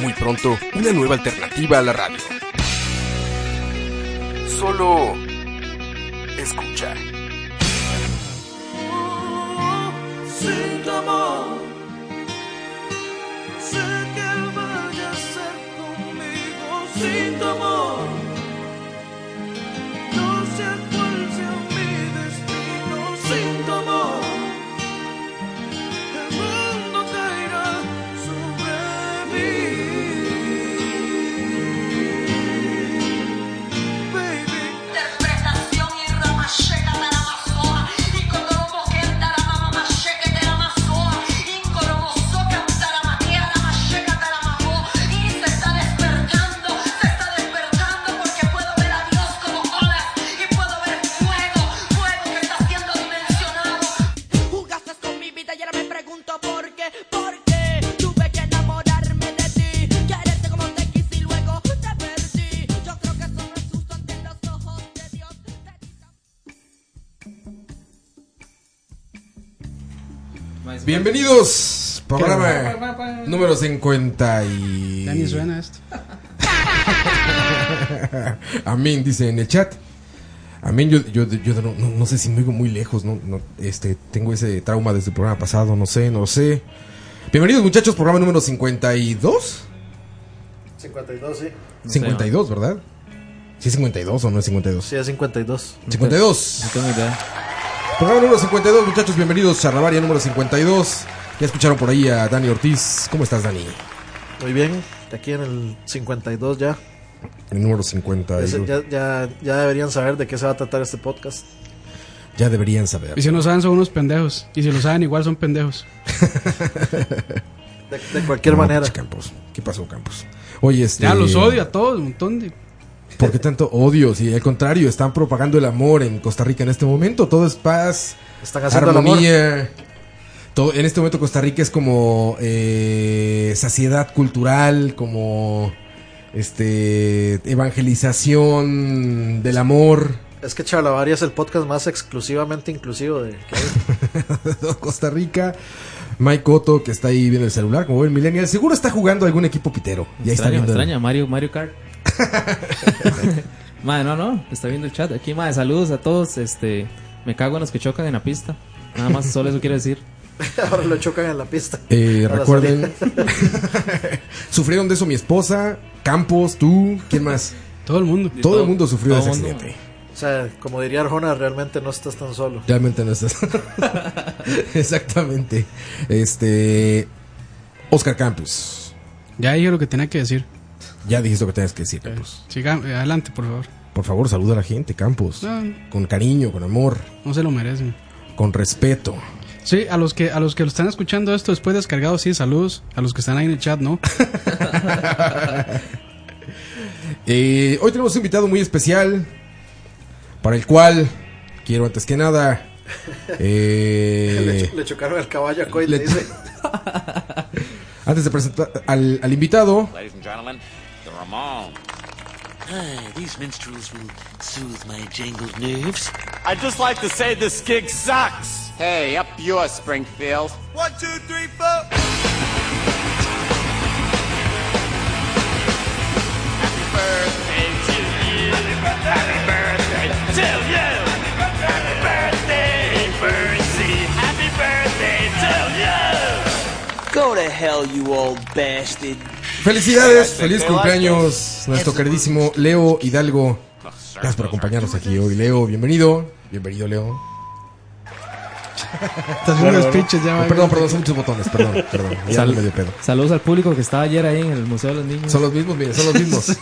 Muy pronto, una nueva alternativa a la radio. Solo escucha. Sé que vaya a ser conmigo sin tu amor. No sé cuál sea mi destino sin tu amor. El mundo caerá sobre mí. Baby, Interpretación y rama checa de la Amazonas. Y coromo que anda la mamá checa de la Amazonas. Y coromo soca de la maquia, la checa de la mamó. Y se está despertando, se está despertando porque puedo ver a Dios como olas. Y puedo ver fuego, fuego que está siendo dimensionado. Jugaste con mi vida y ahora me pregunto por qué, por qué tuve que enamorarme de ti. Quererte como te quise y luego te perdí. Yo creo que eso no es justo ante los ojos de Dios. Te di tan- Más- Bienvenidos, Pa, pa, pa, programa pa. número 50 y... Ya ni suena esto. Amén, dice en el chat. Amén, yo, yo, yo no, no- no sé si me oigo muy lejos, no, no, este, tengo ese trauma desde el programa pasado, no sé, no lo sé. Bienvenidos muchachos, programa número 52. 52, sí. No sé, 52, ¿verdad? ¿Sí es 52 o no es 52? Sí, es 52. 52. No tengo idea. Programa número 52, muchachos, bienvenidos a Rabaria número 52. Ya escucharon por ahí a Dani Ortiz. ¿Cómo estás, Dani? Muy bien, aquí en el 52 ya. El número Ese- 52. Ya, ya, ya, ya deberían saber de qué se va a tratar este podcast. deberían Y saber. si no saben, son unos pendejos. Y si lo saben, igual son pendejos. De, de cualquier No, pues manera. pinche Campos. ¿Qué pasó, Campos? Oye, este. Ya los odio a todos, un montón de. ¿Por qué tanto odio? Si al contrario, están propagando el amor en Costa Rica en este momento. Todo es paz, Están haciendo el amor. armonía. Todo, en este momento Costa Rica es como eh, saciedad cultural, como este evangelización del amor. Es que Charlavaria es el podcast más exclusivamente inclusivo de que hay. Costa Rica. Mike Cotto, que está ahí viendo el celular, como buen millennial, seguro está jugando algún equipo pitero. Y ahí está Extraño, viendo el- extraño. Mario, Mario Kart. Madre, no, no. Está viendo el chat. Aquí, madre, saludos a todos. Este, me cago en los que chocan en la pista. Nada más, solo eso quiero decir. Ahora lo chocan en la pista. Eh, A la recuerden, sufrieron de eso mi esposa, Campos, tú, ¿quién más? Todo el mundo. Todo, todo- el mundo sufrió de todo ese mundo. accidente. O sea, como diría Arjona, realmente no estás tan solo. Realmente no estás. Exactamente. Este. Oscar Campos. Ya dije lo que tenía que decir. Ya dijiste lo que tenías que decir, Campos. Siga, eh, adelante, por favor. Por favor, saluda a la gente, Campos. No, Con cariño, con amor, no se lo merecen. con respeto. Sí, a los que a los que lo están escuchando esto después descargado, sí, saludos. A los que están ahí en el chat, no. Eh, hoy tenemos un invitado muy especial. Para el cual quiero antes que nada. Le, eh, cho- le chocaron el caballo a Coy, le le dice. antes de presentar al, al invitado, Ladies and gentlemen, the Ramones. Ah, these minstrels will soothe my jangled nerves. I'd just like to say this gig sucks. Hey, up yours, Springfield. One, two, three, four. Birthday to you. Happy birthday to you. Happy birthday, Percy. Happy birthday to you. Go to hell, you old bastard. felicidades, feliz cumpleaños, nuestro queridísimo Leo Hidalgo. Gracias por acompañarnos aquí hoy, Leo. Bienvenido, bienvenido, Leo. Estás haciendo speeches ya, Oh, va. perdón, perdón, son muchos botones, perdón, perdón. Ya Sal- me dio pedo. Saludos al público que estaba ayer ahí en el Museo de los Niños. Son los mismos, miren, son los mismos. Son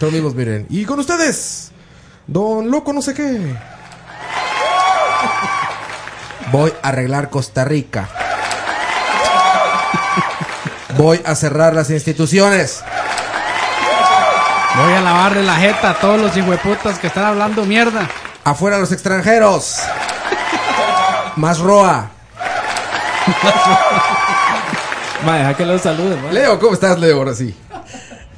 los mismos, miren. Y con ustedes, Don Loco, no sé qué. Voy a arreglar Costa Rica. Voy a cerrar las instituciones. Voy a lavarle la jeta a todos los hijueputas que están hablando mierda. Afuera los extranjeros. Más roa. Mae, deja que los salude, mae. Leo, ¿cómo estás, Leo? Ahora sí.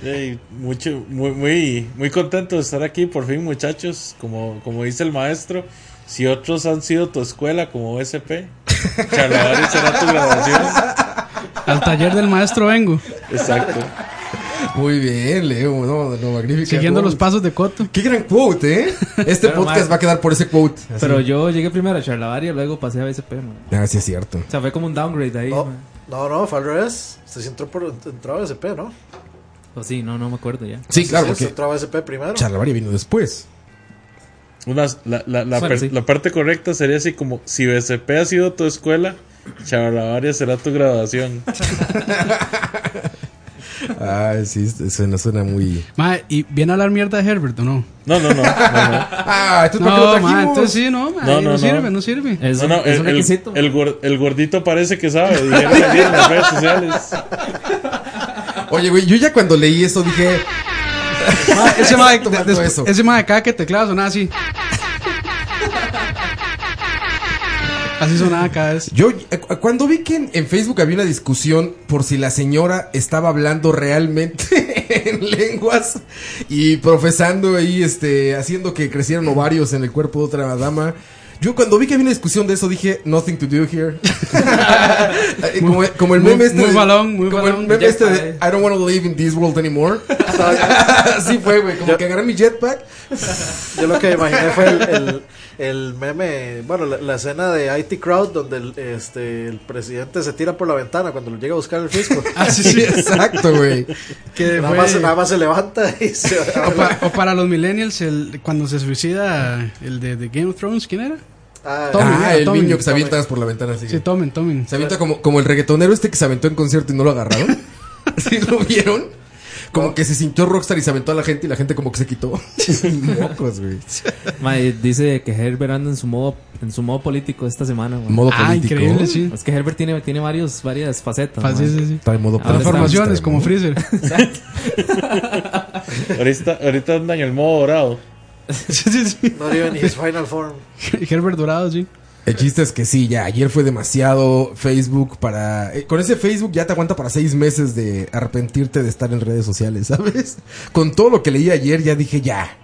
Ey, mucho, muy, muy, muy contento de estar aquí, por fin, muchachos. Como, como dice el maestro, si otros han sido tu escuela, como SP, charladores será tu graduación. Al taller del maestro vengo. Exacto. Muy bien, Leo. No, no, magnífico. Siguiendo los pasos de Coto. Qué gran quote, ¿eh? Este Pero, podcast mae. va a quedar por ese quote. Así. Pero yo llegué primero a Charlavaria, luego pasé a BSP, mae. Ah, sí es cierto. O sea, fue como un downgrade ahí, Oh. No, mae. no, no, fue al revés. Se entró por entró a SP, ¿no? O sí, no, no me acuerdo ya. Sí, claro, Sí, se porque entró a SP primero. Charlavaria vino después. Unas- la, la- la Suena, per- sí. la parte correcta sería así como, si BCP ha sido tu escuela, charlavaria será tu graduación. Ay, Ah, sí, suena, suena muy. Mae, ¿y viene a hablar mierda de Herbert o no? No, no, no. no, no. Ah, entonces ¿para qué lo No, trajimos? mae, entonces sí, no, mae, No, no, no, no. sirve, no sirve. Es, No, un- no, es el, un el- requisito. el gor- el gordito parece que sabe. dijeron ahí en las redes sociales. Oye, güey, yo ya cuando leí eso dije. Mae, Ah, ese mae, Exacto, mae, todo eso. ese mae cada que teclado sonaba así. Así sonaba cada vez. Yo, eh, cu- cuando vi que en, en Facebook había una discusión por si la señora estaba hablando realmente en lenguas y profesando ahí, este, haciendo que crecieran ovarios en el cuerpo de otra dama. Yo cuando vi que había una discusión de eso dije, nothing to do here. Eh, como, como el muy- meme este. muy de- balón, muy como el balón. meme este de, Jetpack. I don't want to live in this world anymore. Así fue, güey. Como que agarré mi jetpack. Yo lo que imaginé fue el, el- el meme, bueno, la, la escena de IT Crowd donde el, este, el presidente se tira por la ventana cuando lo llega a buscar el fisco. Ah, Así sí. Exacto, güey. Que Nada Ah, fue- más, nada más se levanta y se va. o, pa- o para los millennials, el, cuando se suicida el de, de Game of Thrones, ¿quién era? Ah, Tommy, ah, mira, el Tommy, niño que se Tommy. avientas por la ventana así. Sí, tomen, tomen. Se avienta como, como el reggaetonero este que se aventó en concierto y no lo agarraron. ¿Sí lo vieron? Como que se sintió rockstar y se aventó a la gente y la gente como que se quitó. Mocos, güey. Mae, dice que Herbert anda en su modo, en su modo político esta semana, mae. Modo Ah, político. increíble, sí. Es que Herbert tiene, tiene varios, varias facetas. Ah, Así, mae. sí, sí. Está en modo Ahora está- Ah, Transformaciones político. como Freezer. Ahorita, ahorita anda en el modo dorado. Sí, sí, sí. Not even his final form. Herbert Dorado, sí. El chiste es que sí, ya ayer fue demasiado Facebook para... eh, con ese Facebook ya te aguanta para seis meses de arrepentirte de estar en redes sociales, ¿sabes? Con todo lo que leí ayer ya dije ya.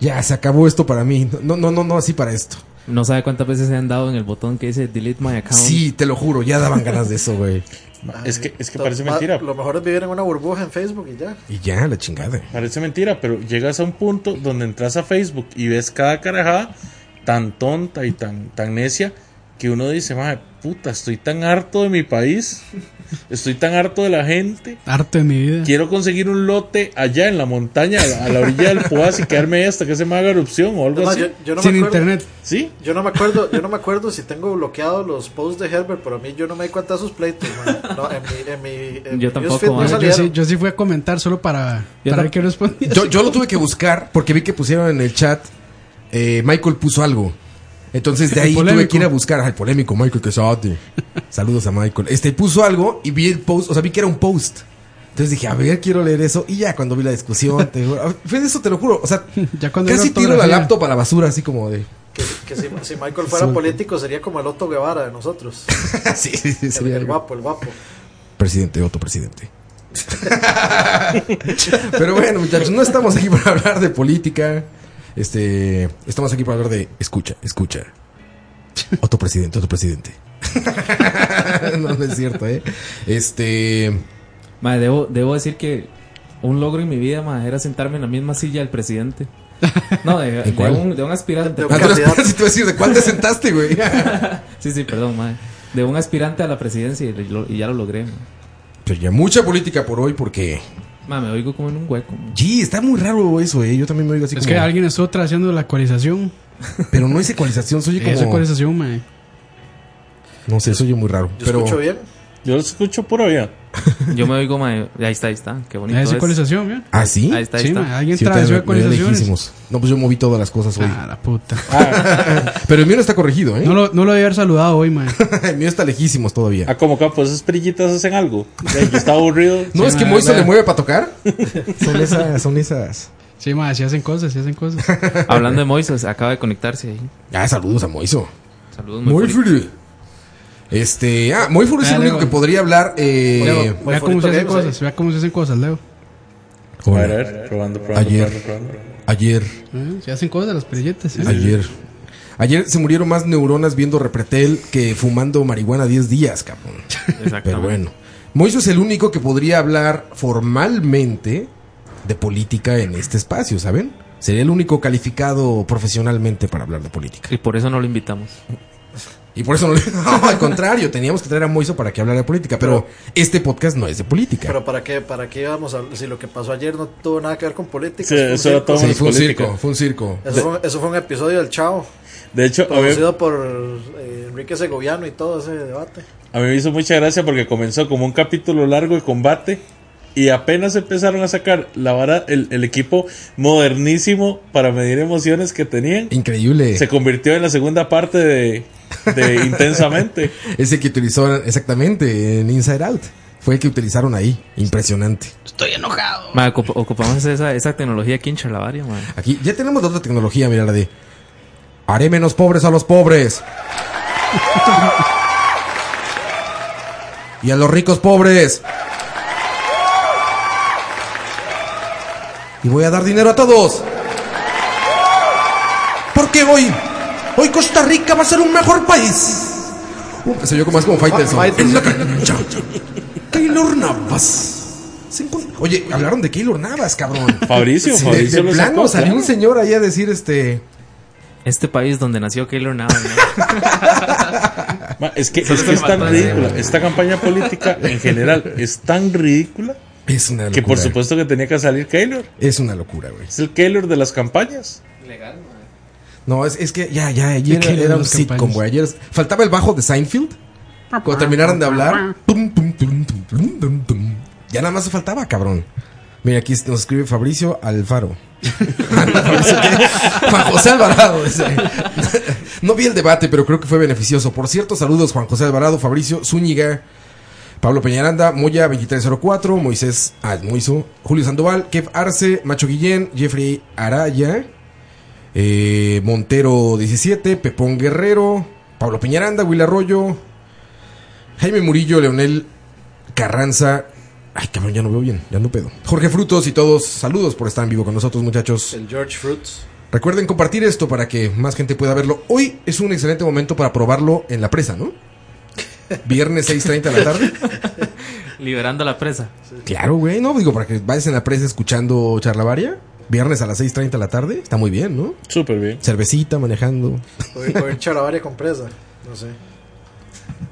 Ya, se acabó esto para mí. No, no, no, no así para esto. No sabe cuántas veces se han dado en el botón que dice delete my account. Sí, te lo juro, ya daban ganas de eso, güey. Ah, Es que, es que Lo- parece Ah, ma- mentira. Lo mejor es vivir en una burbuja en Facebook y ya. Y ya, la chingada. Parece mentira, pero llegas a un punto donde entras a Facebook y ves cada carajada tan tonta y tan, tan necia que uno dice, madre puta, estoy tan harto de mi país, estoy tan harto de la gente, Harto de mi vida. quiero conseguir un lote allá en la montaña, a la, a la orilla del Poás y quedarme ahí hasta que se me haga erupción o algo Es más, así. yo, yo no Sin me acuerdo, internet. ¿Sí? Yo no me acuerdo, yo no me acuerdo si tengo bloqueados los posts de Herbert, pero a mí yo no me di cuenta de sus pleitos, man. No, en mi, en mi, en Yo mi tampoco, newsfeed no man. Yo, yo salieron. sí, yo sí fui a comentar solo para, Yo para tam- ver qué respondía. Yo, yo lo tuve que buscar porque vi que pusieron en el chat. eh, Michael puso algo. Entonces de ahí tuve polémico. que ir a buscar al polémico Michael Quesote. Saludos a Michael. Este puso algo y vi el post, o sea, vi que era un post. Entonces dije, a ver, quiero leer eso. Y ya cuando vi la discusión, te juro- fue de eso te lo juro. O sea, Ya cuando casi veo tiro la ortografía. laptop a la basura, así como de. Que, que si, si Michael fuera político sería como el Otto Guevara de nosotros. sí, sí, sí, El, sería el algo. guapo, el guapo. Presidente, otro presidente. Pero bueno, muchachos, no estamos aquí para hablar de política. Este, estamos aquí para hablar de escucha, escucha. Otro presidente, otro presidente. no, no es cierto, ¿eh? Este, Mae, debo, debo decir que un logro en mi vida, mae, era sentarme en la misma silla del presidente. No, de, de cuál? un, de un aspirante. De un- Andrés, Candidato. si te voy a decir, ¿de cuál te sentaste, güey? Sí, sí, perdón, mae. De un aspirante a la presidencia y, lo- y ya lo logré. mae. Pero ya mucha política por hoy porque, Mae, me oigo como en un hueco. mae. sí, está muy raro eso, ¿eh? Yo también me oigo así Es como, que alguien estuvo traseando la actualización. pero no es ecualización, soy Esa como, actualización, mae. no sé, soy muy raro, Yo pero escucho eh. bien. Yo lo escucho puro bien. Yo me oigo, mae. Ahí está, ahí está. Qué bonito. Ya es es. ecualización, ¿vio? ¿Ah, sí? Ahí está, ahí está. Sí, yo también me- me veo lejísimos. No, pues yo moví todas las cosas hoy. Ah, la puta. Pero el mío no está corregido, ¿eh? No lo, no lo había saludado hoy, man. el mío está lejísimos todavía. Ah, como capo, esos perillitas hacen algo. Ya, Yo estaba aburrido. No, es que ma, Moiso ma. le mueve para tocar. Son esas, son esas. Sí, ma, sí hacen cosas, sí hacen cosas. Hablando de Moises, acaba de conectarse ahí. Ah, saludos a Moiso. Saludos, Moises. Moifuri. Este, ah, Moifuri es Ah, el único luego. que podría hablar. Eh, Vea cómo se hacen eh, cosas, vea cómo se hacen cosas, Leo. A con- ver, a ver, probando, probando, Ayer. probando, probando. ayer, ¿Eh? Se hacen cosas las perillitas. ¿eh? ayer. Ayer se murieron más neuronas viendo Repretel que fumando marihuana 10 días, cabrón. Pero Exactamente. bueno. Moiso es el único que podría hablar formalmente de política en este espacio, ¿saben? Sería el único calificado profesionalmente para hablar de política. Y por eso no lo invitamos. Y por eso no, le- no, al contrario, teníamos que traer a Moiso para que hablara de política, pero este podcast no es de política. Pero para qué, para qué íbamos a hablar? si lo que pasó ayer no tuvo nada que ver con política. Sí, fue un eso era circo. todo sí, menos fue un política. circo, fue un circo. Eso fue, eso fue un episodio del Chavo, De hecho, a mí, producido por eh, Enrique Segoviano y todo ese debate. a mí me hizo mucha gracia porque comenzó como un capítulo largo de combate y apenas empezaron a sacar la vara, el, el equipo modernísimo para medir emociones que tenían, Increíble. se convirtió en la segunda parte de, de Intensamente. Ese que utilizaron exactamente en Inside Out. Fue el que utilizaron ahí. Impresionante. Mae, ocup- ocupamos esa, esa tecnología aquí en Charlavaria, mae. Aquí ya tenemos la otra tecnología, mira la de. Haré menos pobres a los pobres. y a los ricos pobres. Y voy a dar dinero a todos. Porque hoy, hoy Costa Rica va a ser un mejor país. Uh, se oyó como más como Faitelson. En la cancha, Keylor Navas. Se encont- Oye, hablaron de Keylor Navas, cabrón. Fabricio, Sí, de- Fabricio de lo plano sacó, salió claro. un señor ahí a decir este. Este país donde nació Keylor Navas, mae. Ma, Es que, Solo es, se que le es tan mató el ridícula. Esta campaña política en general es tan ridícula Es una locura. que por supuesto que tenía que salir Keylor. Es una locura, güey. Es el Keylor de las campañas. No, es, es que ya, ya, ayer ¿De qué era, eran un las sitcom, campañas? güey. Ayer es- faltaba el bajo de Seinfeld. Cuando terminaron de hablar. tum, tum, tum, tum, tum, tum, tum. Ya nada más faltaba, cabrón. Mira, aquí nos escribe Fabricio Alfaro. Fabricio, ¿qué? Juan José Alvarado. dice. No vi el debate, pero creo que fue beneficioso. Por cierto, saludos Juan José Alvarado, Fabricio Zúñiga, Pablo Peñaranda, Moya 2304, Moisés ah, Moiso, Julio Sandoval, Kev Arce, Macho Guillén, Jeffrey Araya, eh, Montero 17, Pepón Guerrero, Pablo Peñaranda, Will Arroyo, Jaime Murillo, Leonel Carranza. Ay, cabrón, ya no veo bien, ya no pedo. Jorge Frutos y todos, saludos por estar en vivo con nosotros, muchachos. El George Fruits. Recuerden compartir esto para que más gente pueda verlo. Hoy es un excelente momento para probarlo en la presa, ¿no? Viernes 6.30 de la tarde. Liberando la presa. Claro, güey, no, digo, para que vayas en la presa escuchando charlavaria. Viernes a las 6.30 de la tarde. Está muy bien, ¿no? Súper bien. Cervecita, manejando. O o en Charavaria con presa. No sé.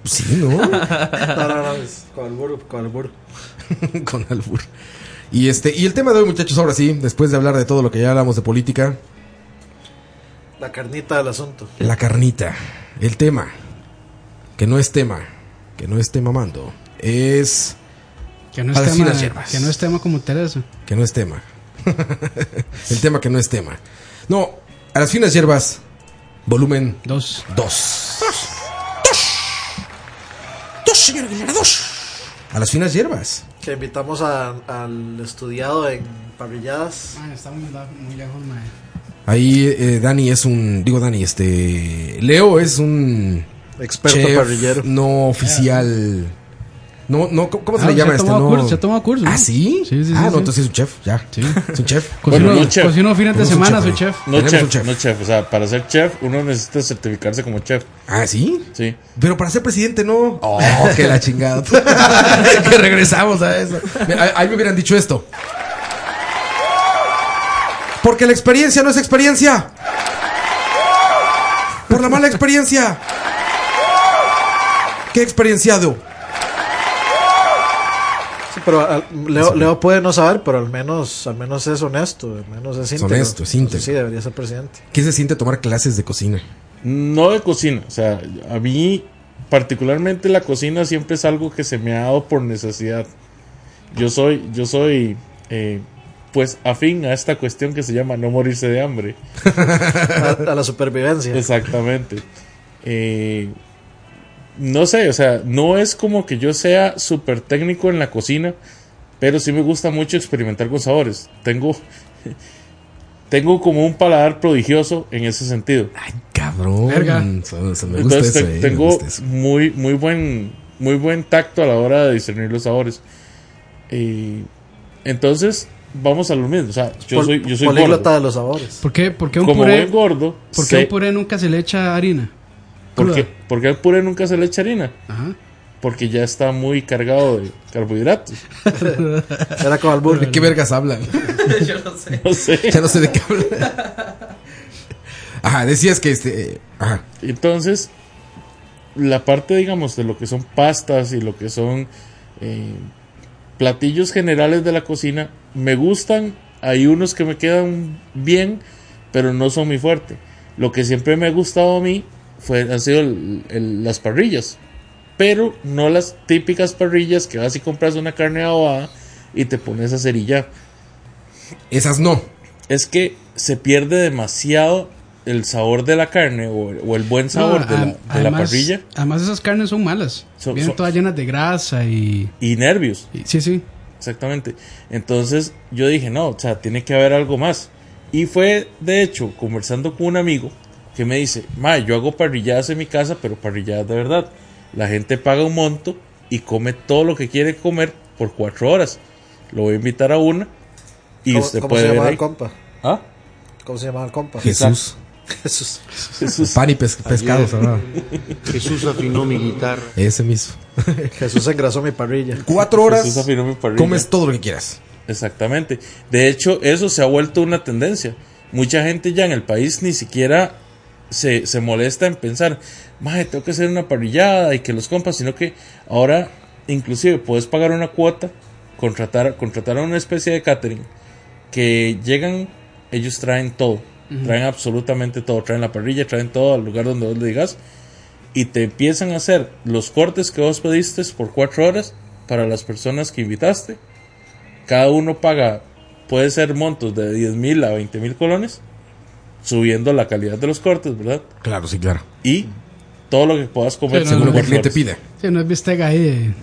Sí, ¿no? No, no, no. es Con albur, con albur. con albur. Y este, y el tema de hoy, muchachos, ahora sí, después de hablar de todo lo que ya hablamos de política, La carnita del asunto. la carnita, el tema, que no es tema, que no esté mamando, es Que no es Así tema, las hierbas. que no es tema como Teresa. que no es tema. el tema que no es tema. No, a las finas hierbas, volumen Dos. 2. Dos. Dos, señor Aguilera, dos. A las finas hierbas. Que invitamos a- al estudiado en parrilladas. Man, está muy, la- muy lejos, man. Ahí eh, Dani es un, digo Dani, este, Leo es un Experto chef parrillero. no oficial. No, no, ¿cómo, cómo se Ah, le llama ha este? tomado No. curso, se ha tomado curso. ¿Ah, man. sí? Sí, sí, ah, sí, no, sí. entonces es un chef, ya. Sí. Es un chef. Cocinó, Bueno, no chef. cocinó fines de Tenemos un semana, chef soy ahí. chef. No Tenemos chef, un chef. no chef. O sea, para ser chef uno necesita certificarse como chef. Ah, ¿sí? Sí. Pero para ser presidente no. Oh, que la chingada. que regresamos a eso. Mira, ahí- Ahí me hubieran dicho esto. Porque la experiencia no es experiencia. Por la mala experiencia. ¿Qué experienciado? Sí, pero al- Leo, Leo puede no saber, pero al menos, al menos es honesto. Al menos es íntegro. honesto, es íntegro. Sí, debería ser presidente. ¿Qué se siente tomar clases de cocina? No de cocina. O sea, a mí particularmente la cocina siempre es algo que se me ha dado por necesidad. Yo soy, yo soy, eh, pues, afín a esta cuestión que se llama no morirse de hambre. a, la supervivencia. Exactamente. Eh, no sé, o sea, no es como que yo sea súper técnico en la cocina, pero sí me gusta mucho experimentar con sabores. Tengo, tengo como un paladar prodigioso en ese sentido. Cabrón. Verga. Se- se me gusta Entonces eso, te- eh, me tengo gusta eso. muy, muy, buen, muy buen tacto a la hora de discernir los sabores. Y entonces vamos a lo mismo. O sea, yo Pol- soy, yo soy políglota gordo. de los sabores. ¿Por qué, por qué un Como puré? buen gordo, ¿Por qué sé- un puré nunca se le echa harina? ¿Por cruda? qué, por qué al puré nunca se le echa harina? Porque ya está muy cargado de carbohidratos. Era como albur. ¿De qué vergas hablan? Yo no sé. No sé. Ya no sé de qué hablan. Ajá, decías que este. eh, Ajá. Entonces, la parte, digamos, de lo que son pastas y lo que son eh, platillos generales de la cocina, me gustan. Hay unos que me quedan bien, pero no son mi fuerte. Lo que siempre me ha gustado a mí fue, han sido el- el- las parrillas. Pero no las típicas parrillas que vas y compras una carne adobada y te pones a hacer y ya. Esas no. Es que se pierde demasiado el sabor de la carne o, o el buen sabor No, de, la, ad- de la parrilla Además, esas carnes son malas. Son- Vienen son- todas llenas de grasa y. y nervios. Sí, sí. Exactamente. Entonces yo dije, no, o sea, tiene que haber algo más. Y fue, de hecho, conversando con un amigo que me dice, ma, yo hago parrilladas en mi casa, pero parrilladas de verdad. La gente paga un monto y come todo lo que quiere comer por cuatro horas. Lo voy a invitar a una y ¿Cómo- usted cómo puede se ver llamaba ahí. el compa? ¿Ah? ¿Cómo se llamaba el compa? Jesús. Jesús. Pan y pes- pescados, ahora. Jesús afinó mi guitarra. Ese mismo. Jesús engrasó mi parrilla. Cuatro horas. Jesús afinó mi parrilla. comes todo lo que quieras. Exactamente. De hecho, eso se ha vuelto una tendencia. Mucha gente ya en el país ni siquiera se, se molesta en pensar, madre, tengo que hacer una parrillada y que los compas, sino que ahora inclusive puedes pagar una cuota, contratar, contratar a una especie de catering, que llegan, ellos traen todo, Ujú. traen absolutamente todo, traen la parrilla, traen todo al lugar donde vos le digas, y te empiezan a hacer los cortes que vos pediste por cuatro horas para las personas que invitaste cada uno paga, puede ser montos de 10 mil a 20 mil colones, subiendo la calidad de los cortes, ¿verdad? Claro, sí, claro. Y todo lo que puedas comer Pero no- por flores. Sí, no es bistec ahí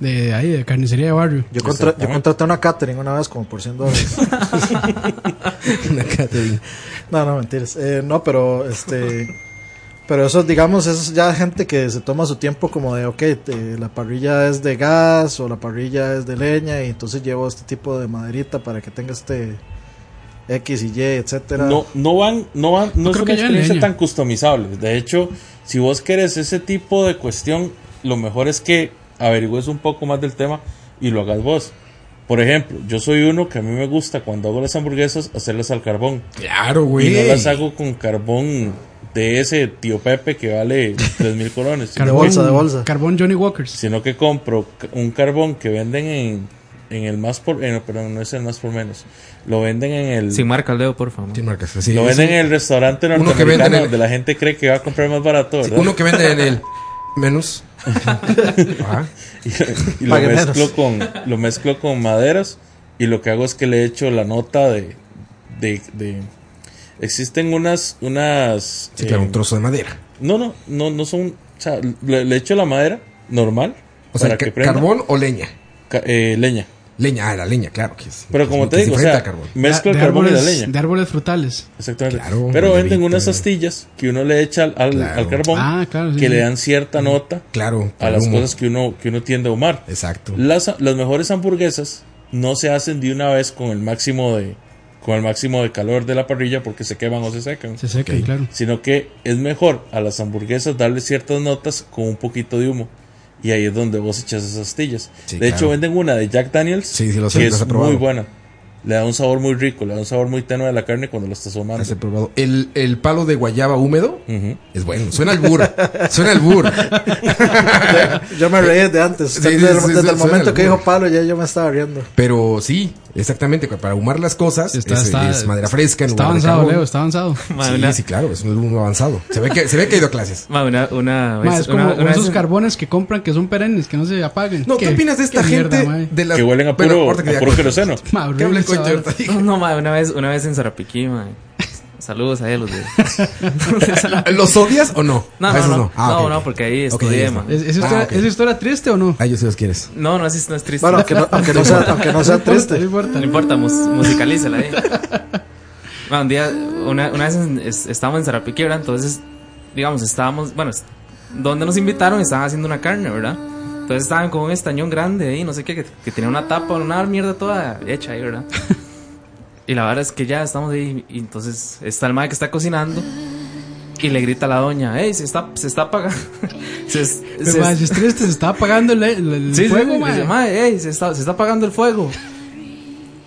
de, de ahí de carnicería de barrio. Yo, contra- yo contraté una catering una vez como por 100 dólares. una catering. No, no, mentiras. Eh, no, pero este. Pero eso, digamos, eso es ya gente que se toma su tiempo como de, ok, te- la parrilla es de gas o la parrilla es de leña y entonces llevo este tipo de maderita para que tenga este X y Y, etcétera. No, no van, no van, no, es creo una que ya en experiencia leña. tan customizable. De hecho, si vos querés ese tipo de cuestión, lo mejor es que averigües un poco más del tema y lo hagas vos. Por ejemplo, yo soy uno que a mí me gusta cuando hago las hamburguesas hacerlas al carbón. Claro, güey. Y no las hago con carbón de ese tío Pepe que vale 3 mil colones. sino Carbón, que- Carbón Johnny Walkers. Sino que compro c- un carbón que venden en, en el más por. en- perdón, no es el más por menos. Lo venden en el. Sin marca, Leo, por favor. Sin marca, lo venden en el restaurante uno que norteamericano venden en- donde la gente cree que va a comprar más barato, ¿verdad? Uno que vende en el menús. Ah, Ajá. y lo Pague mezclo, menos. con, lo mezclo con maderas y lo que hago es que le echo la nota de... de, de- existen unas... unas eh, Sí, claro, un trozo de madera. No, no, no, no son... O sea, le, le echo la madera normal. O sea, ca- prenda. ¿carbón o leña? Ca- eh, leña. Leña, ah, la leña, claro que es. Pero que como es- te que es digo, o diferente sea, al carbón. mezclo el De carbón y la árboles- leña. De árboles frutales. Exactamente. Claro, Pero venden madrita. unas astillas que uno le echa al, al- al carbón Ah, claro, sí, que sí. le dan cierta nota Claro, a para el las humo. cosas que uno, que uno tiende a ahumar. Exacto. Las, las mejores hamburguesas no se hacen de una vez con el máximo de con el máximo de calor de la parrilla porque se queman o se secan. Se secan, Ok. claro. Sino que es mejor a las hamburguesas darle ciertas notas con un poquito de humo. Y ahí es donde vos echas esas astillas. Sí, de hecho, claro. venden una de Jack Daniels Sí, sí, los he- que los he es probado. muy buena. le da un sabor muy rico, le da un sabor muy tenue a la carne cuando lo estás ahumando. Has probado. El, el palo de guayaba húmedo es bueno. Suena al bur. suena al bur. Yo me reí desde antes. Sí, Desde, sí, el- sí, desde sí, el suena momento al que burro. dijo Pablo ya yo me estaba riendo. Pero sí, exactamente. Para ahumar las cosas Está- es, está- es madera fresca. en está lugar de avanzado, carbón. Leo, está avanzado. Sí, Madre, sí, claro. Es un alumno avanzado. Se ve que, se ve que ha ido a clases. Ma, una, una, Ma, es como una- una esos vez- carbones que compran que son perennes, que no se apaguen. No, ¿qué opinas de esta qué gente mierda, mae? de las- que huelen a Bueno, puro, ahorita que a ya- puro queroseno. Ma, ¿Qué hablé horrible con esa Jordan? vara. No, no, ma, una vez, una vez en Zarapiquí, ma. Saludos ahí a los de. ¿Los odias o no? No, A no, veces no. Ah, No, ok, ok. no, porque ahí Ok, estudié, ya está. ma. ¿Es, es Ah, historia, ok. ¿Es historia triste o no? Ah, yo sí los quieres. No, no es, no es triste. Bueno, aunque no, aunque no sea, aunque no sea importa, triste. No importa. No importa, mus musicalízala ahí. Ma, un día, una, una vez en- es- estábamos en Zarapiquí, ¿verdad? Entonces, digamos, estábamos, bueno, es- donde nos invitaron estaban haciendo una carne, ¿verdad? Entonces estaban con un estañón grande ahí, no sé qué, que, que tenía una tapa, una mierda toda hecha ahí, ¿verdad? Y la verdad es que ya estamos ahí, y entonces está el madre que está cocinando. Y le grita a la doña, hey, se está, se está apagando. se, es- Pero, se mae, es- si es triste, se está apagando el, el- el Sí, sí, fuego, sí, mae. dice, "Mae, ey, se está, se está apagando el fuego.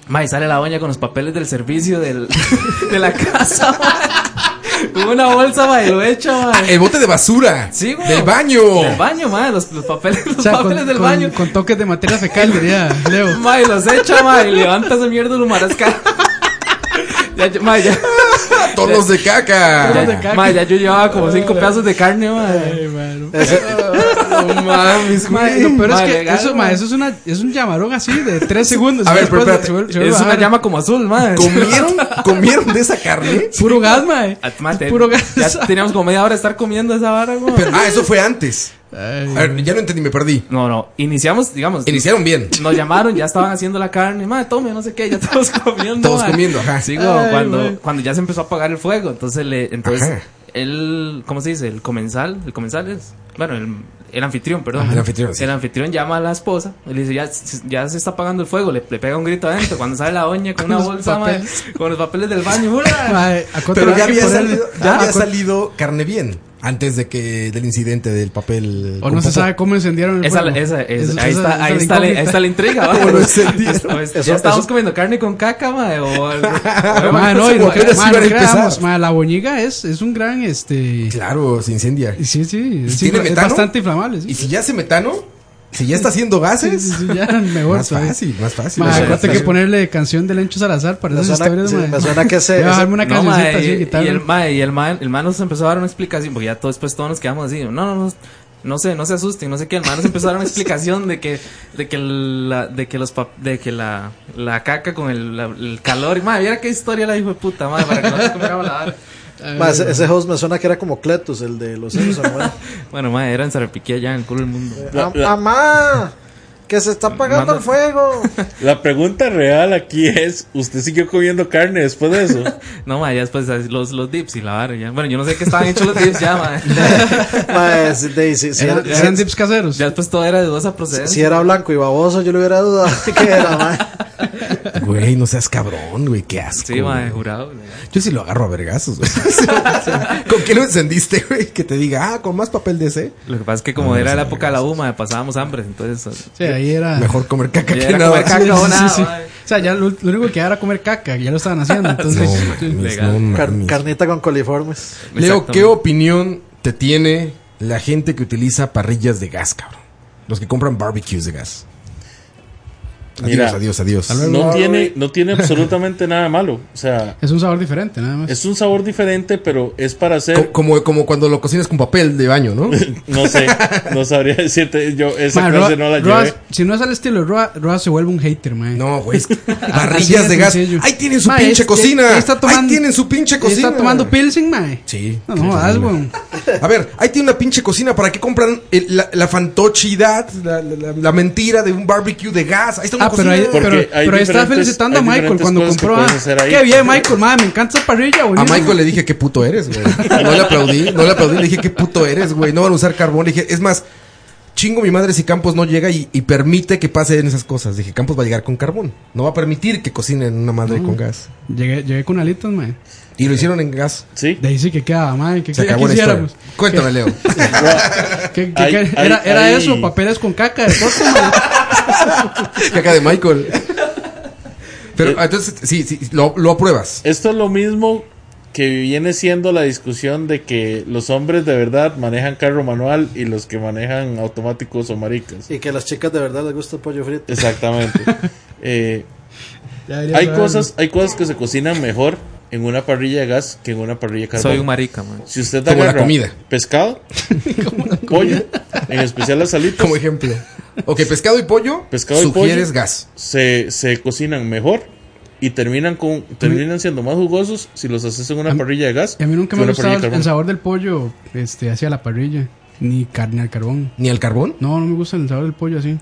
Mae, sale la doña con los papeles del servicio del, de la casa, mae. Una bolsa, mae, lo echa, mae. El bote de basura. Sí, güey. Del baño. Del baño, mae, los, los papeles, los O sea, papeles con, del con- baño. con toques de materia fecal, diría Leo. Mae, los echa, mae, y levanta esa mierda lo marasca. Ya, yo- mae, ya, Tonos de caca. ya- mae, ya yo llevaba como cinco pedazos de carne, mae. Ay, mae, no. No mames, Mae, lo peor es Mae, que legal, eso, mae, mae. eso es, una, es un llamarón así de tres segundos. A y ver, después pero espérate, se vuelve- se vuelve Es a una bajar. llama como azul, mae. ¿Comieron, ¿Comieron de esa carne? Puro gas, mae. Ah, mate, Puro gas. Ya teníamos como media hora de estar comiendo esa vara, güey. Pero- ah, eso fue antes. Ay, A ver, ya no entendí, me perdí. No, no. Iniciamos, digamos. Iniciaron bien. Nos llamaron, ya estaban haciendo la carne. Madre, tome, no sé qué. Ya todos comiendo. Todos mae. comiendo, ajá. Sí, güey, Ay, cuando, güey. cuando ya se empezó a apagar el fuego. Entonces, le, entonces Ajá. el. ¿Cómo se dice? El comensal. El comensal es. Bueno, el. el anfitrión, perdón. Ah, el anfitrión, sí. El anfitrión llama a la esposa y le dice, ya, se- ya se está apagando el fuego. Le, le pega un grito adentro. Cuando sale la doña Con con, una los bolsa, mae, papeles. con los papeles del baño. ¡hurra! Mae, eh, ¿a cuánto Pero le ya hay que había poner- salido, ya Ah, había ¿a cuánto- salido carne bien. Antes de que del incidente del papel. O con no se popó. sabe cómo encendieron el Esa, fuego. esa, es- Eso- esa- ahí, está, esa ahí, es la está, la- ahí incógnita. está la intriga, ¿vale? lo encendieron? O es- Eso- ya estábamos eso- comiendo carne con caca, mae, o- o- Ma, no, y Como no, que eres ma, iba a no empezar. creamos, ma, la boñiga es, es un gran, este... Claro, se incendia. y Sí, sí, es, tiene infla- es metano? bastante inflamable, Y sí. si ya hace metano, si ya está haciendo Sí, gases, sí, sí, ya, mejor más todavía. fácil, más fácil. Ma, O sea, acuérdate la- que ponerle canción de Lencho Salazar para Me esas suena- historias, sí, ma. me suena que ese- Voy a ese- bajarme una No, cancioncita mae, así de y, y guitarra. el mae, y el mae, el mae nos empezó a dar una explicación, porque ya todo, después todos nos quedamos así, no, no, no, no sé, no se asusten, no sé qué, el mae nos empezó a dar una explicación de que, de que la, de que los pap- de que la, la caca con el, la- el calor, y mae, viera qué historia la hijo de puta, mae, para que no se comiéramos la vara. Ma, ese, ese host me suena que era como Cletus, el de los Simpsons. güey. Bueno, mae, era en Zarapiquí allá en el culo del mundo. La- Am- ¡Amá! ¡Que se está apagando Manda- el fuego! La pregunta real aquí es, ¿usted siguió comiendo carne después de eso? No, ma, ya después así, los, los dips y la vara. Ya. Bueno, yo no sé qué estaban hechos los dips ya, ma. Ma, es- de- si, si Eran- era, Eran si- dips caseros. Ya después todo era de dudosa procedencia. si era blanco y baboso, yo le hubiera dudado que era, ma. Güey, no seas cabrón, güey, qué asco. Sí, ma, güey. jurado. güey. Yo sí lo agarro a vergazos, güey. O sea, ¿Con qué lo encendiste, güey? Que te diga, ah, con más papel de ese. Lo que pasa es que como No, no era sé, la época de la UMA, pasábamos hambre, entonces... Sí, ahí era... Mejor comer caca Ya que era nada. comer caca. Sí, sí, o sí, nada, sí. ma. O sea, ya lo, lo único que era comer caca, ya lo estaban haciendo, No, entonces... mames, Legal. no Car- mames. carnita con coliformes. Leo, ¿qué Exactamente. opinión te tiene la gente que utiliza parrillas de gas, cabrón? Los que compran barbecues de gas. Adiós, Mira, adiós, adiós. No tiene, no tiene absolutamente nada de malo. O sea, Es un sabor diferente, nada más. es un sabor diferente, pero es para Co- hacer... Como, como cuando lo cocinas con papel de baño, ¿no? No sé, no sabría decirte, yo esa Ma, clase Roa- no la Roa- llevé. si no es al estilo de Roa, Roa se vuelve un hater, man. No, güey. es que Así Parrillas de gas. sencillo. Ahí tienen su Ma, pinche es- cocina. es- está tomando- ahí tienen su pinche cocina. Está tomando pilsen, mae. Sí. No, no, haz, weón. A ver, ahí tiene una pinche cocina. ¿Para qué compran el- la, la fantochidad, la, la- la- la mentira de un barbecue de gas? Ahí está una Ah, pero cocina. ahí, Porque pero, hay pero ahí está diferentes- felicitando a hay Michael diferentes cuando cosas que compró. puedes ah, hacer ahí. Qué bien, Michael, mae, me encanta esa parrilla, A buenísimo. Michael le dije, qué puto eres, güey. No le aplaudí, no le aplaudí, le dije, qué puto eres, güey. No van a usar carbón. Le dije, es más, chingo mi madre si Campos no llega y, y permite que pasen esas cosas. Dije, Campos va a llegar con carbón. No va a permitir que cocinen una madre Mm. con gas. Llegué, llegué con alitas, mae. Y lo hicieron en gas. Sí, De ahí sí que quedaba, mae. Que, Se que acabó la historia. quisiéramos. Cuéntame, Leo. Que- que- Ay, que- ay, era era ay. eso, papeles con caca de foto, mae. Caca de Michael. Pero entonces, sí, sí, lo, lo apruebas. Esto es lo mismo que viene siendo la discusión de que los hombres de verdad manejan carro manual y los que manejan automáticos o maricas. Y que a las chicas de verdad les gusta el pollo frito. Exactamente. Eh, Ya debería hay saberlo. cosas, hay cosas que se cocinan mejor en una parrilla de gas que en una parrilla de carbón. Soy un marica, man. Si usted Como la agarra comida. pescado, pollo, en especial las salitas. Como ejemplo. Ok, pescado y pollo. Pescado y pollo. sugieres gas. Se, se cocinan mejor y terminan con terminan siendo más jugosos si los haces en una parrilla de gas. Y a mí nunca me ha que en una gustado parrilla de el, carbón. el sabor del pollo este, hacia la parrilla. Ni carne al carbón. ¿Ni al carbón? No, no me gusta el sabor del pollo así.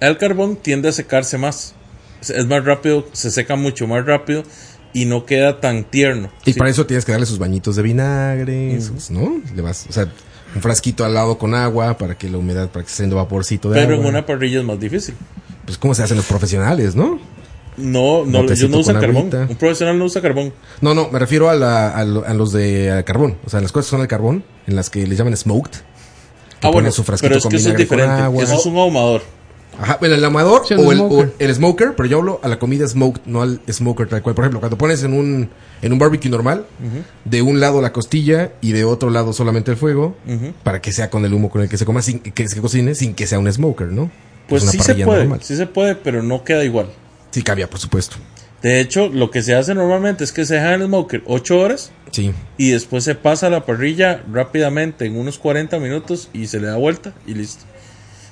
El carbón tiende a secarse más. Es- Es más rápido, se seca mucho más rápido y no queda tan tierno. Y Sí. para eso tienes que darle sus bañitos de vinagre, sus- ¿no? Le vas, o sea, un frasquito al lado con agua para que la humedad, para que se siendo vaporcito de Pero en agua. una parrilla es más difícil. Pues cómo se hacen los profesionales, ¿no? No, no, Botecito ellos no con usan carbón. agüita. Un profesional no usa carbón. No, no, me refiero a, la- a lo- a los de al carbón. O sea, las cosas que son al carbón, en las que les llaman smoked. Que Ah, ponen bueno, su frasquito pero es con que eso es vinagre con diferente. agua. Eso es un ahumador. Ajá, bueno, el amador Sí, el o, el, smoker. o el smoker, pero yo hablo a la comida smoked, no al smoker tal cual. Por ejemplo, cuando pones en un, en un barbecue normal, Ujú. de un lado la costilla y de otro lado solamente el fuego, Ujú. para que sea con el humo con el que se coma, sin, que se cocine, sin que sea un smoker, ¿no? Pues Es una sí se parrilla puede, normal. sí se puede, pero no queda igual. Sí cambia, por supuesto. De hecho, lo que se hace normalmente es que se deja en el smoker 8 horas Sí. y después se pasa a la parrilla rápidamente en unos 40 minutos y se le da vuelta y listo.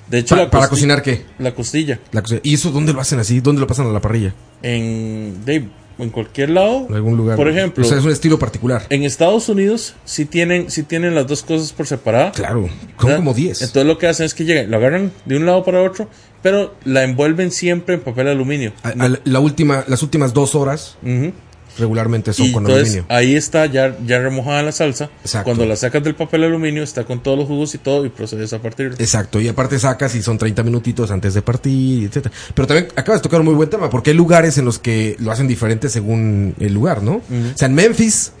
De hecho, Pa- la ¿para costi- cocinar qué? La costilla. La cosa- ¿Y eso dónde lo hacen así? ¿Dónde lo pasan a la parrilla? En, de- en cualquier lado. En algún lugar. Por ejemplo, Eh, O sea, es un estilo particular. en Estados Unidos sí tienen, sí tienen las dos cosas por separado. Claro, son ¿verdad? como 10. ¿eh? Entonces lo que hacen es que llegan, lo agarran de un lado para otro, pero la envuelven siempre en papel aluminio. A- a la- la última, las últimas dos horas regularmente son Y con entonces, aluminio. Ahí está ya, ya remojada la salsa. Cuando la sacas del papel aluminio está con todos los jugos y todo y procedes a partirlo. Exacto, y aparte sacas y son 30 minutitos antes de partir, etcétera. Pero también acabas de tocar un muy buen tema, porque hay lugares en los que lo hacen diferente según el lugar, ¿no? O sea, en Memphis,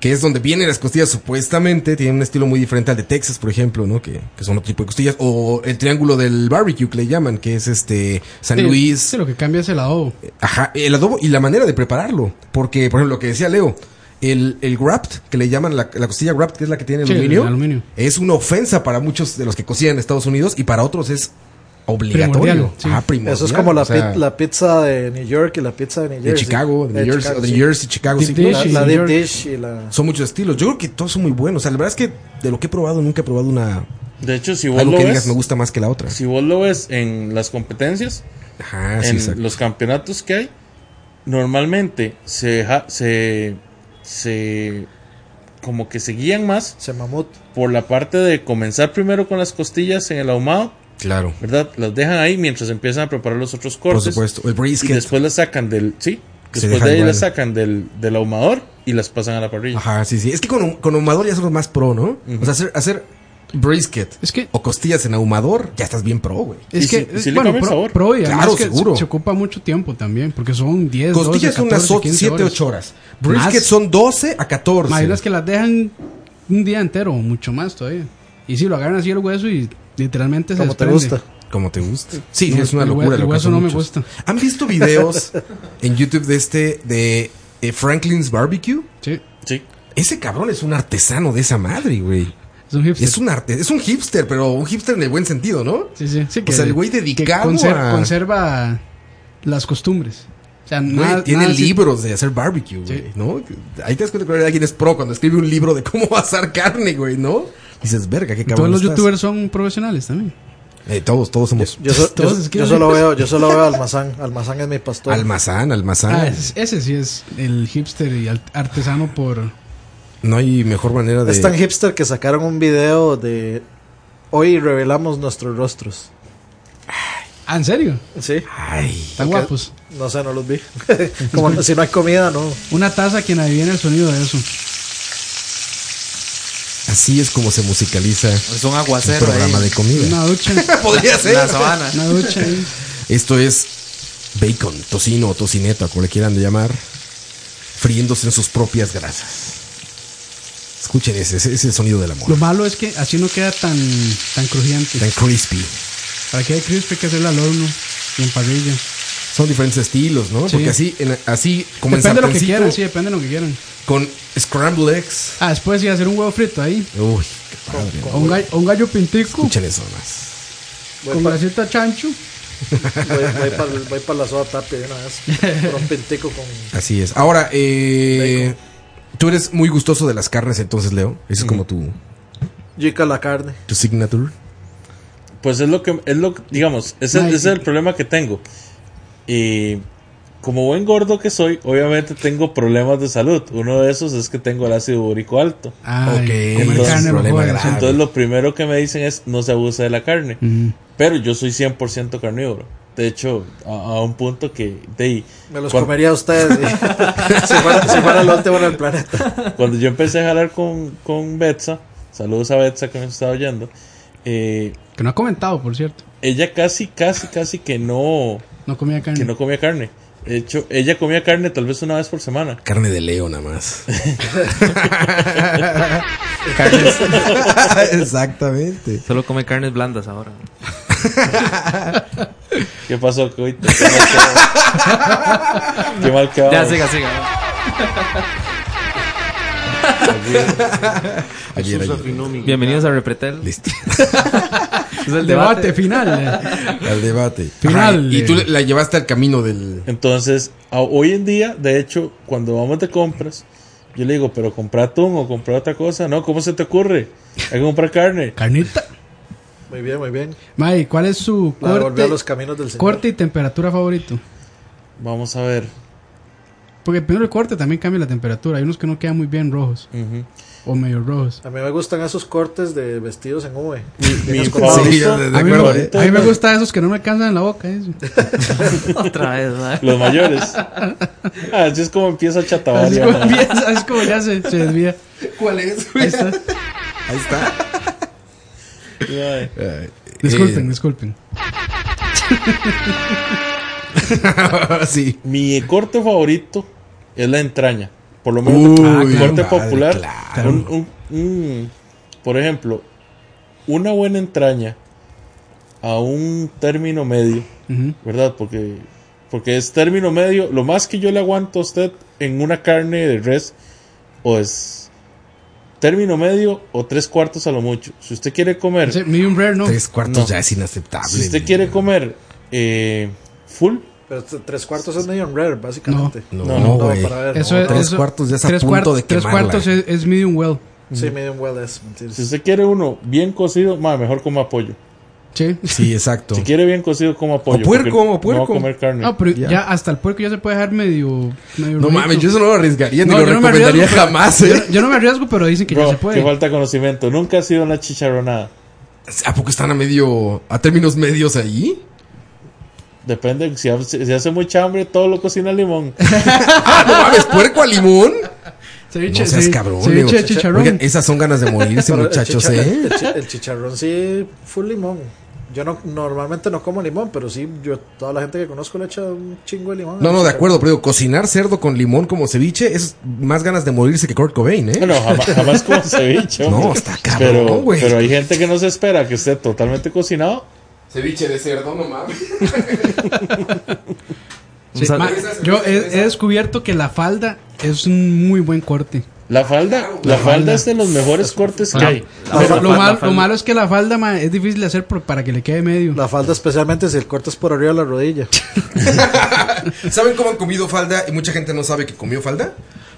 que es donde vienen las costillas supuestamente, tienen un estilo muy diferente al de Texas, por ejemplo, ¿no? Que, que son otro tipo de costillas. O el triángulo del barbecue que le llaman, que es este San Sí, Luis, sí, lo que cambia es el adobo. Ajá, el adobo y la manera de prepararlo. Porque, por ejemplo, lo que decía Leo, el, el wrapped, que le llaman la, la costilla wrapped, que es la que tiene Sí, el aluminio, aluminio. es una ofensa para muchos de los que cocinan en Estados Unidos y para otros es obligatorio. Primordial, sí. Ajá, primordial. Eso es como la, O sea, pi- la pizza de New York y la pizza de New de Jersey. Chicago, de New De Jersey, Chicago, o de sí. Jersey, Chicago, sí. La, la deep dish y la... Son muchos estilos. Yo creo que todos son muy buenos. O sea, la verdad es que de lo que he probado, nunca he probado una. De hecho, si vos Algo lo que ves, digas me gusta más que la otra. si vos lo ves en las competencias, Ajá, Ah, sí, en exacto. los campeonatos que hay, normalmente se deja- se se como que se guían más por la parte de comenzar primero con las costillas en el ahumado, Claro. ¿verdad? Las dejan ahí mientras empiezan a preparar los otros cortes. supuesto, el brisket. Y después las sacan del, sí, Se después dejan de ahí igual. las sacan del, del ahumador y las pasan a la parrilla. Ajá, sí, sí. Es que con, con ahumador ya somos más pro, ¿no? O sea, hacer, hacer brisket o costillas en ahumador, ya estás bien pro, güey. Es que, es- bueno, pro, pro y además claro, que se- seguro. Se, ocupa mucho tiempo también, porque son 10, Costillas 12, son unas 14, 15 7, 8 horas. Brisket son 12 a 14. Más las que las dejan un día entero, mucho más todavía. Y si lo agarran así el hueso y literalmente se Como te desprende. gusta. Como te gusta. Sí, No, es una el hue- locura. lo El que hueso hacen no me muchos. gusta. ¿Han visto videos en YouTube de este, de eh, Franklin's Barbecue? Sí. Sí. Ese cabrón es un artesano de esa madre, güey. Es un hipster. Es un, arte, es un hipster, pero un hipster en el buen sentido, ¿no? Sí, sí. o sea, el güey que dedicado conser- a... Conserva las costumbres. O sea, Güey, nada- tiene nada así- libros de hacer barbecue, güey, ¿no? Ahí te das cuenta que alguien es pro cuando escribe un libro de cómo asar carne, güey, ¿no? Dices, verga, qué cabrón. Todos los estás". youtubers son profesionales también. Eh, todos, todos somos. Yo, so- yo, Todos so- escriben. yo solo veo, yo solo veo Almazán. Almazán es mi pastor. Almazán, almazán. Ah, es- ese sí es el hipster y al- artesano por... No hay mejor manera de. Es tan hipster que sacaron un video de hoy revelamos nuestros rostros. Ah, ¿en serio? Sí. Están guapos. No sé, no los vi. Como no- si no hay comida, no. Una taza quien adivina el sonido de eso. Así es como se musicaliza. Es un aguacero Un programa ¿eh? ahí. de comida. Una ducha. Podría ser. La sabana. Una ducha ahí. Esto es bacon, tocino o tocineta, como le quieran llamar, friéndose en sus propias grasas. Escuchen ese, ese, ese sonido del amor. Lo malo es que así no queda tan, tan crujiente. Tan crispy. Para que quede crispy hay que hacerlo al horno y en parrilla. son diferentes estilos, ¿no? Sí. Porque así, en- así como Depende en de lo que sartencito, quieran, sí, depende de lo que quieran. con scramble eggs. Ah, después sí, hacer un huevo frito ahí. Uy, qué padre. O un, gallo, o un gallo pintico. Escuchen eso más. Con grasita chancho. Voy, para la soda tapia de una vez. Por un penteco con. Así es. Ahora, eh, tú eres muy gustoso de las carnes, entonces, Leo. Eso es como tu, Yica la carne. tu signature. Pues es lo que, es lo que- digamos, ese, Ay, ese es sí. el problema que tengo. Y como buen gordo que soy, obviamente tengo problemas de salud. Uno de esos es que tengo el ácido úrico alto. Ah, comer carne, mejor, Ah, sí. entonces lo primero que me dicen es no se abuse de la carne. Ujú. Pero yo soy 100% carnívoro. De hecho, a, a un punto que... De, Me los cuan- comería a ustedes. y- si fuera, si fuera lo último en el planeta. Cuando yo empecé a jalar con, con Betsa, saludos a Betsa que nos está oyendo, eh, Que no ha comentado, por cierto. ella casi, casi, casi que no, No comía carne. que no comía carne. De hecho, ella comía carne tal vez una vez por semana. Carne de Leo, nada más. Carnes. Exactamente. Solo come carnes blandas ahora. ¿Qué pasó, Coito? Qué mal quedó. Qué mal quedó. Ya, siga, siga. Ayer, ayer. Bienvenidos a Repretel. Listo. es el Debate debate. final. eh. Al debate. Final. Ajá, y tú la llevaste al camino del. Entonces, a- hoy en día, de hecho, cuando vamos de compras, yo le digo, pero compra atún o compra otra cosa. No, ¿cómo se te ocurre? Hay que comprar carne. Carnita. Muy bien, muy bien. May, ¿cuál es su La devolví corte, a los caminos del Señor. corte y temperatura favorito? Vamos a ver. Porque primero el corte también cambia la temperatura. Hay unos que no quedan muy bien rojos. O medio rojos. A mí me gustan esos cortes de vestidos en V. Mi Esos cortes- favorito- A mí, me, a mí me gustan esos que no me alcanzan en la boca. eso. Otra vez, ma. Los mayores. Ah, así es como empieza a chatabar. Así es como, empieza, así es como ya se, se desvía. ¿Cuál es? Ahí está. Ahí está. Eh, Disculpen, disculpen. sí. Mi corte favorito es la entraña. Por lo menos Uy, un ah, claro. corte popular. Claro. Un- un- un- mm, por ejemplo, una buena entraña a un término medio, Ujú. ¿verdad? Porque, porque es término medio. Lo más que yo le aguanto a usted en una carne de res o es término medio o tres cuartos a lo mucho. Si usted quiere comer Sí, medium rare, ¿no? Tres cuartos No. ya es inaceptable. Si usted quiere comer eh, full, Pero t- tres cuartos es medium rare, básicamente. No, No, no, güey. para ver. Eso no, es- tres eso- cuartos ya es a tres punto cuart- de Tres quemarla. eh. cuartos es, es medium well. Sí, medium well es. mentira. si usted quiere uno bien cocido, ma, mejor coma pollo. Sí. Sí, exacto. Si quiere bien cocido, coma pollo. porque puerco, o no va a puerco. comer carne. No, pero Ya. ya. hasta el puerco ya se puede dejar medio. medio No rojito. mames, yo eso no lo arriesgaría, No, ni lo yo no me recomendaría arriesgo, pero- jamás, Yo, ¿eh? yo no me arriesgo, pero dicen que Bro, ya se qué puede. falta de conocimiento. Nunca ha sido una chicharronada. ¿A poco están a medio. a términos medios ahí? Depende, si, ha- si hace mucha hambre, todo lo cocina limón. ¡Ah, no mames, puerco a limón! Ceviche, No seas sí, cabrón, ceviche Leo. de chicharrón. Oigan, esas son ganas de morirse, Pero el muchachos, chicha- ¿eh? el chi- El chicharrón sí, full limón. Yo no, normalmente no como limón, pero sí, yo, toda la gente que conozco le echa un chingo de limón. No, al no, de chicharrón. acuerdo, pero digo, cocinar cerdo con limón como ceviche es más ganas de morirse que Kurt Cobain, ¿eh? Bueno, jamás, jamás como ceviche. No, hombre. está cabrón, pero, güey. pero hay gente que no se espera que esté totalmente cocinado. Ceviche de cerdo, no mames. Sí, sal- ma- yo he, he descubierto que la falda es un muy buen corte. La falda, la falda es de los mejores cortes que hay. Lo, lo mal- lo malo es que Ah, la falda ma, es difícil de hacer por- para que le quede medio. La falda, especialmente si el corte es por arriba de la rodilla. ¿Saben cómo han comido falda? Y mucha gente no sabe que comió falda.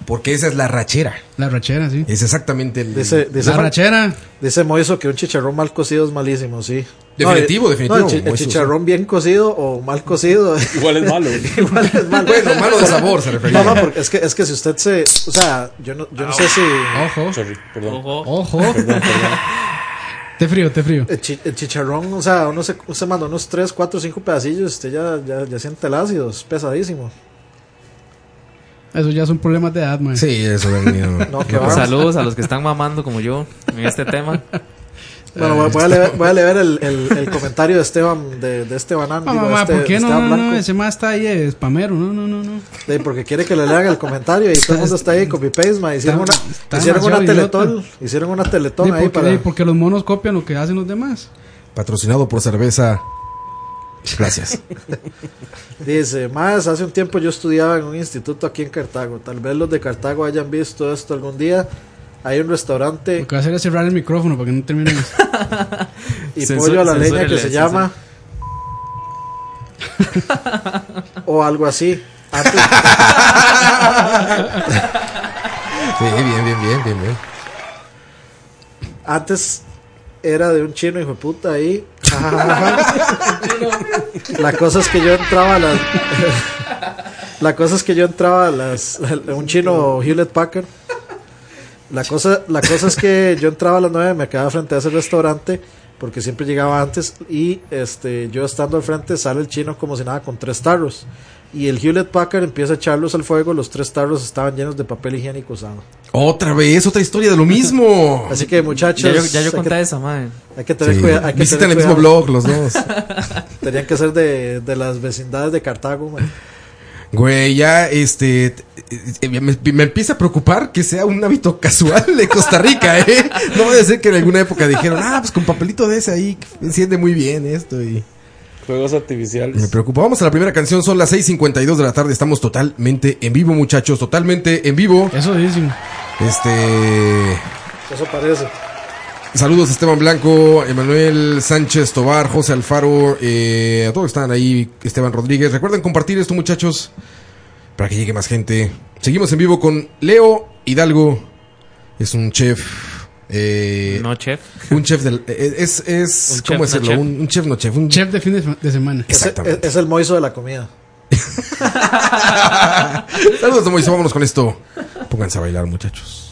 Porque esa es la rachera. La rachera, sí. Es exactamente el. Dice, dice, La Mo- rachera. dice Moiso que un chicharrón mal cocido es malísimo, sí. Definitivo, eh, definitivo, el, chi- el Moiso, chicharrón bien cocido o mal cocido. Igual es malo. Igual es malo. Bueno, malo de sabor se refería. Ah, No, no, porque es que, es que si usted se. O sea, yo no, yo no sé si. Ojo, Sorry, perdón. Ojo. ojo. Te frío, te frío. El, chi- el chicharrón, o sea, uno se, se manda unos 3, 4, 5 pedacillos. Usted ya, ya, ya siente el ácido, es pesadísimo. Eso ya son problemas de edad, man. Sí, eso de mí, no. No, que va. Saludos a los que están mamando como yo en este tema. Bueno, Eh. voy, voy a leer, voy a leer el, el- el comentario de Esteban, de, de este banano. Ah, digo, mamá, este- ¿por qué no? Esteban No, no, Blanco. ese más está ahí eh, spamero. No, no, no, no. De- porque quiere que le lean el comentario y todo el mundo está ahí copy paste, ma. Hicieron una, Está- está hicieron una demasiado teletón, hicieron una Sí, teletón ahí porque, para sí, porque los monos copian lo que hacen los demás. Patrocinado por cerveza Gracias. Dice, más, hace un tiempo yo estudiaba en un instituto aquí en Cartago. Tal vez los de Cartago hayan visto esto algún día. Hay un restaurante Lo que va a hacer es cerrar el micrófono para que no termine. y pollo a la leña que se llama o algo así. Antes- Sí, bien, bien, bien, bien, bien. Antes era de un chino, hijo de puta, ahí. Ja, ja, ja, ja. La cosa es que yo entraba a las. La cosa es que yo entraba a las. a Un chino Hewlett Packard. La cosa, la cosa es que yo entraba a las 9, me quedaba frente a ese restaurante. Porque siempre llegaba antes. Y este yo estando al frente, sale el chino como si nada con tres tarros. Y el Hewlett Packard empieza a echarlos al fuego. Los tres tarros estaban llenos de papel higiénico usado. Otra vez, otra historia de lo mismo. Así que muchachos. Ya yo, ya yo hay que- conté esa, madre. Hay que tener Sí. cuidado. hay que Visitan tener el mismo cuidado. blog los dos. Tenían que ser de, de las vecindades de Cartago. man. Güey, ya este. t- eh, Me, me empieza a preocupar que sea un hábito casual de Costa Rica, ¿eh? No voy a decir que en alguna época dijeron, ah, pues con papelito de ese ahí enciende muy bien esto y. Juegos artificiales. Me preocupa. Vamos a la primera canción, son las 6:52 de la tarde. Estamos totalmente en vivo, muchachos, totalmente en vivo. Eso dicen. Este. Eso parece. Saludos a Esteban Blanco, Emanuel Sánchez Tobar, José Alfaro, eh, a todos que están ahí, Esteban Rodríguez. Recuerden compartir esto, muchachos, para que llegue más gente. Seguimos en vivo con Leo Hidalgo. Es un chef. eh, No, chef. Un chef del. eh, Es, es, ¿Cómo Un chef no decirlo? chef. Un, un chef no chef. Un Chef de fin de, de semana. Ese- Es, Exactamente. es el moiso de la comida. Saludos, Moisés. Vámonos con esto. Pónganse a bailar, muchachos.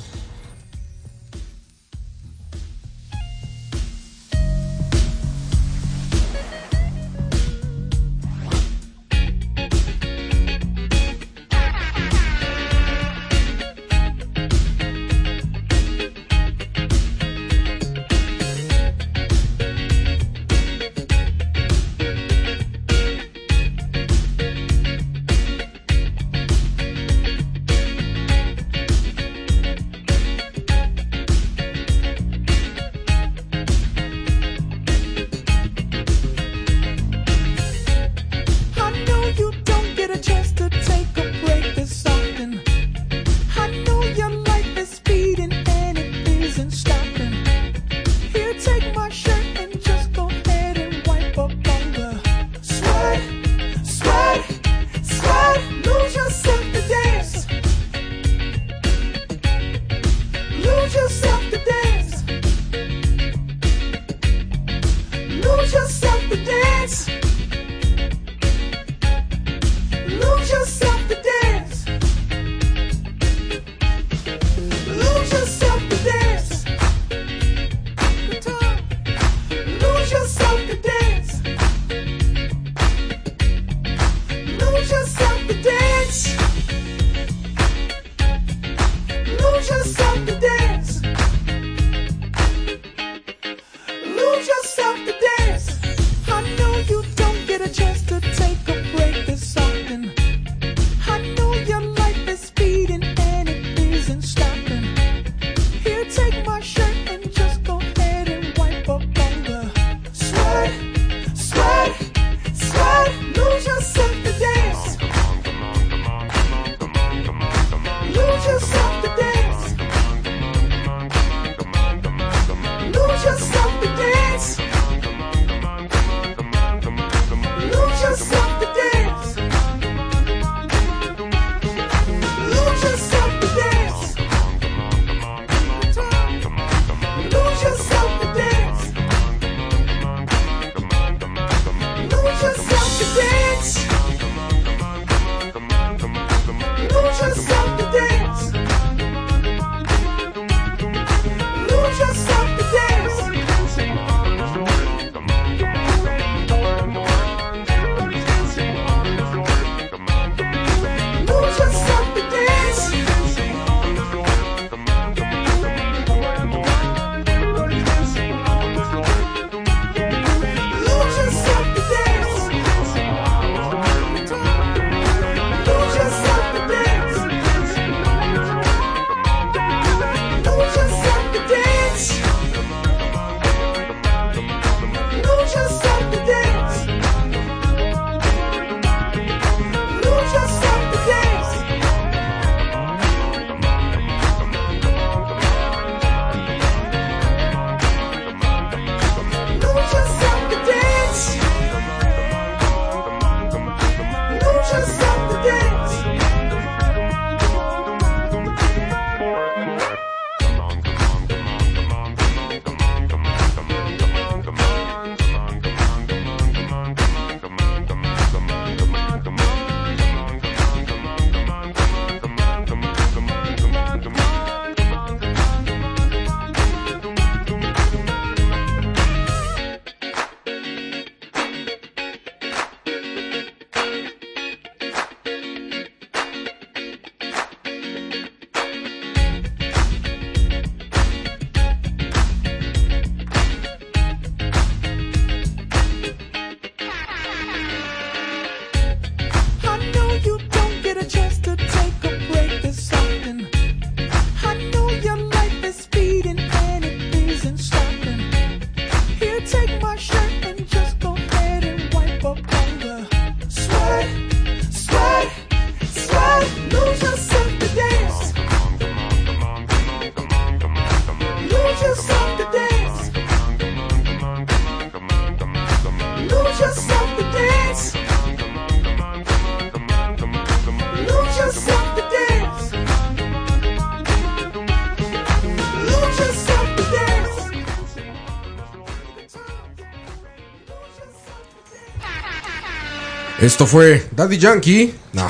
Esto fue Daddy Yankee. No.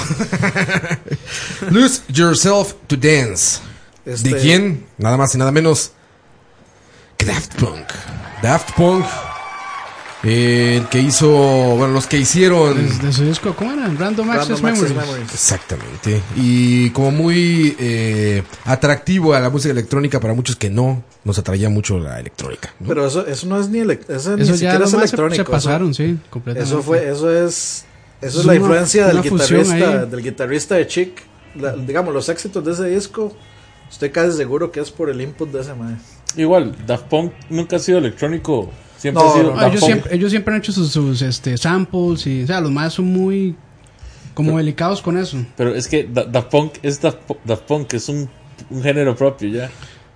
Lose Yourself to Dance. Este- ¿De quién? Nada más y nada menos que Daft Punk. Daft Punk. eh, El que hizo. Bueno, los que hicieron. Pues, De su disco, ¿cómo era? Random Access Random Access Memories. Memories. Exactamente. Y como muy eh, atractivo a la música electrónica para muchos que no nos atraía mucho la electrónica. ¿no? Pero eso, eso no es ni, elec- eso ni Eso ya siquiera es nomás se- electrónico. se eso- pasaron, sí, completamente. Eso fue, eh, eso es, eso Es es la una- influencia del una fusión guitarrista, ahí. del guitarrista de Chic. La- digamos, los éxitos de ese disco, estoy casi seguro que es por el input de ese man. Igual, Daft Punk nunca ha sido electrónico. Siempre No, ha sido no, Ah, Daft ellos, Punk. siempre, ellos siempre han hecho sus, sus, este, samples y, o sea, los más son muy como delicados con eso. Pero es que Da- Daft Punk es Daft, Pu- Daft Punk, es un, un género propio ya.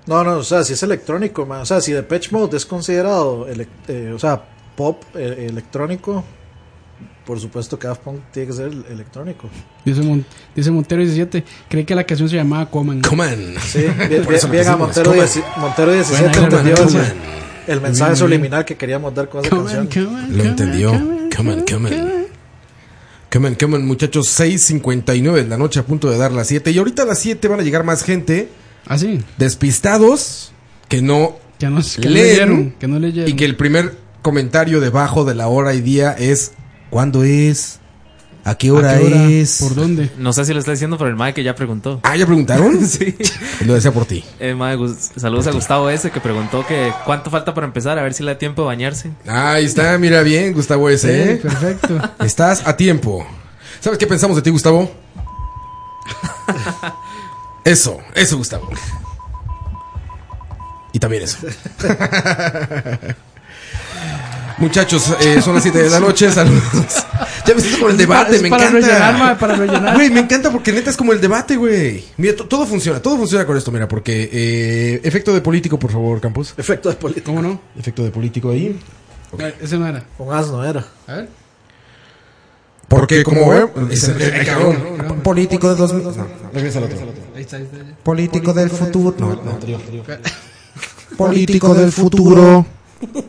No, no, o sea, si es electrónico, man. O sea, si Depeche Mode es considerado, elec- eh, o sea, pop eh, electrónico, por supuesto que Daft Punk tiene que ser el- electrónico. Dice, Mon- dice Montero 17, cree que la canción se llamaba Coman. Coman. Sí, bien, bien- bien a Montero, dieci- Montero 17 Buena, entendió buena, ese- buena. el mensaje subliminal que queríamos dar con esa canción. Lo entendió. Come on, come on. Come on, come on, muchachos. 6.59 de la noche a punto de dar las 7. Y ahorita a las 7 van a llegar más gente. ¿Ah, sí? Despistados que no, Que no, que leen, no leyeron, que no Ah, leyeron. Y que el primer comentario debajo de la hora y día es: ¿Cuándo es? ¿A qué hora, ¿A qué hora? es? ¿Por dónde? No sé si lo está diciendo, pero el mae que ya preguntó. Ah, ¿ya preguntaron? sí. Lo decía por ti. Eh, mae, Gus- saludos a Gustavo ese que preguntó que cuánto falta para empezar, a ver si le da tiempo de bañarse. Ahí está, mira bien, Gustavo Sí, ese. ¿eh? perfecto. Estás a tiempo. ¿Sabes qué pensamos de ti, Gustavo? Eso, eso, Gustavo. Y también eso. Muchachos, eh, son las 7 de la noche. Saludos. Ya me siento por el debate, Es me para encanta. rellenar, mae, para rellenar. Güey, me encanta porque neta es como el debate, güey. Mira, to- todo funciona, todo funciona con esto, mira, porque eh, efecto de político, por favor, Campos. Efecto de político. ¿Cómo no? Efecto de político ahí. Ah, Ese no era. Un asno era. A ver. Porque, como ve, cabrón. político de dos mil. regresa al otro. Ahí está, ahí está. ahí Político del futuro. está. Político del futuro.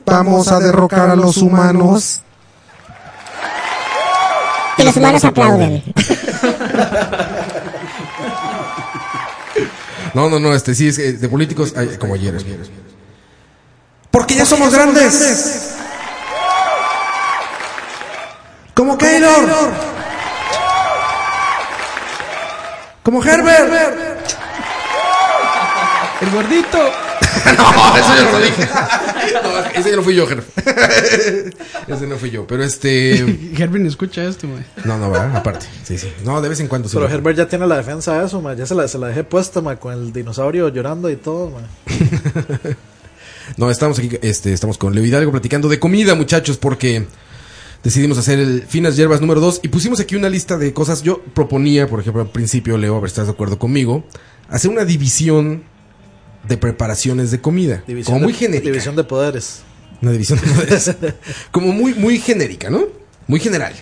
Vamos a derrocar a los humanos. Y los humanos aplauden. No, no, no, este sí es que de políticos ay, como ayer. Porque ya somos grandes. Como Keylor. Como Herbert. El gordito. No, eso yo no lo dije. No, ese no fui yo, Herbert. Ese no fui yo, pero este. Herbin escucha esto, güey. No, no, ¿verdad? Aparte. Sí, sí. No, de vez en cuando sí. Pero lo- Herbert ya tiene la defensa de eso, ma. Ya se la, se la dejé puesta, ma, con el dinosaurio llorando y todo, ma. No, estamos aquí, este, estamos con Leo Hidalgo platicando de comida, muchachos, porque decidimos hacer el Finas Hierbas número 2 y pusimos aquí una lista de cosas. Yo proponía, por ejemplo, al principio, Leo, a ver si estás de acuerdo conmigo, hacer una división de preparaciones de comida. División como muy de, genérica. División de poderes. Una división de poderes. como muy, muy genérica, ¿no? Muy general.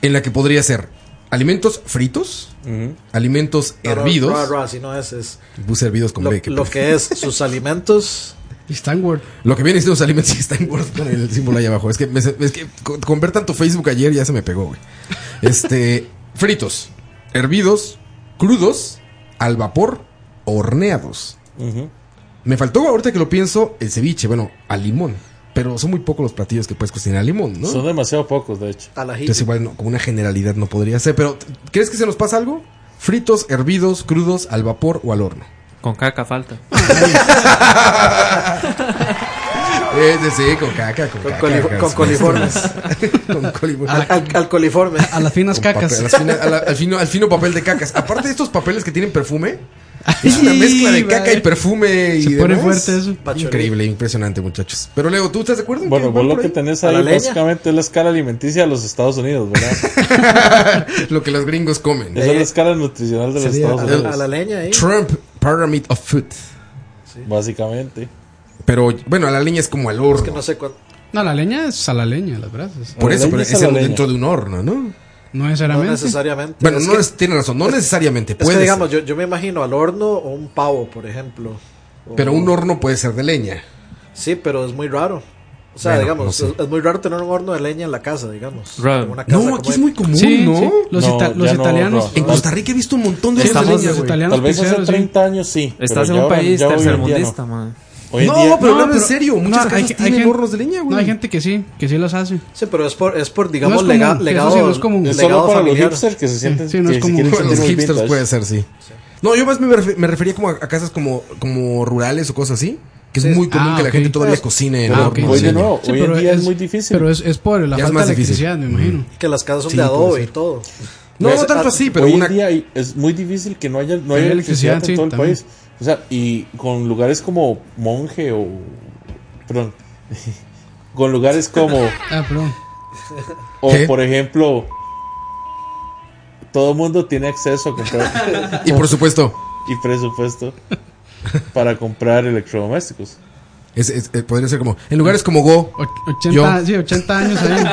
En la que podría ser alimentos fritos, Ujú. alimentos No, no, hervidos. ra, ra, si no es, es Puse hervidos con lo, B, que- lo que es sus alimentos. Y Stanward. Lo que viene siendo los alimentos que están gordos con el símbolo ahí abajo. Es que, me- es que con, con ver tanto Facebook ayer ya se me pegó, güey. Este, fritos, hervidos, crudos, al vapor, horneados. Ujú. Me faltó ahorita que lo pienso el ceviche, bueno, al limón. Pero son muy pocos los platillos que puedes cocinar al limón, ¿no? Son demasiado pocos, de hecho. A la Entonces igual no, como una generalidad no podría ser. Pero ¿crees que se nos pasa algo? Fritos, hervidos, crudos, al vapor o al horno. Con caca falta. Ese Eh, sí, con caca, con, Con, caca, coli- caca, con sí. coliformes. con coliformes. al, al- al coliforme. A las finas Con cacas. papel, a las fina- a la- al, fino, al fino papel de cacas. Aparte de estos papeles que tienen perfume, es una Ay, mezcla de caca madre. y perfume. Y Se pone demás. fuerte eso. Increíble, impresionante, muchachos. Pero Leo, ¿tú estás de acuerdo? en Bueno, que vos van lo por que ahí? tenés ¿A la ahí leña? básicamente es la escala alimenticia de los Estados Unidos, ¿verdad? lo que los gringos comen. Esa es la escala nutricional de los Sería Estados a, la- a la Unidos, leña ahí. Trump Pyramid of Food. básicamente. Pero bueno, a la leña es como al horno. Que no sé cuánto. No, la leña es a la leña, las brasas. Por la eso, leña pero es es a la en- leña. dentro de un horno, ¿no? No No necesariamente. necesariamente. Bueno, Es no que- es- tiene razón, no necesariamente. Es Puede que ser, digamos, yo, yo me imagino al horno o un pavo, por ejemplo. O- pero un horno puede ser de leña. Sí, pero es muy raro. O O sea, Bueno, digamos, no sé. es, es muy raro tener un horno de leña en la casa, digamos. Ra- Como una casa No, aquí como es muy común, Sí, ¿no? sí. Los No, ita- los ya no, italianos- Ra- En Costa Rica he visto un montón de Estamos- hornos de leña, güey. italianos Tal vez hace pizzeros, sí. 30 años sí, Estás pero en ya un ahora- país ya hoy en día tercermundista, no. man. pues, no, hay- hay gen- No, hay gente que sí, que sí las hace. Sí, pero es por, es por No digamos, es común, lega- eso sí, legado. no es común. Es solo legado para los familiar. hipsters que se sienten- Sí, no es común. Bueno, los hipsters pues. puede ser, sí. No, yo más me, ref- me refería como a, a casas como, como rurales o cosas así. Que es Sí. muy común Ah, que la ok. gente todavía Pues, cocine en ah, hornos ok. de Voy de leña. nuevo, Sí, hoy en pero día es es- muy difícil. Pero es, es por la Ya es falta más de difícil. electricidad, me imagino. Que las casas son Sí, de puede adobe y ser. todo. Hoy- Hace- ah, hace- hoy hoy en día hay- es muy difícil que no haya, no Hay haya electricidad, electricidad, sí, en todo el también. país. O sea, y con lugares como Monje o. Perdón. con lugares como. Ah, perdón. O por ejemplo. Todo el mundo tiene acceso a comprar. Y presupuesto. Y presupuesto. Para comprar electrodomésticos. Es- es- eh, podría ser como. En lugares como Go. 80, sí, 80 años ahí.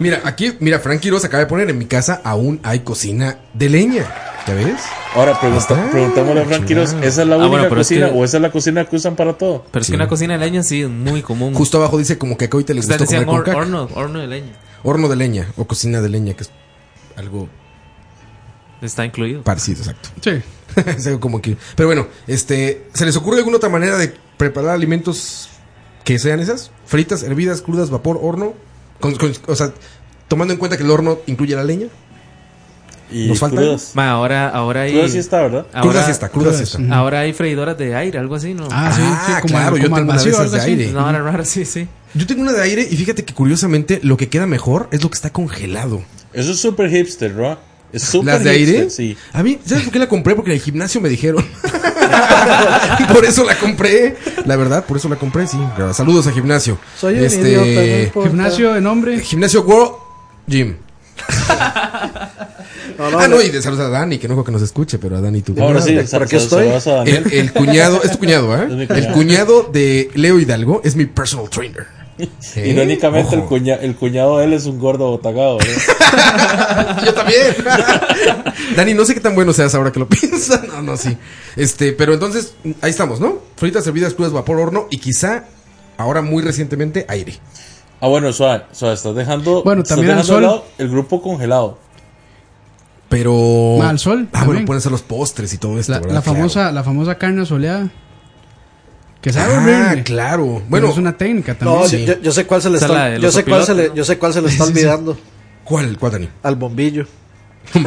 Mira, aquí, mira, Frank Quiroz acaba de poner en mi casa aún hay cocina de leña. ¿Ya ves? Ahora pregunta, Ah, preguntémosle a Frank Quiroz, chulada. ¿esa es la Ah, única bueno, pero es cocina que- o esa es la cocina que usan para todo? Pero es que una cocina de leña sí es muy Mm. común. Justo abajo dice como que a Coite le Ustedes gusta comer decían con hor- caca. horno, horno de leña. Horno de leña o cocina de leña, que es algo Está incluido. parecido, exacto. Sí. Es algo como que- Pero bueno, este, ¿se les ocurre alguna otra manera de preparar alimentos que sean esas? Fritas, hervidas, crudas, vapor, horno. Con- con- o sea, tomando en cuenta que el horno incluye la leña. Y Nos faltan- crudas. Ma, ahora, ahora hay. Cruda sí está, ¿verdad? Ahora, Cruda sí está, cruda sí Crudas, está. ujú. Ahora hay freidoras de aire, algo así, ¿no? Ah, sí, Ah, sí, como- claro, yo como tengo una de almacén o esas de algo así. aire. No, ahora rara, sí, sí. Yo tengo una de aire y fíjate que curiosamente lo que queda mejor es lo que está congelado. Eso es súper hipster, ¿no? Es súper ¿Las de hipster, aire? Sí. A mí, ¿sabes por qué la compré? Porque en el gimnasio me dijeron. por eso la compré. La verdad, por eso la compré, sí. Saludos a gimnasio. Este, Soy un idiota, no importa. Gimnasio de nombre. Gimnasio World Gym. No, no, ah, no. no, y de saludos a Dani, que no creo que nos escuche, pero a Dani tú. Ahora sí, ¿Para sal- qué sal- estoy? saludos a Daniel. El, el cuñado, es tu cuñado, ¿eh? Es mi El cuñado. cuñado de Leo Hidalgo es mi personal trainer. ¿Eh? Irónicamente, el, Ojo. cuña- el cuñado de él es un gordo botagado, ¿no? Yo también. Dani, no sé qué tan bueno seas ahora que lo piensas. No, no, sí. Este, pero entonces, ahí estamos, ¿no? Fritas, servidas, crudas, vapor, horno y quizá, ahora muy recientemente, aire. Ah, bueno, suave, suave, estás dejando, Bueno, estás también al dejando de sol. lado el grupo congelado. Pero. Ah, al sol, Ah, bueno, también. pueden ser los postres y todo esto, La, ¿verdad? la Claro. famosa, la famosa carne soleada. Que sabe Ah, horrible. claro. Bueno, Bueno. es una técnica también. No, yo, yo- yo sé cuál se le Esa la está, de yo los sé cuál se le, copilotos, yo sé cuál se le está Sí, sí, sí. olvidando. ¿Cuál, cuál, Dani? Al bombillo. Eso es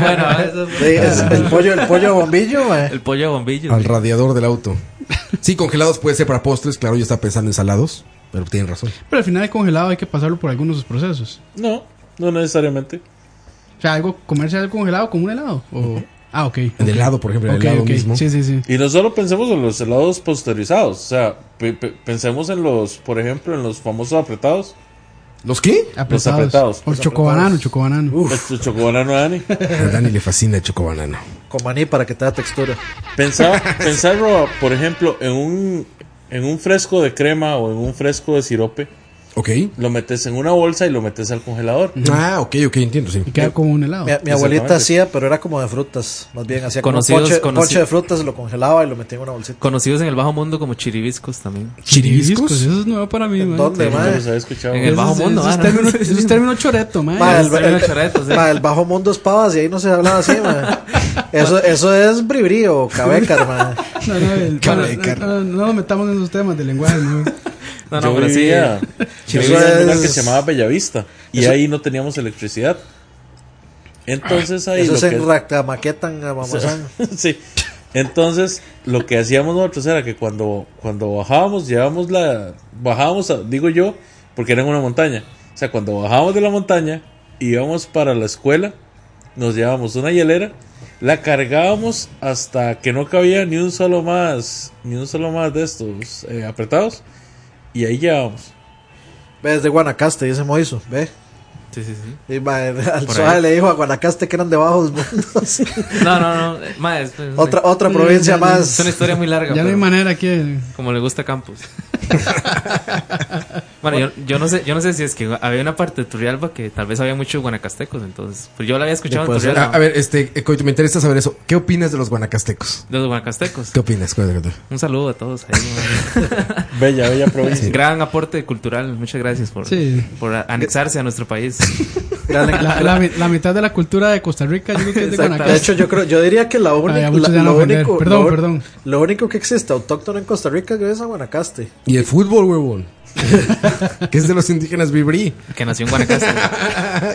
bueno, eso es bueno. Sí, es el pollo, el pollo bombillo, eh, mae. El pollo de bombillo. pues. Al radiador del auto. Sí, congelados puede ser para postres, claro, yo estaba pensando en salados, pero tienen razón. Pero al final el congelado hay que pasarlo por algunos de sus procesos. No, no necesariamente. O sea, algo, comerse algo congelado como un helado. O, ah, ok. El helado, por ejemplo, el Ok, helado ok. mismo. Sí, sí, sí. Y no solo pensemos en los helados posteriorizados, o sea, pe- pe- pensemos en los, por ejemplo, en los famosos apretados. ¿Los qué? Los Apretados. apretados. O el chocobanano, chocobanano. Este chocobanano Dani. A Dani le fascina el chocobanano. Con maní para que te da textura. Pensar, pensar Roa, por ejemplo, en un, en un fresco de crema o en un fresco de sirope. Ok. Lo metes en una bolsa y lo metes al congelador. Ah, ok, ok, entiendo, sí. Y queda como un helado. Mi, mi abuelita hacía, pero era como de frutas. Más bien, hacía como un Conocidos, ponche, conocidos. ponche de frutas, lo congelaba y lo metía en una bolsita. Conocidos en el bajo mundo como chiribiscos también. ¿Chiribiscos? Eso es nuevo para mí, man. dónde, Sí. mae? En el bajo mundo, Eso es ah, término, ¿no? eso es término choreto, man. Ah, Ma, el, Los términos el- choretos, sí. ma, el bajo mundo es pavas y ahí no se hablaba así, ma. Eso, eso es bribri o cabecar, ma. No, no, el- Cara de no, carne. no, no nos metamos en esos temas de lenguaje, ¿no? No, yo no, pero sí. vivía, yo Chiribiscos. vivía en un lugar que es- se llamaba Bellavista y eso- ahí no teníamos electricidad. Entonces ahí Eso lo es que- en racamaquetan a mamazán. sí. Entonces, lo que hacíamos nosotros era que cuando, cuando bajábamos, llevábamos la. Bajábamos, a- digo yo, porque era en una montaña. O sea, cuando bajábamos de la montaña, íbamos para la escuela, nos llevábamos una hielera, la cargábamos hasta que no cabía ni un solo más, ni un solo más de estos eh, apretados, y ahí llevábamos. Ves de Guanacaste, dice Moiso, ve. Sí, sí, sí. Y ma, al Por Suárez ahí. le dijo a Guanacaste que eran de bajos mundos. No, no, no. eh, ma, es- es- Otra- otra es- provincia es- más. Es una historia muy larga. Ya no hay pero manera aquí. de- Como le gusta Campos. Bueno, yo, yo no sé, yo no sé si es que había una parte de Turrialba que tal vez había muchos guanacastecos, entonces, pues yo la Ah, había escuchado en a, Turrialba. a ver, este, eh, Coito, me interesa saber eso. ¿Qué opinas de los guanacastecos? De los guanacastecos. ¿Qué opinas? Coito? Un saludo a todos. ahí, man. Bella, bella provincia. Sí. Gran aporte cultural. Muchas gracias por, Sí. por a- anexarse a nuestro país. La, la- la mitad de la cultura de Costa Rica, yo creo que es de Exacto. De Guanacaste. hecho, yo creo, yo diría que la Ay, única, a muchos la- ya no lo ofender. único, Perdón, lo- perdón. lo único que existe autóctono en Costa Rica es a Guanacaste. Y el fútbol, huevón. que es de los indígenas Vibrí. Que nació en Guanacaste.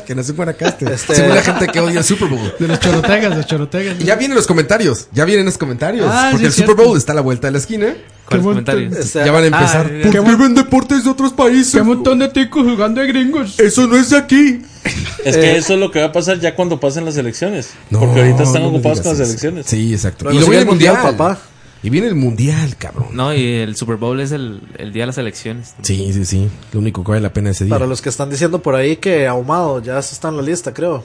que nació en Guanacaste. Este- Según la gente que odia el Super Bowl. De los chorotegas, los chorotegas. Y ya vienen los comentarios. Ya vienen los comentarios. Ah, porque sí, el es Super cierto. Bowl está a la vuelta de la esquina. Con los buen comentarios. O sea, ya van a empezar. ah, ¿Por qué qué buen- ven deportes de otros países? Qué montón de ticos jugando de gringos. Eso no es de aquí. Es que eso es lo que va a pasar ya cuando pasen las elecciones. porque ahorita están no me ocupados digas con las eso. elecciones. Sí, exacto. Luego y luego sigue viene el mundial, papá. Y viene el mundial, cabrón. No, y el Super Bowl es el, el día de las elecciones. Sí, sí, sí. Lo único que vale la pena ese día. Para los que están diciendo por ahí que ahumado ya está en la lista, creo.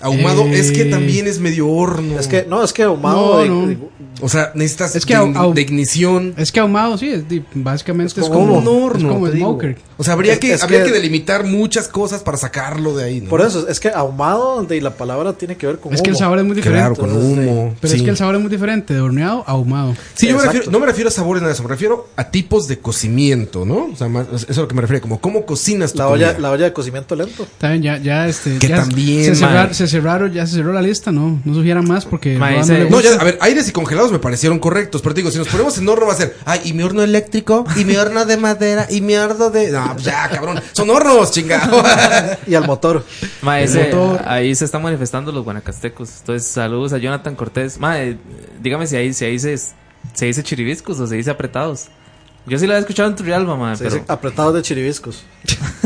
Ahumado Eh. es que también es medio horno. Es que no, es que ahumado No, de- no. de- o sea, necesitas Es que de, au- au- de ignición. Es que ahumado, sí, es, di- básicamente es, Es como, como un horno, es como te digo. smoker. O sea, habría Es- que es habría que... que- delimitar muchas cosas para sacarlo de ahí, ¿no? por eso es que ahumado de la palabra tiene que ver con Es que el humo. sabor es muy diferente. Claro, con entonces, humo. Pero es sí. que el sabor es muy diferente, de horneado a ahumado. Sí, yo me Exacto. refiero- no me refiero a sabores nada, de eso, me refiero a tipos de cocimiento, ¿no? O sea, más- eso es a lo que me refiero, como cómo cocinas tu la olla, comida. la olla de cocimiento lento. También ya, ya este, Que ya también, se, cerrar- mae. se cerraron, ya se cerró la lista, no, no sugieran más porque Mae, Roa ese- no le No, gusta. ya, a ver, aires y congelados me parecieron correctos, pero te digo, si nos ponemos en horno va a ser, ay, y mi horno eléctrico, y mi horno de madera, y mi horno de... No, pues ya, cabrón, son hornos, chingado. Y al motor. Ma, El ese- motor. ahí se están manifestando los guanacastecos. Entonces, saludos a Jonathan Cortés. Ma, eh, dígame si ahí, si ahí se, se dice chiribiscos o se dice apretados. Yo sí lo había escuchado en Turrialba, ma, Se pero, ah, dice apretados de chiribiscos.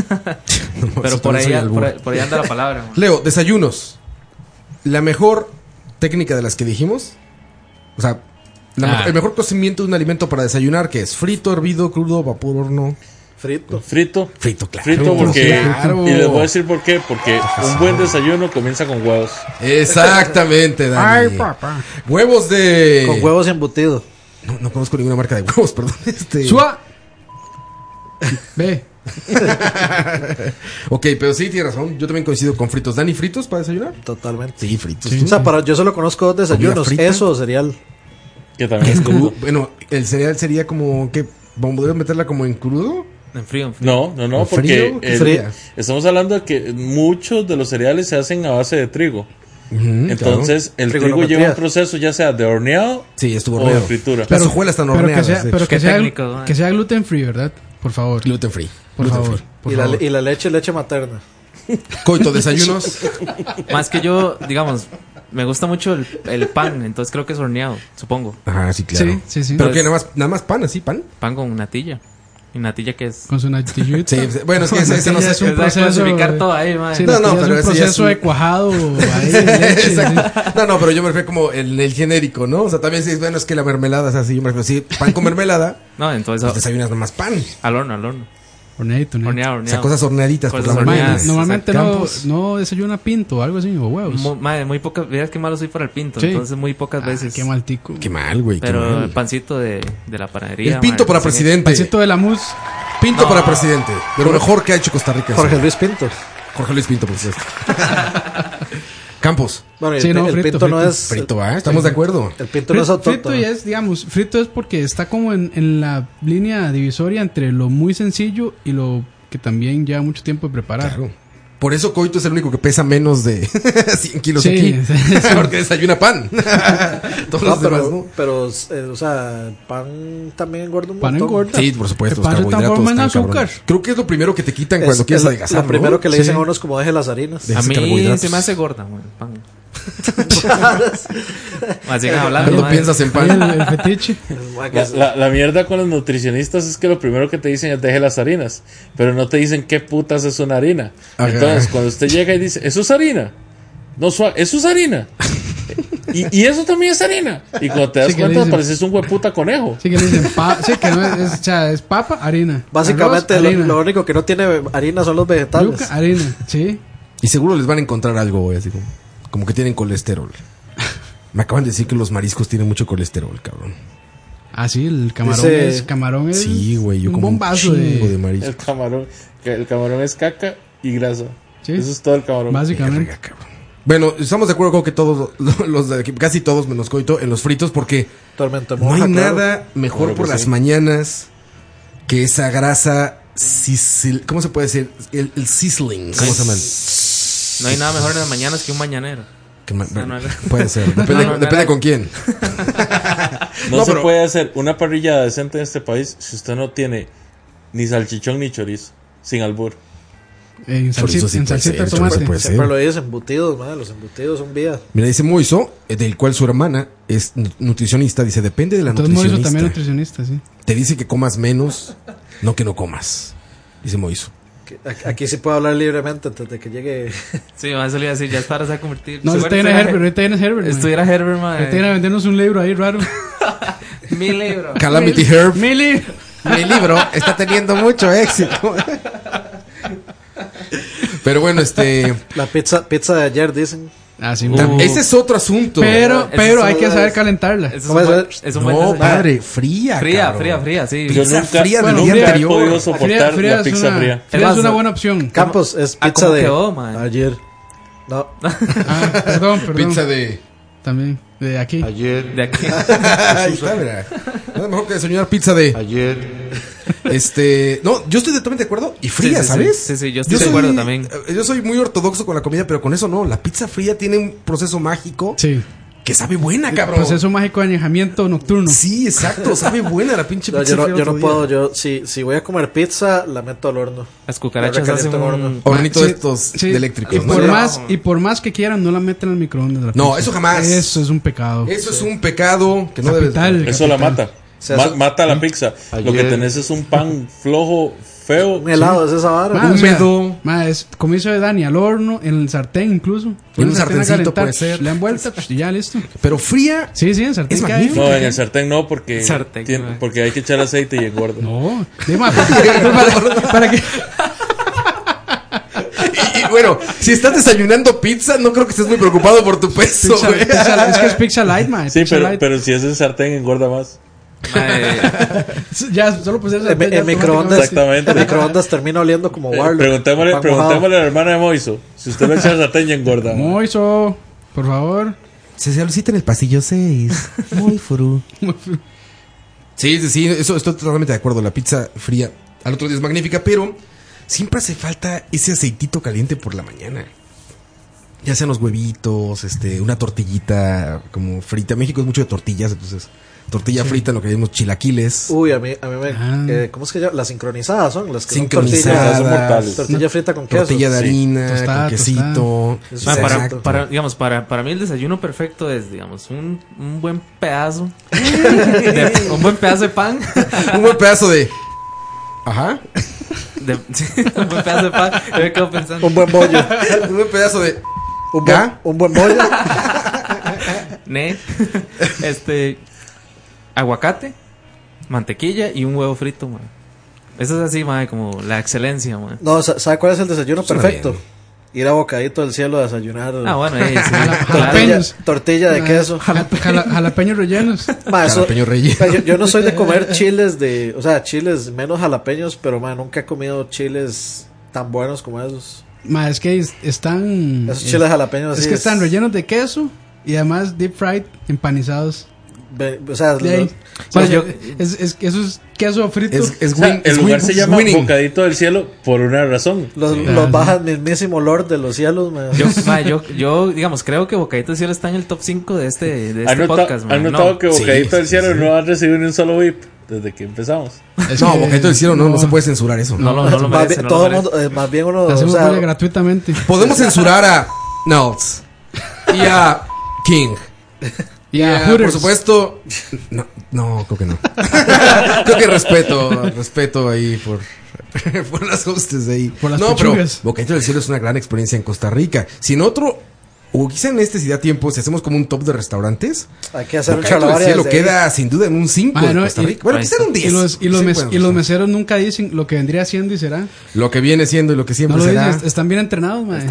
pero Eso también por, ahí, soy por, albur. ahí- por ahí anda la palabra. ma. Leo, desayunos. La mejor técnica de las que dijimos, o sea, la Ah. mejor- el mejor cocimiento de un alimento para desayunar, que es frito, hervido, crudo, vapor, horno. Frito. Frito. Frito, claro. Frito porque... Claro. Y les voy a decir por qué. Porque un buen desayuno comienza con huevos. Exactamente, Dani. Ay, papá. Huevos de. Con huevos embutidos. No, no conozco ninguna marca de huevos, perdón. Este... Sua. Ve. Ok, pero sí, tienes razón. Yo también coincido con fritos. ¿Dani fritos para desayunar? Totalmente. Sí, fritos. O sea, para, yo solo conozco dos desayunos, frita? eso o cereal. Que también es Cru- crudo. Bueno, el cereal sería como que. ¿Podrías meterla como en crudo? En frío, en frío. No, no, no, ¿O frío? porque ¿Qué el- sería? estamos hablando de que muchos de los cereales se hacen a base de Mm, trigo. Ujú, Entonces, el trigo Trigonometría. lleva un proceso ya sea de horneado claro. Sí, estuvo o de horneado. fritura. Las hojuelas están Pero que horneadas. de sea, pero hecho. que Qué sea, técnico, mae. que sea gluten free, ¿verdad? Por favor. Gluten free. Por gluten favor. free. Por y, la, favor. y la leche, leche materna. Coito, desayunos. Más que yo, digamos, me gusta mucho el, el pan, entonces creo que es horneado, supongo. Ajá, sí, claro. Sí, sí, sí. Pero Entonces- que nada más, nada más pan, así, pan. Pan con natilla. ¿Y natilla qué es? Con su natillita. Sí, bueno, es que ese, ese no Sí, sé. es un Es de proceso, clasificar eh. todo ahí, ma. Sí, No, no, no, pero es un ese ya proceso es un- de cuajado ahí de leche, sí. Exacto. No, no, pero yo me refiero como el, el genérico, ¿no? O sea, también si es bueno, es que la mermelada es así. Yo me refiero, sí, pan con mermelada, No, entonces pues desayunas nomás pan. al horno, al horno. Horneadito, ¿no? Horneado, O horneado. sea, cosas horneaditas. Cosas pues, la Mae, horneadas. mermelada. normalmente no, Campos. no desayuna pinto o algo así, o huevos. Mu- madre, muy pocas veces que malo soy para el pinto, Sí. entonces muy pocas Ah, veces. Qué mal tico. Qué mal, güey. qué Pero mal. el pancito de, de la panadería. El pinto madre, para sí, presidente. Pancito de la mousse. Pinto No. para presidente. De lo mejor que ha hecho Costa Rica. Jorge Sí. Luis Pinto. Jorge Luis Pinto, por supuesto. Campos. Bueno, y Sí, el, no, el frito, Pinto no frito. es. Frito, ¿va? Estamos de acuerdo. El Pinto no es Fri- frito autóctono. ya es, digamos, frito es porque está como en, en la línea divisoria entre lo muy sencillo y lo que también lleva mucho tiempo de preparar. Claro. Por eso Coito es el único que pesa menos de 100 kilos Sí, aquí. sí, sí. Porque desayuna pan. Todos No, los demás, pero, ¿no? pero eh, o sea, el pan también engorda un Pan montón. engorda. Sí, por supuesto. Que los pan se carbohidratos transforma en están azúcar. cabrones. Creo que es lo primero que te quitan Es- cuando quieres es adelgazar. Lo primero ¿no? que le Sí. dicen a uno es como deje las harinas. De A esos mí carbohidratos. se me hace gorda, güey, el pan. Más sigan hablando. Cuando madre. piensas en Ahí El, pan. el fetiche. La, la- la mierda con los nutricionistas es que lo primero que te dicen es deje las harinas, pero no te dicen qué putas es una harina. Ajá. Entonces, cuando usted llega y dice, eso es harina, no suave, eso es harina. Y, y eso también es harina. Y cuando te das Sí, que le cuenta, dicen- pareces un hueputa conejo. Sí que le dicen pa- sí, que no es, es- o sea, es papa, harina. Básicamente, Arroz, lo, harina. lo único que no tiene harina son los vegetales. Yuca, ah, harina, sí. Y seguro les van a encontrar algo, güey, así como, como que tienen colesterol. Me acaban de decir que los mariscos tienen mucho colesterol, cabrón. Ah, sí, el camarón Dice- es. Camarón es. Sí, güey, yo un como un bombazo de. chingo de marisco. El camarón, el camarón es caca y grasa. Eso es todo el camarón. Básicamente. Bueno, estamos de acuerdo con que todos lo- los de aquí, casi todos menos Coito, en los fritos, porque Tormenta no hay moja, claro. nada mejor Claro que por las sí. mañanas que esa grasa. sizzle- ¿Cómo se puede decir? El, el sizzling. ¿Cómo se llama? No hay nada mejor en las mañanas que un mañanero. Que ma- No, no, no. Puede ser. Depende- depende con quién. No, No, se pero- puede hacer una parrilla decente en este país si usted no tiene ni salchichón ni chorizo, sin albur. En Chorizo salsi- sí en puede salsita ser, de tomate. chorizo puede ser. Siempre lo dices embutidos, madre. Los embutidos son vida. Mira, dice Moiso, eh, del cual su hermana es nu- nutricionista. Dice, depende de la Entonces, Moiso nutricionista. también nutricionista, sí. Te dice que comas menos, no que no comas. Dice Moiso. Que- a- Aquí sí puedo hablar libremente antes de que llegue. Sí, va a salir así, ya estarás a convertir. No, Si ahorita viene fuera- Herbert, ahorita viene Herbert. mae. Estuviera Herbert, mae. Ahorita viene a vendernos un libro ahí raro. Mi libro. Calamity Mi- Herb. Mi libro. Mi libro está teniendo mucho éxito. Pero bueno, este. La pizza, pizza de ayer, dicen. Ah, sí, tam- Ese es otro asunto. Pero, pero hay que saber calentarla. es un buen- es un buen no, desayuno. padre, fría. Fría, cabrón. Pues fría, fría, sí. Pizza fría del Bueno, día fría- anterior. podido soportar la es pizza una- fría. Fría es una buena opción. Campos es Ah, pizza ¿cómo de quedó, man? ayer. No. Ah, perdón, perdón. Pizza de. También, de aquí. Ayer. De aquí. Ahí está, mira. Nada mejor que desayunar pizza de. Ayer. Este. No, yo estoy totalmente de acuerdo. Y fría, Sí, sí, ¿sabes? sí. Sí, sí, yo estoy de acuerdo también. eh, Yo soy muy ortodoxo con la comida, pero con eso no. La pizza fría tiene un proceso mágico Sí. que sabe buena, El cabrón. Proceso mágico de añejamiento nocturno. Sí, exacto. Sabe buena la pinche No, pizza yo no, fría yo otro no día. puedo. Yo, si, si voy a comer pizza, la meto al horno. Las cucarachas La recaliento hacen al horno. un... Hornito Sí, de estos sí. de eléctricos. Y ¿no? por, más, y por más que quieran, no la meten al microondas. la No, pizza. eso jamás. Eso es un pecado. Eso es un pecado que no debes. Capital, Eso la capital. mata. Se Ma- hace- ¿Mm? mata la pizza. Lo que Ayer. tenés es un pan flojo, feo. Un helado, es esa vara. Ma, Ah, o sea, húmedo. ma, es como hizo de Dani, al horno, en el sartén incluso. En un Ponen sartén a sartencito calentar, puede ser. Le dan vuelta psh, y ya listo. Pero fría. Sí, sí, en sartén Es cae. magnífico. No, en el sartén no, porque, Sartén, tiene- güey. porque hay que echar aceite y engorda. No, de ma, para, para- para que Y, y, bueno, si estás desayunando pizza, no creo que estés muy preocupado por tu peso, pizza- güey. pizza- es que es pizza light, ma, Sí, pizza pero, light. pero si es en sartén, engorda más. Mae, ya solo pues En, en microondas, Exactamente. en microondas termina oliendo como Eh, Warlock. preguntémosle, pan mojado. preguntémosle a la hermana de Moiso. Si usted lo echa en sartén, ya engorda. ma. Moiso, por favor. Se solicita en el pasillo 6. Muy furu. Sí, sí, sí, eso estoy totalmente de acuerdo. La pizza fría al otro día es magnífica, pero siempre hace falta ese aceitito caliente por la mañana. Ya sean los huevitos, este, una tortillita como frita. México es mucho de tortillas, entonces tortilla frita, lo que llamamos chilaquiles. Uh, Uy, a mí, a mí me. Ah. eh, ¿Cómo es que ya? Las sincronizadas son las que son Sincronizadas, tortillas. son mortales. Tortilla frita con queso. tortilla de Sí. harina, Tostada, con quesito. tostada. Ah, mae, para, Exacto. para, digamos, para, para mí el desayuno perfecto es, digamos, un, un buen pedazo. de- un buen pedazo de pan. Un buen pedazo de. Ajá. de- un buen pedazo de pan. Yo me quedo pensando. Un buen bollo. Un buen pedazo de. Un buen, ¿Ya? un buen bollo. Ne. Este. Aguacate, mantequilla y un huevo frito, man. Eso es así, mae, como la excelencia, man. No, sa- ¿sabe cuál es el desayuno Suena perfecto? Ir a bocadito del cielo a desayunar. Ah, bueno, eh, sí, claro. Tortilla, Jalapeños. tortilla de queso. Jala- jala- jalapeños rellenos. Ma, eso- Jalapeño relleno. ma, yo, yo no soy de comer chiles de. O sea, chiles menos jalapeños, pero ma, nunca he comido chiles tan buenos como esos. Ma, es que es- están. Esos eh, chiles jalapeños. Es así que están rellenos de queso y además deep fried, empanizados. ve- O sea, De ahí. los- O sea, Bueno, yo- es, es, eso es queso frito. Es, es O sea, win- el es lugar win- se es llama winning. Bocadito del Cielo por una razón. los, Sí. los Ah, baja el mismísimo Lord de los cielos. ma. Yo, mae, yo, yo, digamos, creo que Bocadito del Cielo está en el top 5 de este, de ¿Han este nota- podcast, mae. han No. notado que Bocadito Sí, del sí, Cielo sí. no ha recibido ni un solo VIP desde que empezamos? Es No, que- Bocadito del Cielo no, no se puede censurar eso. No, lo- no lo más, merece, bien, no lo todo el merece. mundo, eh, más bien uno. la O hacemos sea, bullying gratuitamente. Podemos censurar a Nels y a King. Y a Ah, por Hooters. supuesto. No, no, creo que no. creo que respeto, respeto ahí por, por las hostes de ahí. Por las no, pechugas. pero Bocadito del Cielo es una gran experiencia en Costa Rica. Si en otro O quizá en este, si da tiempo, si hacemos como un top de restaurantes. Hay que hacer un Bocaíto del chalabaria Cielo desde ahí. queda sin duda en un 5 Ah, de no, Costa y- Rica. Bueno, quizá en un 10. Y los, y los Sí, mes- bueno, y los meseros nunca dicen lo que vendría siendo y será. Lo que viene siendo y lo que No siempre lo pues será. dicen, est- están bien entrenados, mae.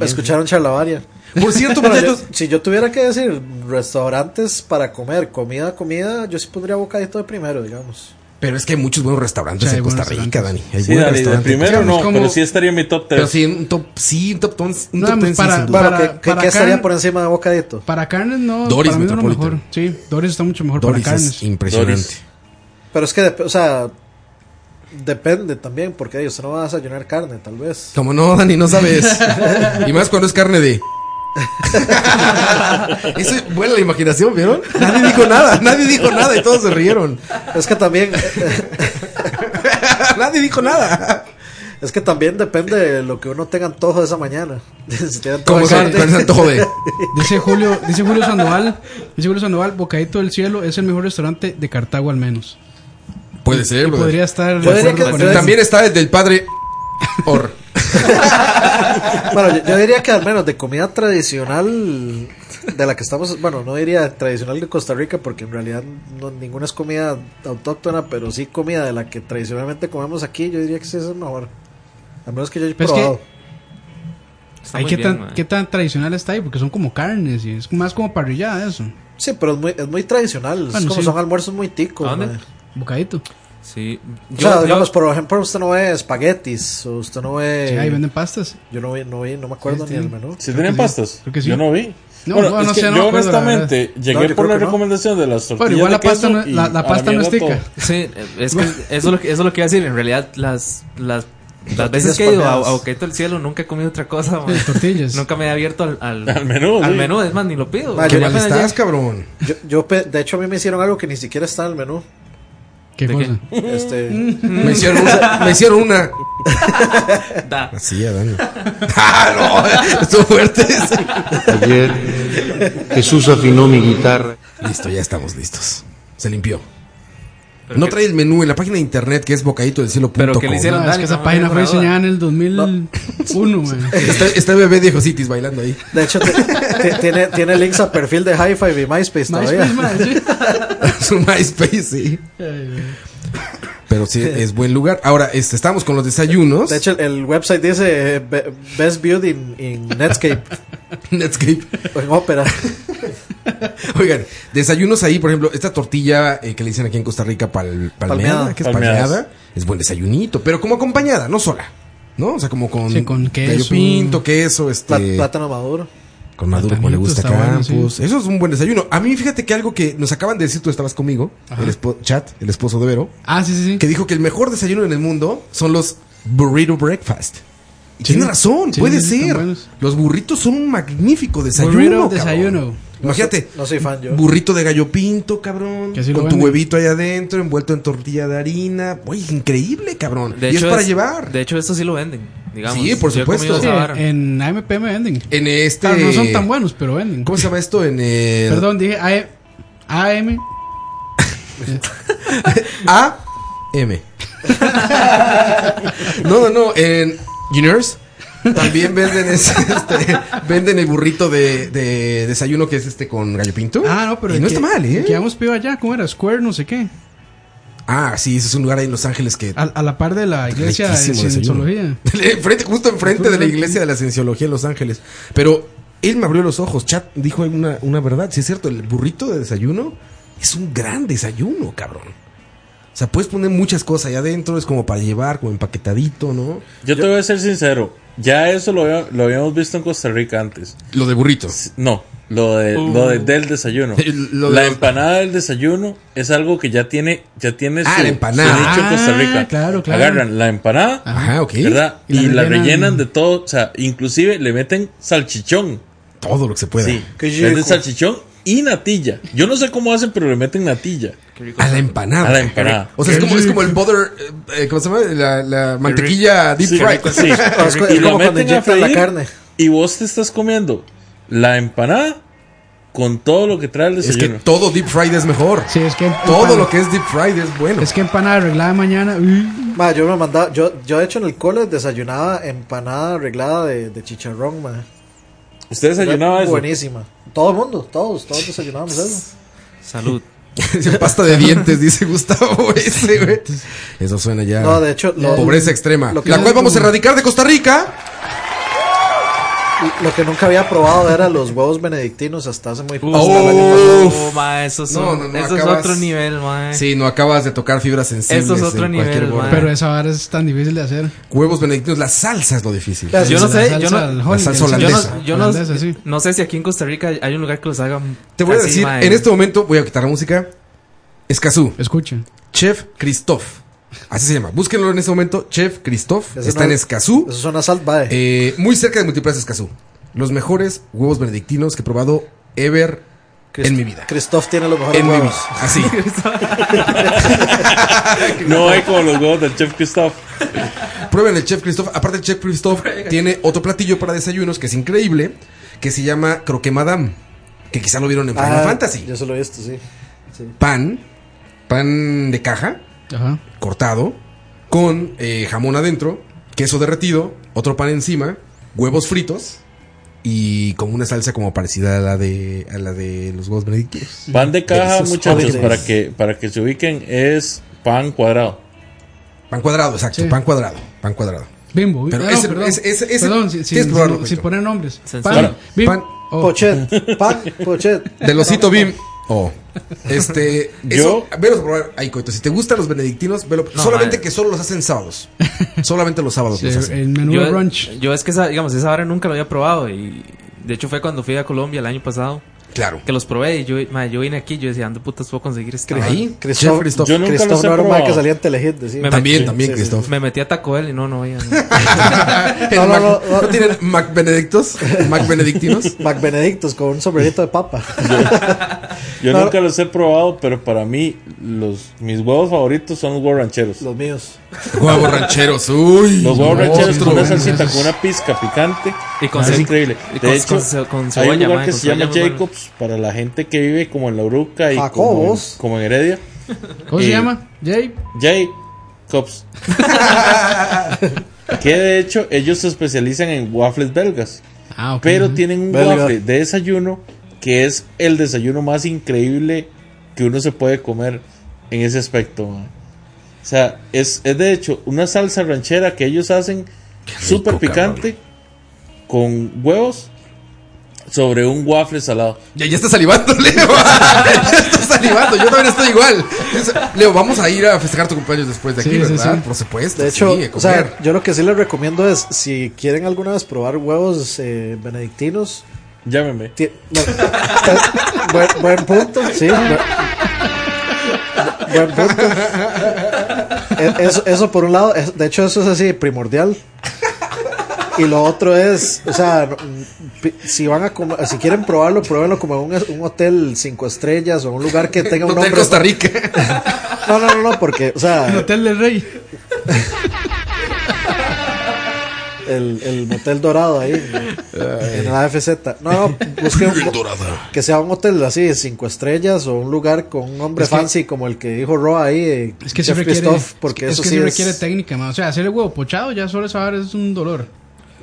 Escucharon charlavaria. Por cierto, Bueno, muchachos- yo- si yo tuviera que decir restaurantes para comer, comida, comida, yo sí pondría bocadito de primero, digamos. Pero es que hay muchos buenos restaurantes Sí, hay en Costa buenos Rica, Dani. Hay Sí, buenos Dani, de restaurantes. primero no, Es como- pero sí estaría en mi top 3. Pero sí, un top, sí, un top 10. Un No, top 10 para- sin duda. para- ¿Qué, qué- para qué acá- estaría por encima de bocadito? Para carnes no, Doris para mí no es lo Metropolitan. mejor. Sí, Doris está mucho mejor Doris para es carnes. impresionante. Doris. Pero es que, dep- o sea, depende también, porque usted no va a desayunar carne, tal vez. Como no, Dani, no sabes. y más cuando es carne de. Eso es buena la imaginación, ¿vieron? Nadie dijo nada, nadie dijo nada y todos se rieron. Es que también. Nadie dijo nada. Es que también depende de lo que uno tenga antojo de esa mañana. si tiene antojo ¿Cómo de se- carne. cuál es el antojo de? Dice Julio, dice Julio Sandoval, dice Julio Sandoval, Bocadito del Cielo es el mejor restaurante de Cartago al menos. Puede ser, Y brother. podría pues, estar Yo de diría acuerdo que- con yo él. diría- También está el del padre Or. Bueno, yo, yo diría que al menos de comida tradicional de la que estamos, bueno, no diría tradicional de Costa Rica porque en realidad no, ninguna es comida autóctona, pero sí comida de la que tradicionalmente comemos aquí, yo diría que sí es el mejor. Al menos que yo haya Pero es que- probado. Ay, muy ¿qué, bien, tan, mae. qué tan tradicional está ahí? Porque son como carnes y es más como parrillada eso. Sí, pero es muy, es muy tradicional, es Bueno, como sí. son almuerzos muy ticos. ¿A dónde? mae. Bocadito. Sí. o sea, digamos, por ejemplo, usted no ve espaguetis, o usted no ve... Sí, Eh, ahí venden pastas. Yo no vi, no vi, no me acuerdo Sí, ni el tienen. menú. ¿Sí Creo tienen que sí. pastas? Creo que sí. Yo no vi. No, bueno, no, es no que sé, no yo me acuerdo, la honestamente verdad. llegué No, yo por creo la que no. recomendación de las tortillas Bueno, igual de la pasta queso no- y la- la a pasta no es mierda tica. todo. Sí, es que eso es lo que, eso es lo que iba a decir. En realidad, las, las, las veces que he ido a, a Boqueto del Cielo, nunca he comido otra cosa. man. tortillas. Nunca me he abierto al, al, Al menú, Al sí. menú, es más, ni lo pido. Vale, Que Qué ya mal apenas estás, llegue. cabrón. Yo, yo pe- de hecho, a mí me hicieron algo que ni siquiera está en el menú. ¿Qué ¿De cosa? Este, Mm. Mm. Me hicieron una. Me hicieron una. Da. Así, a Dani. ¡Ah, no! Estuvo fuerte. Ayer Jesús afinó mi guitarra. Listo, ya estamos listos. Se limpió. Pero No que- trae el menú en la página de internet que es bocadito del cielo. Pero que le hicieron- No, Ah, es Dale, que no, esa no, página fue no, no. diseñada en el 2001, mae. Está, está el bebé de Jositis bailando ahí. de hecho, te- te- tiene, tiene links a perfil de Hi-Fi y MySpace todavía. MySpace, mae, sí. Su MySpace, sí. Ay, mae. Pero sí, es buen lugar. Ahora, este, estamos con los desayunos. De hecho, el, el website dice eh, be- Best Viewed in, in Netscape Netscape. o en Opera. Oigan, desayunos ahí, por ejemplo, esta tortilla eh, que le dicen aquí en Costa Rica pal- palmeada, Palmeada. que es Palmeadas. palmeada, es buen desayunito, pero como acompañada, no sola. ¿No? O sea, como con, Sí, con gallo queso. pinto, queso, Pla- este. Plátano maduro. Con Maduro, como Platanito le gusta está bueno, Campos. Eso es un buen desayuno. A mí, fíjate que algo que nos acaban de decir, tú estabas conmigo, el espo- chat, el esposo de Vero, Ah, sí, sí, sí. que dijo que el mejor desayuno en el mundo son los burrito breakfast. Y Sí. tiene razón, Sí, puede sí, sí, están ser. buenos. Los burritos son un magnífico desayuno. Burrito cabrón. desayuno. Imagínate, No soy fan yo. burrito de gallo pinto, cabrón. Que así lo con tu venden. huevito ahí adentro, envuelto en tortilla de harina. Uy, increíble, cabrón. De y hecho, es para llevar. De hecho, esto sí lo venden. Digamos. Sí, Eh. por Yo he supuesto. comido Sí, esa vara. en AMP me venden. En este. Claro, Ah, no son tan buenos, pero venden. ¿Cómo se llama esto? En el. Perdón, dije E, AM. AM. A M. no, no, no. En Juniors también venden ese, este, venden el burrito de, de desayuno que es este con gallo pinto. Ah, no, pero Y el no que- está mal, el Que ¿eh? habíamos pedido allá, ¿cómo era? Square, no sé qué. Ah, sí, ese es un lugar ahí en Los Ángeles que A, a la par de la iglesia de Riquísimo desayuno. Cienciología. Enfrente- justo enfrente de la iglesia de la cienciología en Los Ángeles. Pero él me abrió los ojos. Chat dijo una, una verdad. Sí, es cierto, el burrito de desayuno es un gran desayuno, cabrón. O sea, puedes poner muchas cosas allá adentro. Es como para llevar, como empaquetadito, ¿no? Yo te voy a ser sincero. Ya eso lo, había- lo habíamos visto en Costa Rica antes. Lo de burrito. No, lo, de, Uh. lo de- del desayuno. El- lo de la los- empanada del desayuno es algo que ya tiene, ya tiene Ah, su, la empanada. su nicho en Costa Ah, Rica. claro, claro. Ah, Agarran la empanada, Ajá, ok. ¿verdad? Y la Y, la rellenan- rellenan... de todo. O sea, inclusive le meten salchichón. Todo lo que se pueda. Sí, Qué venden rico. salchichón y natilla. Yo no sé cómo hacen, pero le meten natilla. A la empanada. A la empanada. O sea, es como, es como el butter. eh, ¿Cómo se llama? La, la mantequilla deep Sí, fried. sí. Es co- Y es lo como cuando meten a inyectan la freír carne. y vos te estás comiendo la empanada con todo lo que trae el Es que desayuno. todo deep fried es mejor. Sí, es que. Todo lo que es deep fried es bueno. Es que empanada arreglada mañana. uy. Ma, yo me mandaba, yo, yo de hecho en el cole desayunaba empanada arreglada de, de chicharrón, ma. ¿Usted desayunaba Era eso? Buenísima. Todo el mundo, todos, todos desayunábamos eso. Salud. pasta de dientes, dice Gustavo ese, güey. Eso suena ya. No, de hecho, lo- pobreza extrema. lo que la es cual vamos a como- erradicar de Costa Rica. Y Lo que nunca había probado era los huevos benedictinos hasta hace muy poco. Oh. Uf. ma, eso es un- eso es otro nivel, ma. Sí, no acabas de tocar fibras sensibles. Eh. Eso es otro en cualquier nivel, borde. ma. Pero esa vara es tan difícil de hacer. Huevos benedictinos, la salsa es lo difícil. Yo no sé, yo al no, La salsa yo no- holandesa. yo no, Holandesa, sí. no sé si aquí en Costa Rica hay un lugar que los hagan. Te voy a así, eh. decir, ma, en este momento voy a quitar la música. Escazú. Escuchen. Chef Christoph. Así se llama. Búsquenlo en este momento. Chef Christoph. Ese está no- en Escazú. Eso suena sal, vae. Eh, muy cerca de Multiplaza Escazú. Los mejores huevos benedictinos que he probado ever en mi vida. Christoph tiene los mejores En mi huevos. vida. Así. No es como los huevos del chef Christoph. Prueben el Chef Christoph. Aparte, el Chef Christoph tiene otro platillo para desayunos que es increíble. Que se llama Croque Madame. Que quizá lo vieron en Final Ah, Fantasy. Yo solo he visto, sí. Sí. Pan. Pan de caja. Ajá. cortado, con eh, jamón adentro, queso derretido, otro pan encima, huevos fritos y como una salsa como parecida a la de a la de los huevos benedictinos. Pan de caja, Delicioso. muchachos, para que, para que se ubiquen, es pan cuadrado. Pan cuadrado, exacto, pan cuadrado, pan cuadrado. Bimbo. Pero Ah, no, ese- perdón. ese- ese- ese- Perdón, si, si- tienes que probarlo, si- Juanito. si ponen nombres. Bueno, Pan, bim- pan- oh. Pochet, pan, pochet. Del osito Bim. Oh. Este, Yo- eso, velos a probar ahí, Coito. Si te gustan los benedictinos, velo. No, solamente madre. que solo los hacen sábados. Solamente los sábados los hacen. el menú de yo, brunch. yo es que esa, digamos, esa vara nunca lo había probado y de hecho fue cuando fui a Colombia el año pasado. Claro. Que los probé y yo, ma, yo vine aquí yo decía, ¿dónde putas puedo conseguir esta vara?" Ahí, Christoph, Christoph. Yo nunca Christoph los he no era un mae que probado. salía en Telehit, decía. Me También, metí- también, sí, sí, Christoph. Me metí a Taco Bell y no, no había. no. El No, no, Mac- no, no. ¿no tienen Mac Benedictos? Mac Benedictinos. Mac Benedictus con un sombrerito de papa. Yo No. nunca los he probado, pero para mí, los, mis huevos favoritos son los huevos rancheros. Los míos. Huevos rancheros, uy. Los huevos no, rancheros otro. con una salsita, con una pizca picante. Y con es ce- increíble. y con- De hecho, con ce- con hay un cebolla, lugar mae, que con se llama cebolla muy Jacobs para la gente que vive como en La Uruca y como en, Jacobos. como en Heredia. ¿Cómo se eh, llama? Jay. Jacobs. que de hecho, ellos se especializan en waffles belgas. Ah, ok. Pero tienen un Belga. waffle de desayuno que es el desayuno más increíble que uno se puede comer en ese aspecto. mae. O sea, es, es de hecho una salsa ranchera que ellos hacen súper picante con huevos sobre un waffle salado. Ya, ya está salivando, Leo. ya está salivando. Yo también estoy igual. Leo, vamos a ir a festejar tu cumpleaños después de aquí, Sí, sí, ¿verdad? sí. Por supuesto. De hecho, sí, a o sea, comer. yo lo que sí les recomiendo es, si quieren alguna vez probar huevos eh, benedictinos, Llámeme. ti- bueno, eh, buen, buen punto, sí. buen- buen punto. Eh, Eso, eso por un lado, es- de hecho eso es así, primordial. Y lo otro es, o sea, no, mm, pi- si van a comer- si quieren probarlo, pruébenlo como en un, un hotel cinco estrellas o un lugar que tenga un Hotel nombre. Costa Rica. No, no, no, no, porque, o sea, El Hotel del Rey. el, el motel dorado ahí en- en la FZ. No, no, busquen un- que sea un hotel así de cinco estrellas o un lugar con un hombre Es que- fancy como el que dijo Roa ahí. eh, Es que sí Chef requiere, Christophe, porque es eso que sí sí es- requiere técnica, ma. O sea, hacer el huevo pochado ya solo saber es un dolor.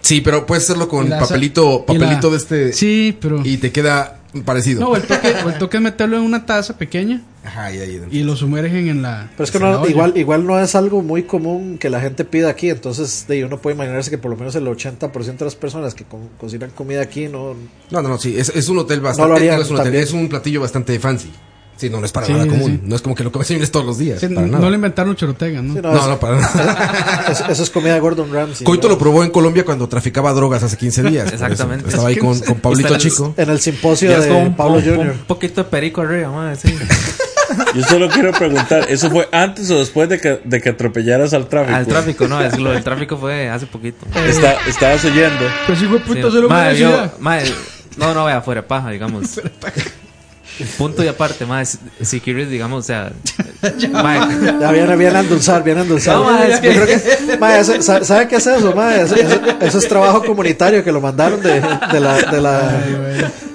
Sí, pero puedes hacerlo con Y la sa- y papelito, la- papelito de este. Sí, pero. Y te queda parecido. No, o el toque, o el toque es meterlo en una taza pequeña Ajá, y ahí. y lo sumergen en la. Pero es que en la no, olla. igual, igual no es algo muy común que la gente pida aquí, entonces de, ahí uno puede imaginarse que por lo menos el 80% de las personas que co- cocinan comida aquí no... No, no, no, sí. Es, es un hotel No lo bastante. haría digo, es, un hotel, también. es un platillo bastante fancy. Sí, no, no es para Sí, nada sí, común. sí. No es como que lo comes señores todos los días. Sí, para no, nada. le inventaron chorotega, ¿no? sí, no, no, es- no, para nada. es- eso es comida de Gordon Ramsay. Coito ¿no? lo probó en Colombia cuando traficaba drogas hace 15 días. por eso. Exactamente. Estaba ahí con, con Pablito Está en el- Chico. En el simposio Ya es como de un, Pablo un- Jr. un poquito de perico arriba, ma, sí. Yo solo quiero preguntar, ¿eso fue antes o después de que, de que atropellaras al tráfico? Al tráfico, no, es, lo del tráfico fue hace poquito. Está- estabas oyendo. Pues hijo de puta, Sí, se lo madre, yo- merecía. madre, no, no, vea, fuera de paja, digamos. Punto y aparte, madre, si, si quieres, digamos, o sea. madre, Ya Ah, viene, viene a endulzar, viene a endulzar. No, ma, es Yo creo que- ma, eso- sa- ¿Sabe qué es eso, ma? Eso, eso- eso es trabajo comunitario que lo mandaron de, de la, de, la,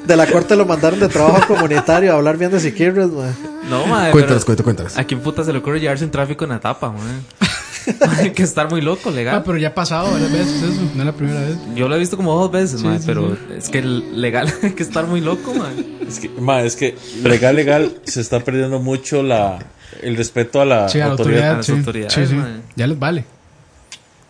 de la corte, lo mandaron de trabajo comunitario a hablar bien de Siquirres, ma. no, madre. Cuéntanos, pero Coito, cuéntanos. ¿A quién puta se le ocurre llevarse un tráfico en la tapa, madre? Hay que estar muy loco, legal. Ah, pero ya ha pasado varias veces eso. No es la primera vez. Yo lo he visto como dos veces, Sí, mae, sí, pero es que legal hay que estar muy loco, man. Es que, ma, es que legal, legal, se está perdiendo mucho la, el respeto a la Sí, a la autoridad. autoridad. sí. Sí, sí. Ya les vale.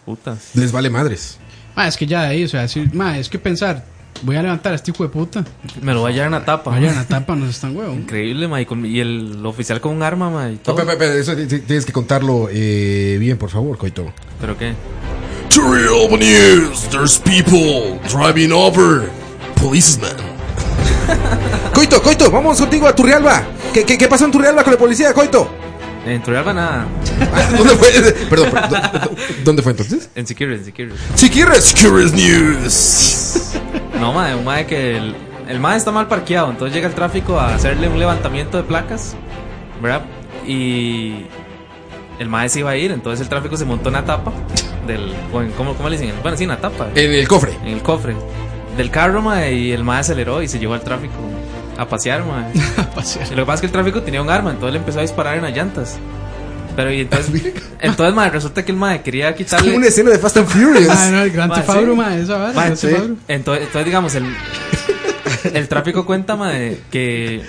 Puta. Les vale madres. Ah, es que ya de ahí, o sea, decir, ma, es que pensar, voy a levantar a este hijo de puta. Me lo va a llevar en la tapa. Vayan a tapa, nos están huevo. Increíble, mae, y con- y el oficial con un arma, mae, y todo. No, pero, pero, pero eso t- t- tienes que contarlo eh, bien, por favor, Coito. ¿Pero qué? To real news, there's people driving over policemen. Coito, Coito, vamos contigo a Turrialba. ¿Qué, qué, qué pasó en Turrialba con la policía, Coito? En Turrialba nada. ¿Dónde fue? Perdón, perdón, ¿dónde fue entonces? En Siquirres, en Siquirres. Siquirres, Siquirres News. No, mae, un mae que el, el mae está mal parqueado, entonces llega el tráfico a hacerle un levantamiento de placas, ¿verdad? Y el mae se iba a ir, entonces el tráfico se montó en la tapa del... o en- ¿Cómo, cómo le dicen? Bueno, sí, en la tapa. En el cofre. En el cofre. Del carro, mae, y el mae aceleró y se llevó al tráfico a pasear, mae. a pasear. Lo que pasa es que el tráfico tenía un arma, entonces le empezó a disparar en las llantas. Pero y entonces, entonces mae, resulta que el mae quería quitarle... Una escena de Fast and Furious. Ah, no, el gran Ma, Tefabro, sí. ma, esa vara. Ma, el Gran sí. Tefabro. Entonces, entonces, digamos, el, el tráfico cuenta, mae, que,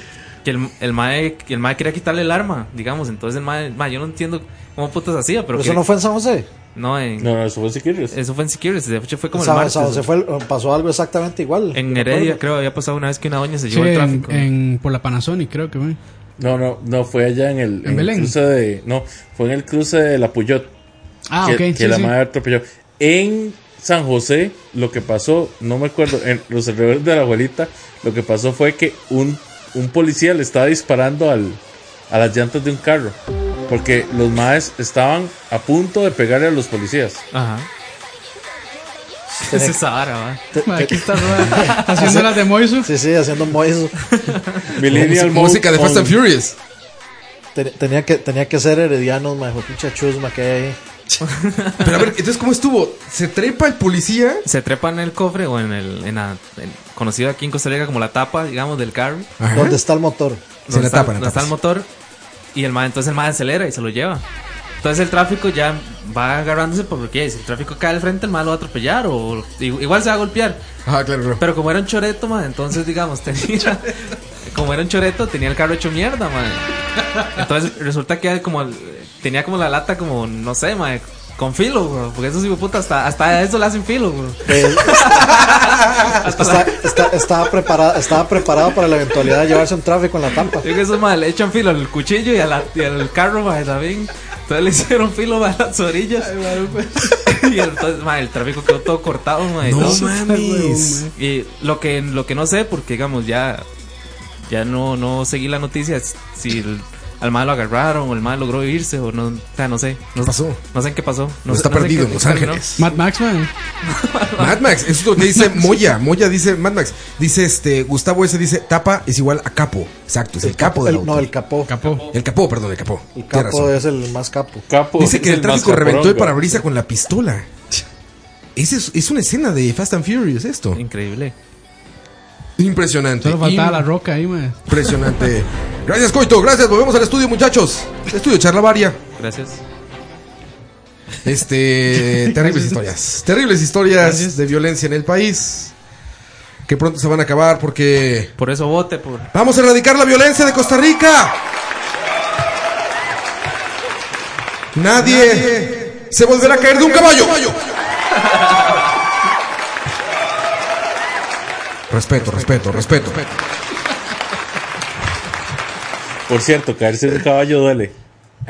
que el, el mae, que el mae quería quitarle el arma, digamos. Entonces, el mae, mae, yo no entiendo cómo putas hacía, Pero pero. eso quería- no fue en San José. No, en- No, no, eso fue en Siquirres. eso fue en Securities. De hecho, fue como San- el martes. San José fue el- pasó algo exactamente igual. En ¿te Heredia, acuerdas? creo, había pasado una vez que una doña se Sí, llevó el en, tráfico. en- por la Panasonic, creo que fue. No, no, no, fue allá en el, el Belén? cruce de. No, fue en el cruce de la Puyot. Ah, que, ok, que sí, la sí. madre atropelló. En San José, lo que pasó, no me acuerdo, en los alrededores de la abuelita, lo que pasó fue que un, un policía le estaba disparando al, a las llantas de un carro. Porque los maes estaban a punto de pegarle a los policías. Ajá. Es esa vara, va. Ma, aquí está Roa, haciendo las de Moiso. Sí, sí, haciendo Moiso. Millennial Música de Mode Fast and on. Furious. Ten- tenía, que, tenía que ser heredianos, ma, hijo de pucha chusma que hay ahí. Pero a ver, entonces, ¿cómo estuvo? ¿Se trepa el policía? Se trepa en el cofre o en el. En la- en- conocido aquí en Costa Rica como la tapa, digamos, del carro. Ajá. ¿Dónde está el motor? Se donde la está- tapan, la donde está el tapan. motor y el mae, entonces el mae acelera y se lo lleva. Entonces el tráfico ya va agarrándose porque si el tráfico cae al frente el mae lo va a atropellar o i- igual se va a golpear. Ah, claro, claro. Pero como era un choreto, mae, entonces digamos tenía como era un choreto tenía el carro hecho mierda, mae. Entonces resulta que como tenía como la lata como no sé, mae, con filo, bro, porque esos hijos de puta hasta hasta eso le hacen filo, bro. Eh, está- está- estaba, preparado, estaba preparado para la eventualidad de llevarse un tráfico en la tampa. Yo creo que eso mal, le echan filo al cuchillo y, a la- y al carro, mae, también. Entonces le hicieron filo mae, a las orillas. y entonces, mae, el tráfico quedó todo cortado, mae, No todo. mames. Y lo que, lo que no sé, porque digamos, ya, ya no, no seguí la noticia, es si el- al mal lo agarraron o el mal logró irse o no, o sea, no sé. No, ¿Qué pasó? No sé en qué pasó. No, No sé- está no sé perdido qué- en Los qué terminó. Ángeles. Mad Max, man. Mad Max, eso es lo que dice Moya. Moya dice Mad Max. Dice este Gustavo ese dice tapa es igual a capo. Exacto, es el, capo del El- auto. no, el... el capó. Capó. capo, perdón, el capo. El Tienes capo razón. es el más capo. Capo Dice es que el, más tráfico reventó el caporonga. parabrisa con la pistola. Ese es, es una escena de Fast and Furious esto. Increíble. Impresionante. Solo faltaba la roca ahí, ma. Impresionante. Gracias, Coito. Gracias. Volvemos al estudio, muchachos. Estudio Charlavaria. Gracias. Este, terribles historias. Terribles historias Gracias. de violencia en el país. Que pronto se van a acabar porque Por eso vote, por. Vamos a erradicar la violencia de Costa Rica. Nadie, se volverá a caer de un caballo. Respeto, respeto, respeto. Por cierto, caerse de un caballo duele.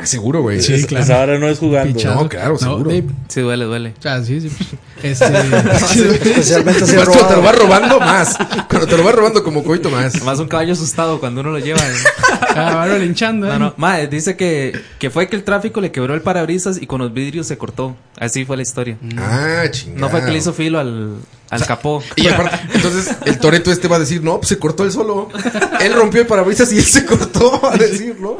Seguro, güey. Sí, Es- claro. Esa ahora no es jugando. Pinchazo. No, claro, seguro. de- Sí, duele, duele. o sea, sí, sí. Este, Especialmente si es Más cuando te lo va robado. robando más. Cuando te lo va robando como coito más. Más un caballo asustado cuando uno lo lleva. ¿eh? ah, barro linchando, eh. No, no, mae, dice que, que fue que el tráfico le quebró el parabrisas y con los vidrios se cortó. Así fue la historia. Ah, chingado. No fue que le hizo filo al, al capó. Y aparte, entonces el Toreto este va a decir, no, pues se cortó él solo. Él rompió el parabrisas y él se cortó, va a decir, ¿no?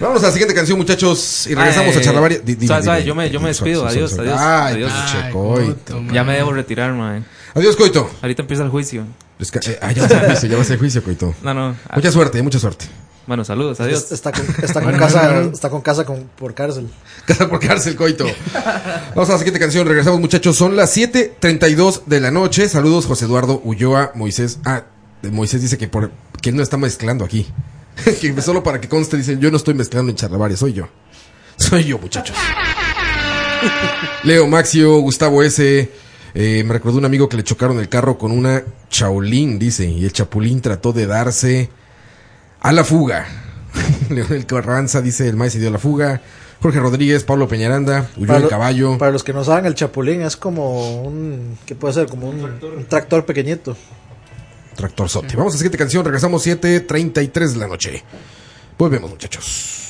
Vamos a la siguiente canción, muchachos, y regresamos Ah, eh, a charlavaria. Di- dime, suave, suave, dime, yo me- yo me dime, suave, despido, suave, adiós, suave. adiós, Ay, adiós. pinche Ay, coito. puto, ma. Ya me debo retirar, mae. Adiós, coito. Ahorita empieza el juicio. Desca- eh, ah, ya vas a juicio, ya vas a juicio, coito. No, no. Mucha suerte, mucha suerte. Bueno, saludos, adiós. Está con, está con casa, está con casa con- por cárcel. Casa por cárcel, coito. Vamos a la siguiente canción. Regresamos, muchachos. Son las 7:32 de la noche. Saludos, José Eduardo Ulloa, Moisés. Ah, Moisés dice que, por, que él no está mezclando aquí. que solo para que conste, dicen: Yo no estoy mezclando en charlavaria, soy yo. Soy yo, muchachos. Leo Maxio, Gustavo S. eh, me recordó un amigo que le chocaron el carro con una chaolín, dice. Y el chapulín trató de darse a la fuga. Leonel Carranza dice: El maíz se dio a la fuga. Jorge Rodríguez, Pablo Peñaranda, huyó el lo- caballo. para los que no saben, el chapulín es como un. ¿Qué puede ser? Como un, un tractor. pequeñito. Tractor Sote. Vamos a la siguiente canción. Regresamos 7:33 de la noche. Volvemos, muchachos.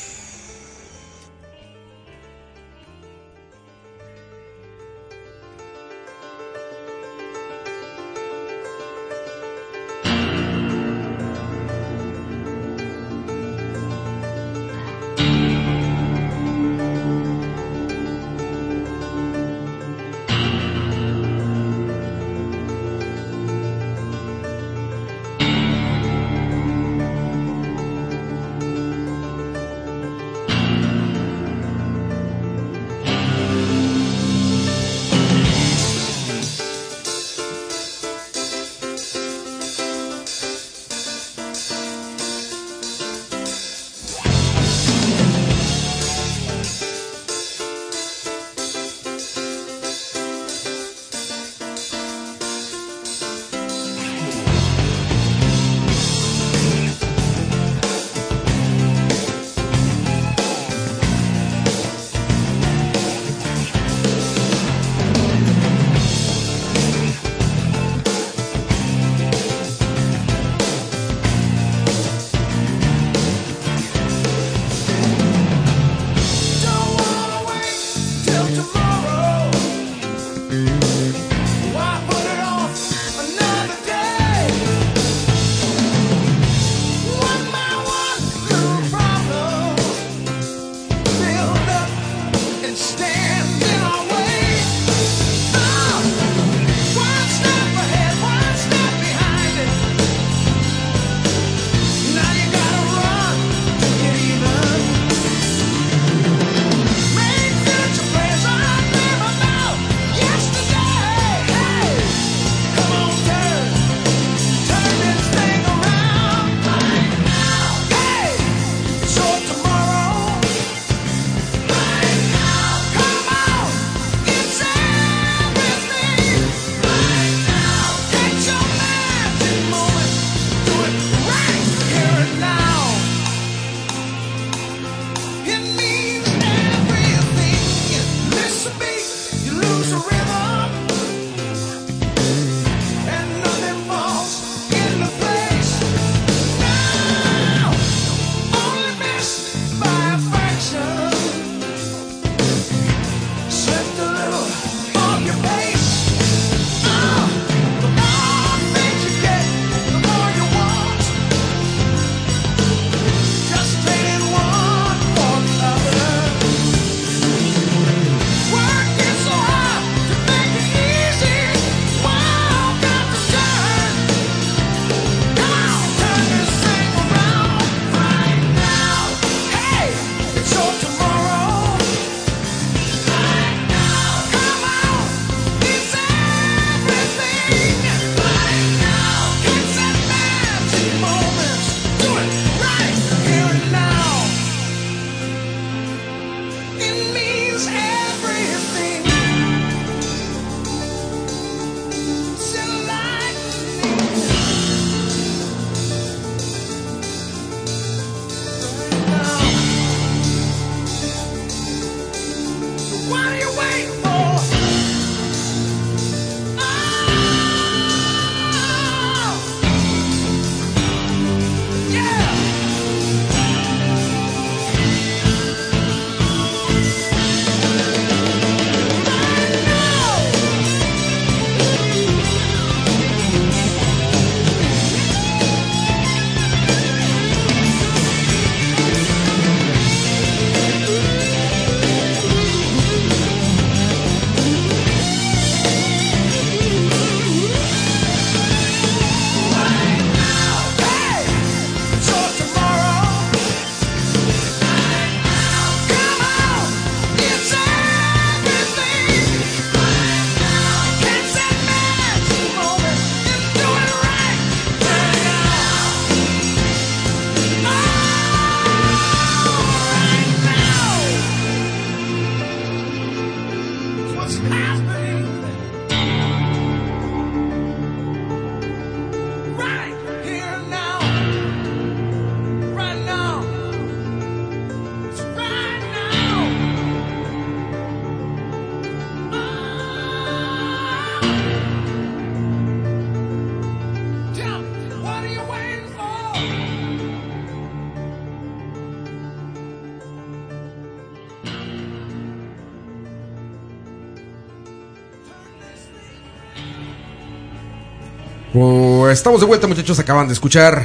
Pues estamos de vuelta, muchachos. Acaban de escuchar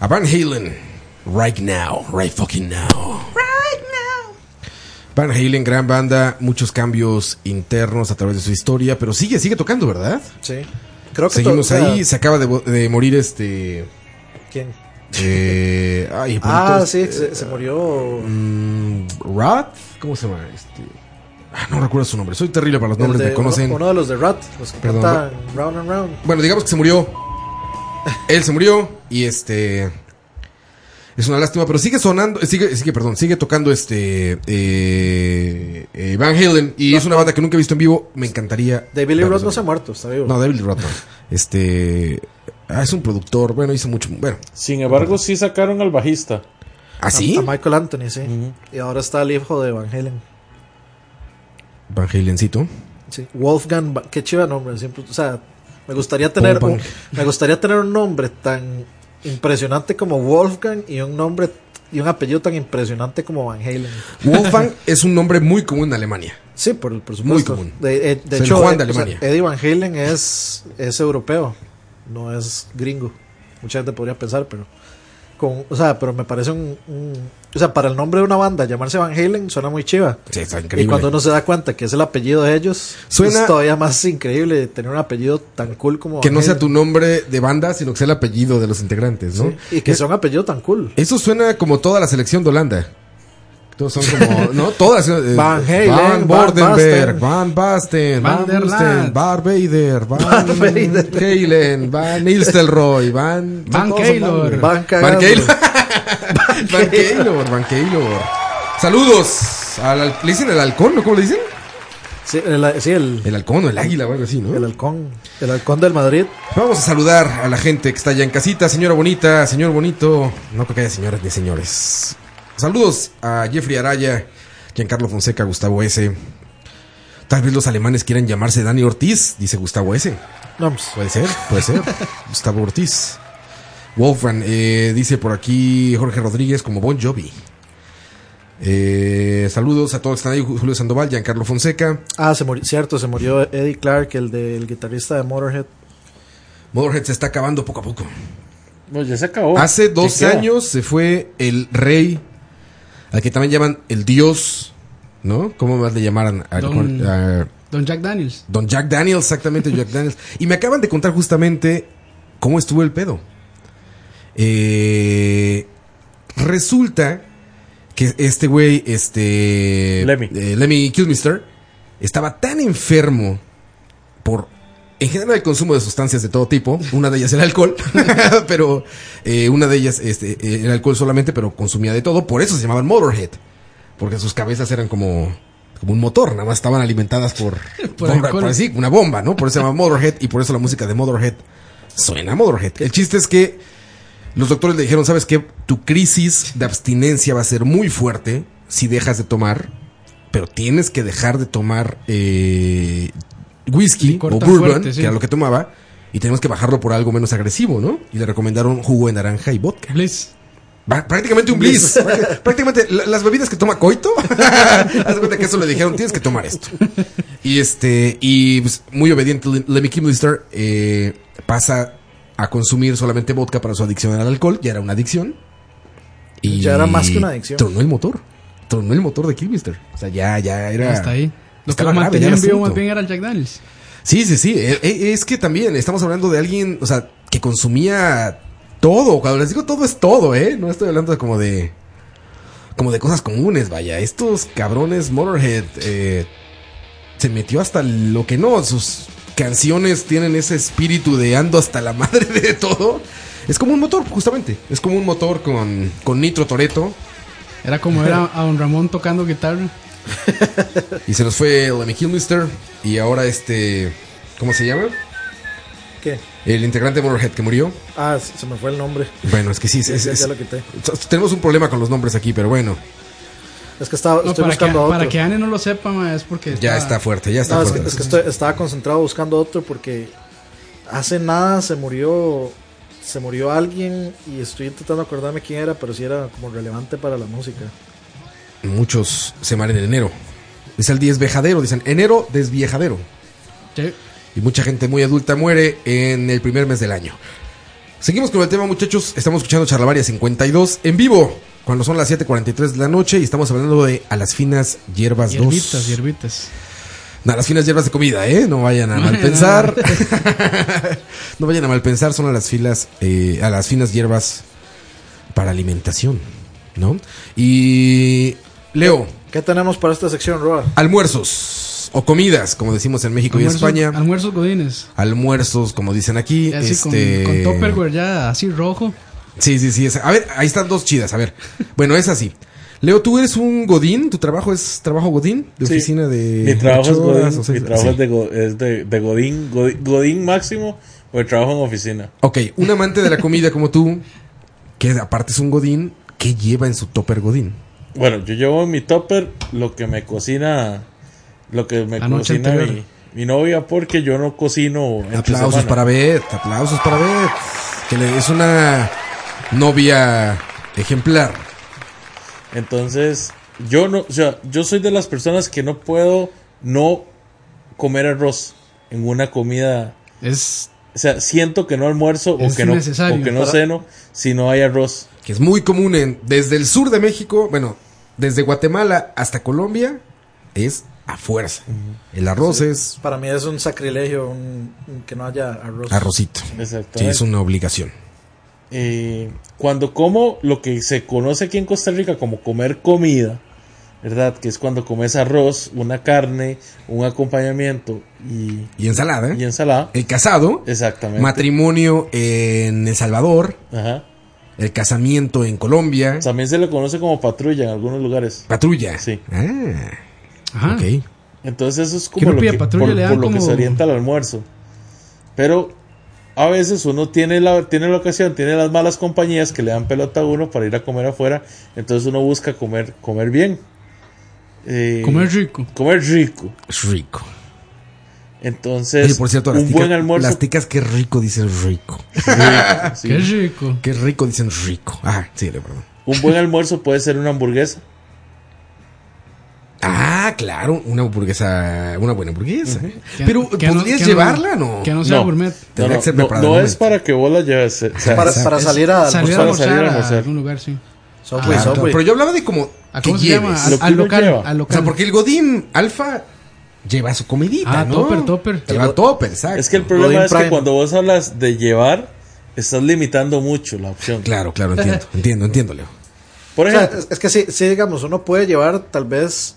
a Van Halen. Right now, right fucking now. Van Halen, gran banda, muchos cambios internos a través de su historia, pero sigue, sigue tocando, ¿verdad? Sí. Creo que Seguimos to- o sea- ahí, se acaba de, vo- de morir este. ¿Quién? eh, ay, Ah, bonito, sí, este, se, se murió. mm, Rat, ¿cómo se llama? Este, ah, no recuerdo su nombre, soy terrible para los el nombres, de- me conocen. Uno, uno de los de Rat, los que Perdón, cantan Round and Round. Bueno, digamos que se murió. Él se murió y este es una lástima, pero sigue sonando, sigue, sigue, perdón, sigue tocando este eh, eh, Van Halen y es una banda que nunca he visto en vivo. Me encantaría. De Billy verlos Roth no en se ha muerto, está vivo. vivo. No, David Roth. no. Este ah, es un productor. Bueno, hizo mucho. Bueno, Sin embargo, sí sacaron al bajista. ¿Ah, sí? A, a Michael Anthony, sí. Y ahora está el hijo de Van Halen. Van Halencito. Sí. Wolfgang, Ba- qué chiva nombre. Siempre, o sea, me gustaría tener Wolfgang. un, me gustaría tener un nombre tan impresionante como Wolfgang y un nombre y un apellido tan impresionante como Van Halen. Wolfgang es un nombre muy común en Alemania. Sí, por, por Muy supuesto. común. De, eh, de Es el hecho, Juan de eh, o sea, Alemania. Eddie Van Halen es, es europeo, no es gringo. Mucha gente podría pensar, pero con, o sea, pero me parece un, un- o sea, para el nombre de una banda llamarse Van Halen suena muy chiva. Sí, está Y increíble. cuando uno se da cuenta que es el apellido de ellos, Suena- es todavía más increíble tener un apellido tan cool como que Van no sea Halen. tu nombre de banda, sino que sea el apellido de los integrantes, ¿no? Sí, y que sea un apellido tan cool. Eso suena como toda la selección de Holanda. Todos son como, ¿no? Todas. eh, Van Halen, Van Van Bordenberg, Basten. Van Basten, Van Van der Basten, Laan. Van Vader, Van Halen, Van Nistelrooy, Van. Van todos son Keylor. güey. Van Van cagando. Keylor. Van Keylor, Van Keylor. Saludos. al al- ¿Le dicen el halcón, no? ¿Cómo le dicen? Sí, el, halcón o el águila o algo así, ¿no? El halcón. El halcón del Madrid. Vamos a saludar a la gente que está allá en casita. Señora bonita, señor bonito. No creo que haya señoras ni señores. Saludos a Jeffrey Araya, Giancarlo Fonseca, Gustavo S. Tal vez los alemanes quieran llamarse Dani Ortiz, dice Gustavo S. No, pues. Puede ser, puede ser. Gustavo Ortiz. Wolfram, eh, dice por aquí Jorge Rodríguez como Bon Jovi. Eh, saludos a todos que están ahí, Julio Sandoval, Giancarlo Fonseca. Ah, se murió, cierto, se murió Eddie Clark, el del guitarrista de Motorhead. Motorhead se está acabando poco a poco. No, ya Oh, se acabó. Hace dos Chequea. años se fue el rey, al que también llaman el dios, ¿no? ¿Cómo más le llamaran? A- Don- a- Don Jack Daniels. don Jack Daniels, exactamente, Jack Daniels. Y me acaban de contar justamente cómo estuvo el pedo. Eh, resulta que este güey, este... Lemmy. Lemmy Kilmister, estaba tan enfermo por... En general el consumo de sustancias de todo tipo, una de ellas el alcohol, pero eh, una de ellas este, eh, el alcohol solamente, pero consumía de todo, por eso se llamaban Motorhead, porque sus cabezas eran como, como un motor, nada más estaban alimentadas por, Por por- alcohol. por- sí, una bomba, ¿no? Por eso se llama Motorhead y por eso la música de Motorhead suena a Motorhead. El chiste es que los doctores le dijeron, ¿sabes qué? Tu crisis de abstinencia va a ser muy fuerte si dejas de tomar, pero tienes que dejar de tomar eh, whisky Licor o tan bourbon, fuerte, sí. que era lo que tomaba, y tenemos que bajarlo por algo menos agresivo, ¿no? Y le recomendaron jugo de naranja y vodka. Bliss. Prácticamente un bliss. Prácti- Prácticamente la- las bebidas que toma Coito. Haz de cuenta que eso le dijeron, tienes que tomar esto. Y este, y pues, muy obediente, Le- Lemmy Kilmister eh, pasa a consumir solamente vodka para su adicción al alcohol. Ya era una adicción. Y Ya era más que una adicción. Tronó el motor. Tronó el motor de Kilmister. O sea, ya, ya era. Hasta ahí. Lo que estaba lo grave ya mantenía el en vivo más asunto. bien era el Jack Daniels. Sí, sí, sí. Eh, eh, Es que también estamos hablando de alguien, o sea, que consumía todo. Cuando les digo todo es todo, ¿eh? No estoy hablando de como de... Como de cosas comunes, vaya. Estos cabrones Motorhead eh, se metió hasta lo que no. Sus canciones tienen ese espíritu de ando hasta la madre de todo. Es como un motor, justamente. Es como un motor con, con nitro toreto. Era como era a Don Ramón tocando guitarra. Y se nos fue Lemmy Kilmister. Y ahora este... ¿Cómo se llama? ¿Qué? El integrante de Motorhead que murió. Ah, se se me fue el nombre. Bueno, es que sí, es- Ya- es- ya- es- ya lo quité. tenemos un problema con los nombres aquí, pero bueno, Es que estaba, No, estoy para, que, buscando otro. para que Anne no lo sepa, ma, es porque. ya está fuerte, ya está Ah. No, es que, fuerte. es que estoy- estaba concentrado buscando otro porque hace nada se murió se murió alguien y estoy intentando acordarme quién era, pero sí era como relevante para la música. Muchos se maren en enero. Es el 10 vejadero, dicen enero desviejadero. Sí. y mucha gente muy adulta muere en el primer mes del año. Seguimos con el tema, muchachos. Estamos escuchando Charlavaria 52 en vivo, cuando son las 7:43 de la noche y estamos hablando de a las finas hierbas 2. Hierbitas, hierbitas. No, las finas hierbas de comida, ¿eh? No vayan a mal pensar. no vayan a mal pensar, son a las filas, eh, a las finas hierbas para alimentación, ¿no? Y Leo, ¿Qué tenemos para esta sección, Roa? almuerzos o comidas, como decimos en México Almuerzos- y España, Almuerzos godines. almuerzos, como dicen aquí, Así este con, con topperware ya así rojo. Sí, sí, sí, esa- a ver, ahí están dos chidas, a ver. Bueno, es así. Leo, tú eres un godín, tu trabajo es trabajo godín de Sí. oficina de Mi trabajo es ocho Godín. horas, o seis- mi trabajo sí. es, de, go- es de- de Godín, Godín. Godín máximo o el trabajo en oficina. Ok, un amante de la comida como tú, que aparte es un godín, ¿qué lleva en su topper godín? Bueno, yo llevo en mi topper lo que me cocina. Lo que me La noche cocina anterior. mi, mi novia porque yo no cocino. entre Aplausos semana. para Beth, aplausos para Beth. Que le- es una novia ejemplar. Entonces, yo no, o sea, yo soy de las personas que no puedo no comer arroz en una comida. Es o sea, siento que no almuerzo o Es que no, necesario. o que no Para- ceno si no hay arroz. Que es muy común en, desde el sur de México, bueno, desde Guatemala hasta Colombia, es a fuerza. El arroz es Para mí es un sacrilegio un- un que no haya arroz. arrocito. Exactamente. Sí, es una obligación. eh, cuando como lo que se conoce aquí en Costa Rica como comer comida, ¿verdad? Que es cuando comes arroz, una carne, un acompañamiento y... Y ensalada, ¿eh? Y ensalada. El casado, Exactamente. matrimonio en El Salvador, Ajá. el casamiento en Colombia, También se le conoce como patrulla en algunos lugares. patrulla. Sí. Ah, ok. Entonces eso es Creo como lo que que, a patrulla por, le dan por lo que como- se orienta el almuerzo. Pero a veces uno tiene la, tiene la ocasión, tiene las malas compañías que le dan pelota a uno para ir a comer afuera. Entonces uno busca comer, comer bien. Eh, Comer rico. Comer rico. Es rico. Entonces, Oye, por cierto, las un ticas- buen almuerzo. Las ticas, qué rico dicen rico. sí. Qué rico. Qué rico dicen rico. Ah, sí, le perdón. Un buen almuerzo puede ser una hamburguesa. Ah, claro, una hamburguesa, una buena hamburguesa. ¿eh? Que- Pero que no- ¿podrías que no- llevarla no? que no sea gourmet. No, Tendría no, que ser no, preparada no al es para que vos la lleves. o sea, Para, es- para es- salir a almorzar. Salir a Para almorzar, Ah, salir a a almorzar. algún lugar, sí. Subway, Ah, Subway. pero yo hablaba de como ¿A que cómo se llama? lleves. Al, Pues, Lo que al uno local, lleva. al O sea, local. porque el godín alfa lleva su comidita, Ah, ¿no? topper, topper. Lleva topper, exacto. Es que el problema Godín es que Prime. cuando vos hablas de llevar, estás limitando mucho la opción. Claro, claro, entiendo, entiendo, entiendo, Leo. Por O sea, ejemplo, es, es que sí, sí, digamos, uno puede llevar tal vez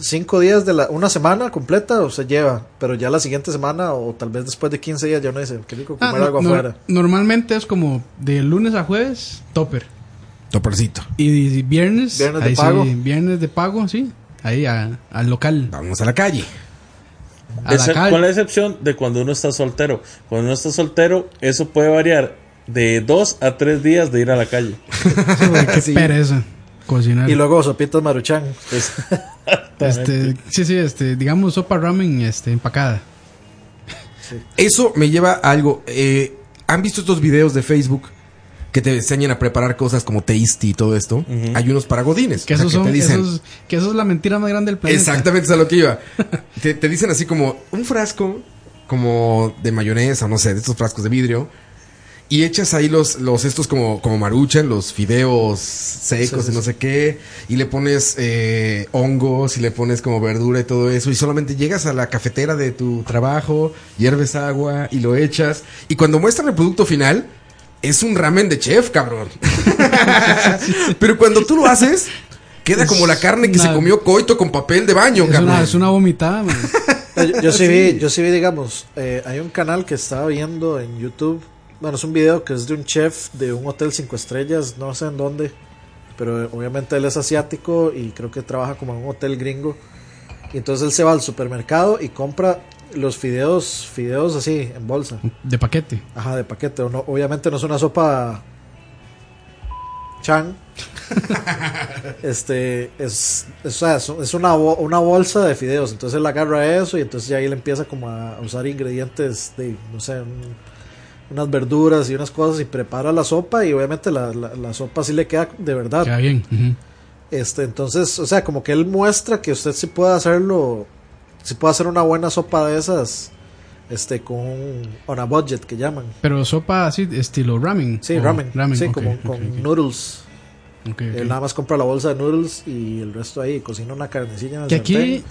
cinco días de la, una semana completa o se lleva, pero ya la siguiente semana o tal vez después de 15 días ya uno dice, qué rico Ah, comer no- algo no- afuera. normalmente es como de lunes a jueves, topper. Topercito. Y, y viernes, Viernes de ahí sí, pago. Ah, viernes de pago, sí. Ahí a- al local. Vamos a la calle. A la Esa- calle. con la excepción de cuando uno está soltero. Cuando uno está soltero, eso puede variar de dos a tres días de ir a la calle. Qué pereza cocinar. Y luego sopitas maruchan. Es- Este, sí, sí, este, digamos sopa ramen este, empacada. Eso me lleva a algo. eh, ¿Han visto estos videos de Facebook que te enseñan a preparar cosas como tasty y todo esto? Hay unos para godines. Que o sea, esos que son, te dicen, esos, que eso es la mentira más grande del planeta. Exactamente, es a lo que iba. Te, te dicen así como un frasco, como de mayonesa, o no sé, de estos frascos de vidrio. Y echas ahí los, los estos como, como maruchan, los fideos secos Sí, sí, y no sé qué. Y le pones eh, hongos y le pones como verdura y todo eso. Y solamente llegas a la cafetera de tu trabajo, hierves agua y lo echas. Y cuando muestran el producto final, es un ramen de chef, cabrón. Pero cuando tú lo haces, queda como la carne que se una- comió coito con papel de baño, Es cabrón. una, es una vomitada, man. Yo, yo sí vi, yo sí vi, digamos, eh, hay un canal que estaba viendo en YouTube, bueno, es un video que es de un chef de un hotel cinco estrellas, no sé en dónde, pero eh, obviamente él es asiático y creo que trabaja como en un hotel gringo. Y entonces él se va al supermercado y compra los fideos, fideos así, en bolsa, de paquete. ajá, de paquete. o no- obviamente no es una sopa chan. Este es, es, o sea, es- es una, bo- una bolsa de fideos, entonces él agarra eso y entonces ya ahí le empieza como a usar ingredientes de, no sé, un- unas verduras y unas cosas y prepara la sopa y obviamente la, la, la sopa sí le queda de verdad. Queda bien. ujú. Este, entonces, o sea, como que él muestra que usted sí puede hacerlo, sí puede hacer una buena sopa de esas este con un on a budget que llaman. Pero sopa así, estilo Oh, ramen. Sí, o- ramen. sí, ok, como ok, con ok. noodles. Ok, Él ok. nada más compra la bolsa de noodles y el resto ahí cocina una carnecilla en el Que aquí, sartén,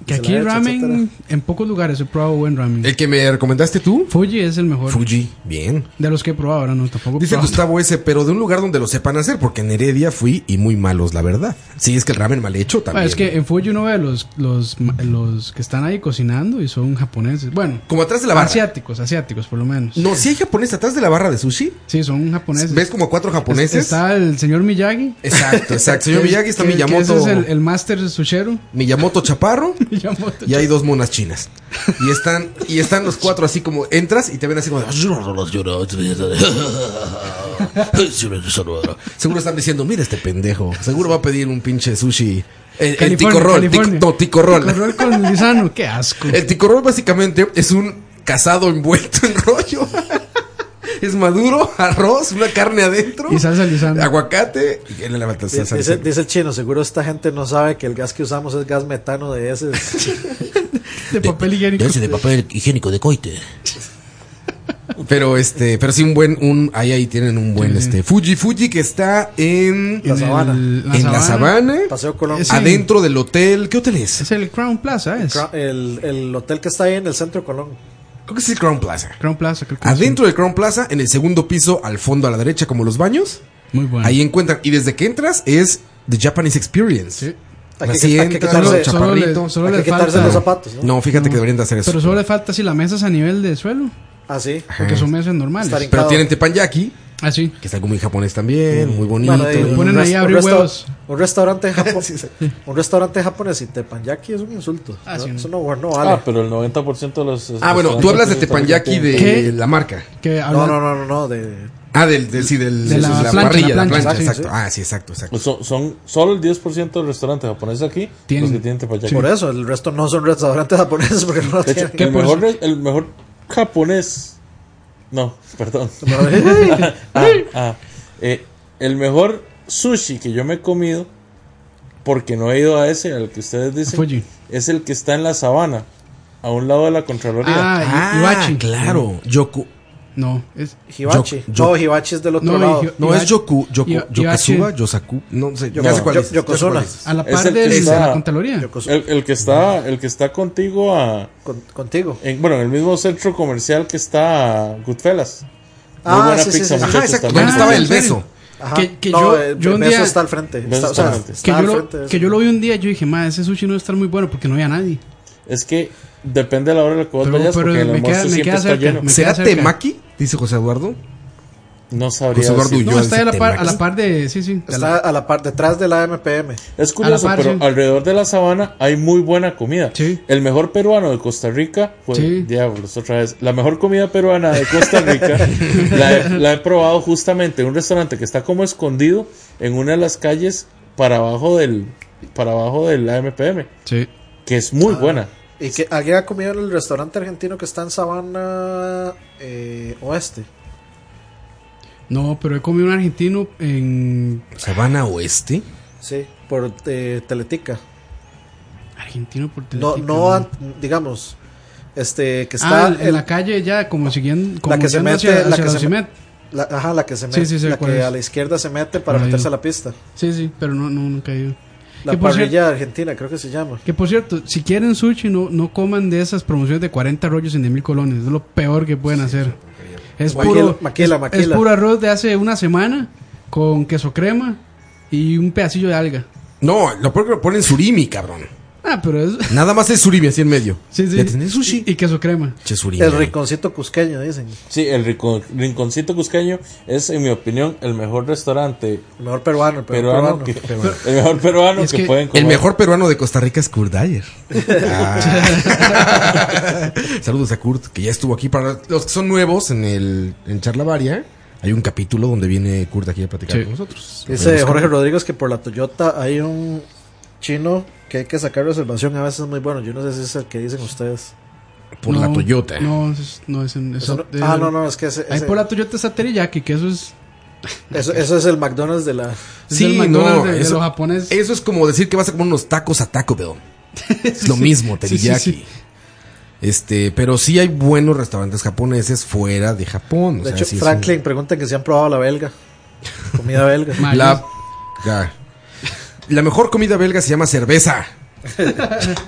y que se la aquí echa, ramen, etcétera. Eh. en pocos lugares he probado buen ramen. ¿El que me recomendaste tú? Fuji Ah. es el mejor. Fuji, bien. De los que he probado ahora, no, tampoco. he Dice probado. Gustavo ese, pero de un lugar donde lo sepan hacer, porque en Heredia fui y muy malos, la verdad. Sí, es que el ramen mal hecho Bueno, también. Ah, es que eh, en Fuji uno ve los, los, los que están ahí cocinando y son japoneses. Bueno, como atrás de la barra. Asiáticos, asiáticos, por lo menos. No, si hay japoneses atrás de la barra de sushi. Sí, son japoneses. ¿Ves como a cuatro japoneses? Está el señor Miyagi. Exacto, exacto. Señor Que- Miyagi está que- que Miyamoto. Ese es el, el máster sushero. Miyamoto Chaparro Miyamoto y hay dos monas chinas. Y están, y están los cuatro así como entras y te ven así como. Seguro están diciendo, mira este pendejo. Seguro va a pedir un pinche sushi. El, el California, tico roll, California. tico- no, tico roll. Tico roll con lisano, qué asco. El tico roll básicamente es un casado envuelto en rollo. Es maduro, arroz, una carne adentro. Y salsa lisano. Aguacate. Y él le levanta Dice, salsa dice- lisano. dice el chino, seguro esta gente no sabe que el gas que usamos es gas metano de ese. de papel higiénico. de papel higiénico de coite. Pero este, pero sí un buen, un ahí ahí tienen un buen Sí, sí. este Fuji Fuji que está en En el- la en la sabana, Paseo Colón. Es el- adentro del hotel, ¿qué hotel es? Es el Crown Plaza, es. Cro- El, el hotel que está ahí en el centro de Colón. Creo que es el Crown Plaza. Crown Plaza, creo que Adentro del Crown Plaza, en el segundo piso, al fondo a la derecha, como los baños, sí. Muy bueno. ahí encuentran y desde que entras es the Japanese Experience. Hay que- Así hay que entras, quitarse- los solo le- chaparritos. solo Hay le que quitarse falta- los zapatos, ¿no? No, fíjate que deberían de hacer eso. Pero solo le falta si la mesa es a nivel de suelo. Ah, sí. Porque son mesas normales. Ah, Estar Pero hincado. tienen tepanyaki, Así. que es algo muy japonés también, muy bonito. Bueno, ahí, un ponen ahí rest- a un abrir resta- huevos. Un restaurante, japo- un restaurante japonés y tepanyaki es un insulto. Ah, No, sí. Eso no, no vale. Ah, pero el 90% de los. Pues, Ah, bueno, tú hablas de Tepanyaki de ¿Qué? la marca. Que no, hablan- no, no, no, no, de, Ah, del, del, sí, del, De la sí, sí, plancha, parrilla, la la plancha, plancha. Sí, exacto. sí. Ah, sí, exacto, exacto. Son, son solo el 10% de los restaurantes japoneses aquí Tienen- los que tienen tepanyaki. por eso, el resto no son restaurantes japoneses porque no lo De hecho, tienen. el mejor, re- el mejor japonés. No, perdón. Ah, ah, eh, el mejor sushi que yo me he comido, porque no he ido a ese, al que ustedes dicen, Fuji. es el que está en la sabana, a un lado de la Contraloría. Ah, y- Iwachi. claro. Yoku. No, es. Hibachi. Yo- yo- no, Hibachi es del otro No, lado. y- No, es Iwachi- Yoku, Yoku, Iwa- Yokazuba, Iwachi. Ah, Yosaku. No sé, Yo- ya sé cuál yo- es. Yokozuna. ya sé cuál A la Es par el de de que la está- Contraloría. Yokozu- El, el que está, el que está contigo a, con- contigo. en, bueno, en el mismo centro comercial que está a Goodfellas. Muy Ah, buena sí, sí, pizza, sí, es. sí. Ajá, muchachos, exacto. también. ¿Dónde estaba Ah, el ¿en serio? beso? Ajá. Que, que No, yo, el yo un beso día. está al frente. Beso Está, o está sea, al que frente. está yo, al lo, frente de que eso. yo lo vi un día, yo dije, ma, ese sushi no va a estar muy bueno porque no había nadie. Es que depende de la hora de la que vos Pero- vayas, pero porque el me queda- almuerzo me siempre queda está cerca, lleno. me- ¿Será queda cerca. Temaki? Dice José Eduardo. No sabría. José Eduardo decir. Yo este No, está ese ahí a la, par, tema. a la par de. Sí, sí. de Está la- a la par, detrás de la MPM. Es curioso, A la par, pero sí. alrededor de la sabana hay muy buena comida. Sí. El mejor peruano de Costa Rica fue Sí. diablos otra vez. La mejor comida peruana de Costa Rica la, he, la he probado justamente en un restaurante que está como escondido en una de las calles para abajo del para abajo del AMPM, sí. que es muy buena. Y que alguien ha comido en el restaurante argentino que está en Sabana eh, Oeste. No, pero he comido un argentino en. Sabana Oeste. Sí, por eh, Teletica. Argentino por No, Teletica, no, an- digamos, este, que Ah, está en la calle ya, como siguiendo. Como la que se yendo mete, hacia- la que hacia la se Ocimet. la- ajá, la que se Sí, mete, sí, sé la cuál que es. a la izquierda se mete para Por ahí. meterse a la pista. Sí, sí, pero no, no, nunca he ido. La Que por parrilla cierto- argentina, creo que se llama. Que por cierto, si quieren sushi, no, no coman de esas promociones de 40 rollos en de mil colones. Es lo peor que pueden hacer. Es Maquila, puro, maquila, es- maquila. es puro arroz de hace una semana con queso crema y un pedacillo de alga. No, lo peor que lo ponen surimi, cabrón. Ah, pero es. Nada más es surimi así en medio. Sí, sí. ¿Ya tenés sushi? Y, y queso crema. Che, surimi. El rinconcito cusqueño, dicen. Sí, el rincon- rinconcito cusqueño es en mi opinión el mejor restaurante El mejor peruano, el peruano. peruano, peruano. que, el mejor peruano Es que, que pueden comer. El mejor peruano de Costa Rica es Kurt Dyer. Ah. Saludos a Kurt, que ya estuvo aquí. Para los que son nuevos en el en Charla Varia, hay un capítulo donde viene Kurt aquí a platicar Sí. con nosotros. Dice Busca- Jorge Rodríguez que por la Toyota hay un chino que hay que sacar reservación. A veces es muy bueno. Yo no sé si es el que dicen ustedes. Por No, la Toyota. No, es- no es en. Eso eso no- de- ah, no, no, es que ese, Ahí ese- por la Toyota está teriyaki, que eso es. eso, eso es el McDonald's de la. es Sí, del no, McDonald's de, de eso- los japoneses. Eso es como decir que vas a comer unos tacos a Taco Bell. Es lo mismo, Sí, sí, teriyaki. sí. Este, pero sí hay buenos restaurantes japoneses fuera de Japón. o De sea, hecho, sí es un- Franklin pregunta que si han probado la belga. Comida belga. La, Ya. la mejor comida belga se llama cerveza.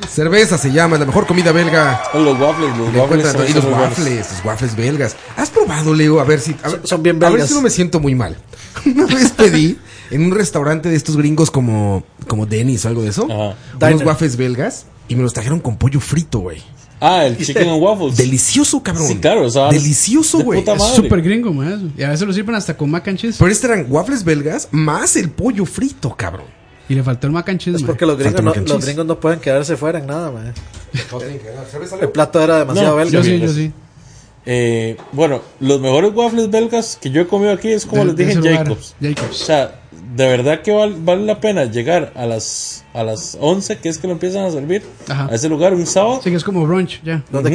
cerveza se llama, la mejor comida belga. Los waffles, los Le waffles. encuentran- son- y los son muy buenos. waffles, los waffles belgas. ¿Has probado, Leo? A ver si. a ver- a ver belgas. si no me siento muy mal. Una vez pedí en un restaurante de estos gringos como, como Denny's o algo de eso. Unos Diner. waffles belgas y me los trajeron con pollo frito, güey. Ah, el chicken and waffles. Delicioso, cabrón. Sí, claro, o sea, Delicioso, de güey. puta madre. Súper gringo, ma, eso. Y a veces lo sirven hasta con mac and cheese. Pero estos eran waffles belgas más el pollo frito, cabrón. Y le faltó el mac and cheese, Es ma. porque los gringos, Falta no, mac and los cheese. gringos no pueden quedarse fuera en nada, man. El plato era demasiado No, belga. yo sí, yo sí. Eh, bueno, los mejores waffles belgas que yo he comido aquí es De- como les dije de en ese lugar, Jacobs. Jacobs. O sea, de verdad que val- vale la pena llegar a las a las 11, que es que lo empiezan a servir, Ajá. a ese lugar un sábado. Sí, que es como brunch, ya. Ujú.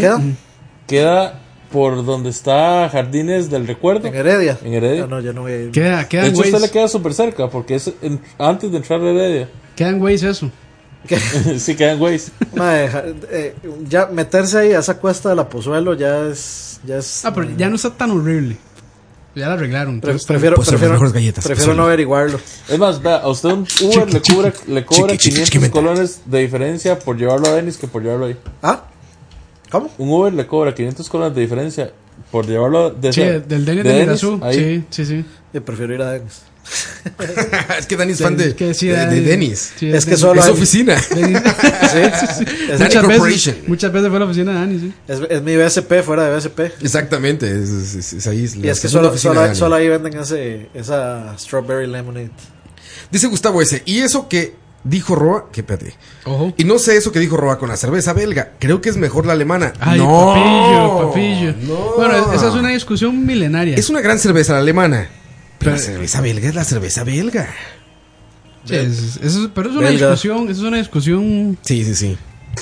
Queda por donde está Jardines del Recuerdo. En Heredia. En Heredia. No, no, yo no voy a ir. Queda- queda de en hecho, a usted Waze. le queda súper cerca porque es en- antes de entrar a Heredia. Quedan güeyes eso. sí, quedan güeyes. Mae, ja- eh, ya meterse ahí a esa cuesta de la Pozuelo ya es. Ya es Ah, pero ya no está tan horrible. Ya la arreglaron. Pre- entonces- prefiero prefiero, prefiero no averiguarlo. Es más, vea, a usted un Uber le, cobra- le cobra 500 colones de diferencia por llevarlo a Denis que por llevarlo ahí. ¿Ah? ¿Cómo? Un Uber le cobra 500 colones de diferencia por llevarlo de Sí, de- del Denis de de Denis Mirazú. ahí. Sí, sí, sí. Yo prefiero ir a Denis. es que Dani es fan de, Es que sí, de, de Dani- Dennis. sí, Es que solo Es hay- oficina. Denis- Sí, Dani muchas, Corporation. veces, muchas veces fue a la oficina de Dani, sí. Es, es mi BSP fuera de BSP. Exactamente, es, es- es ahí. Y es que solo, solo, solo ahí venden ese, esa Strawberry Lemonade. Dice Gustavo ese, y eso que dijo Roa, que espérate. Y no sé eso que dijo Roa con la cerveza belga, creo que es mejor la alemana. Ay, no, papillo, papillo. Bueno, es- esa es una discusión milenaria. Es una gran cerveza la alemana. Pero la Pero- cerveza belga es la cerveza belga. Sí, es- eso es- pero es una Belga. discusión, eso es una discusión. Sí, sí, sí.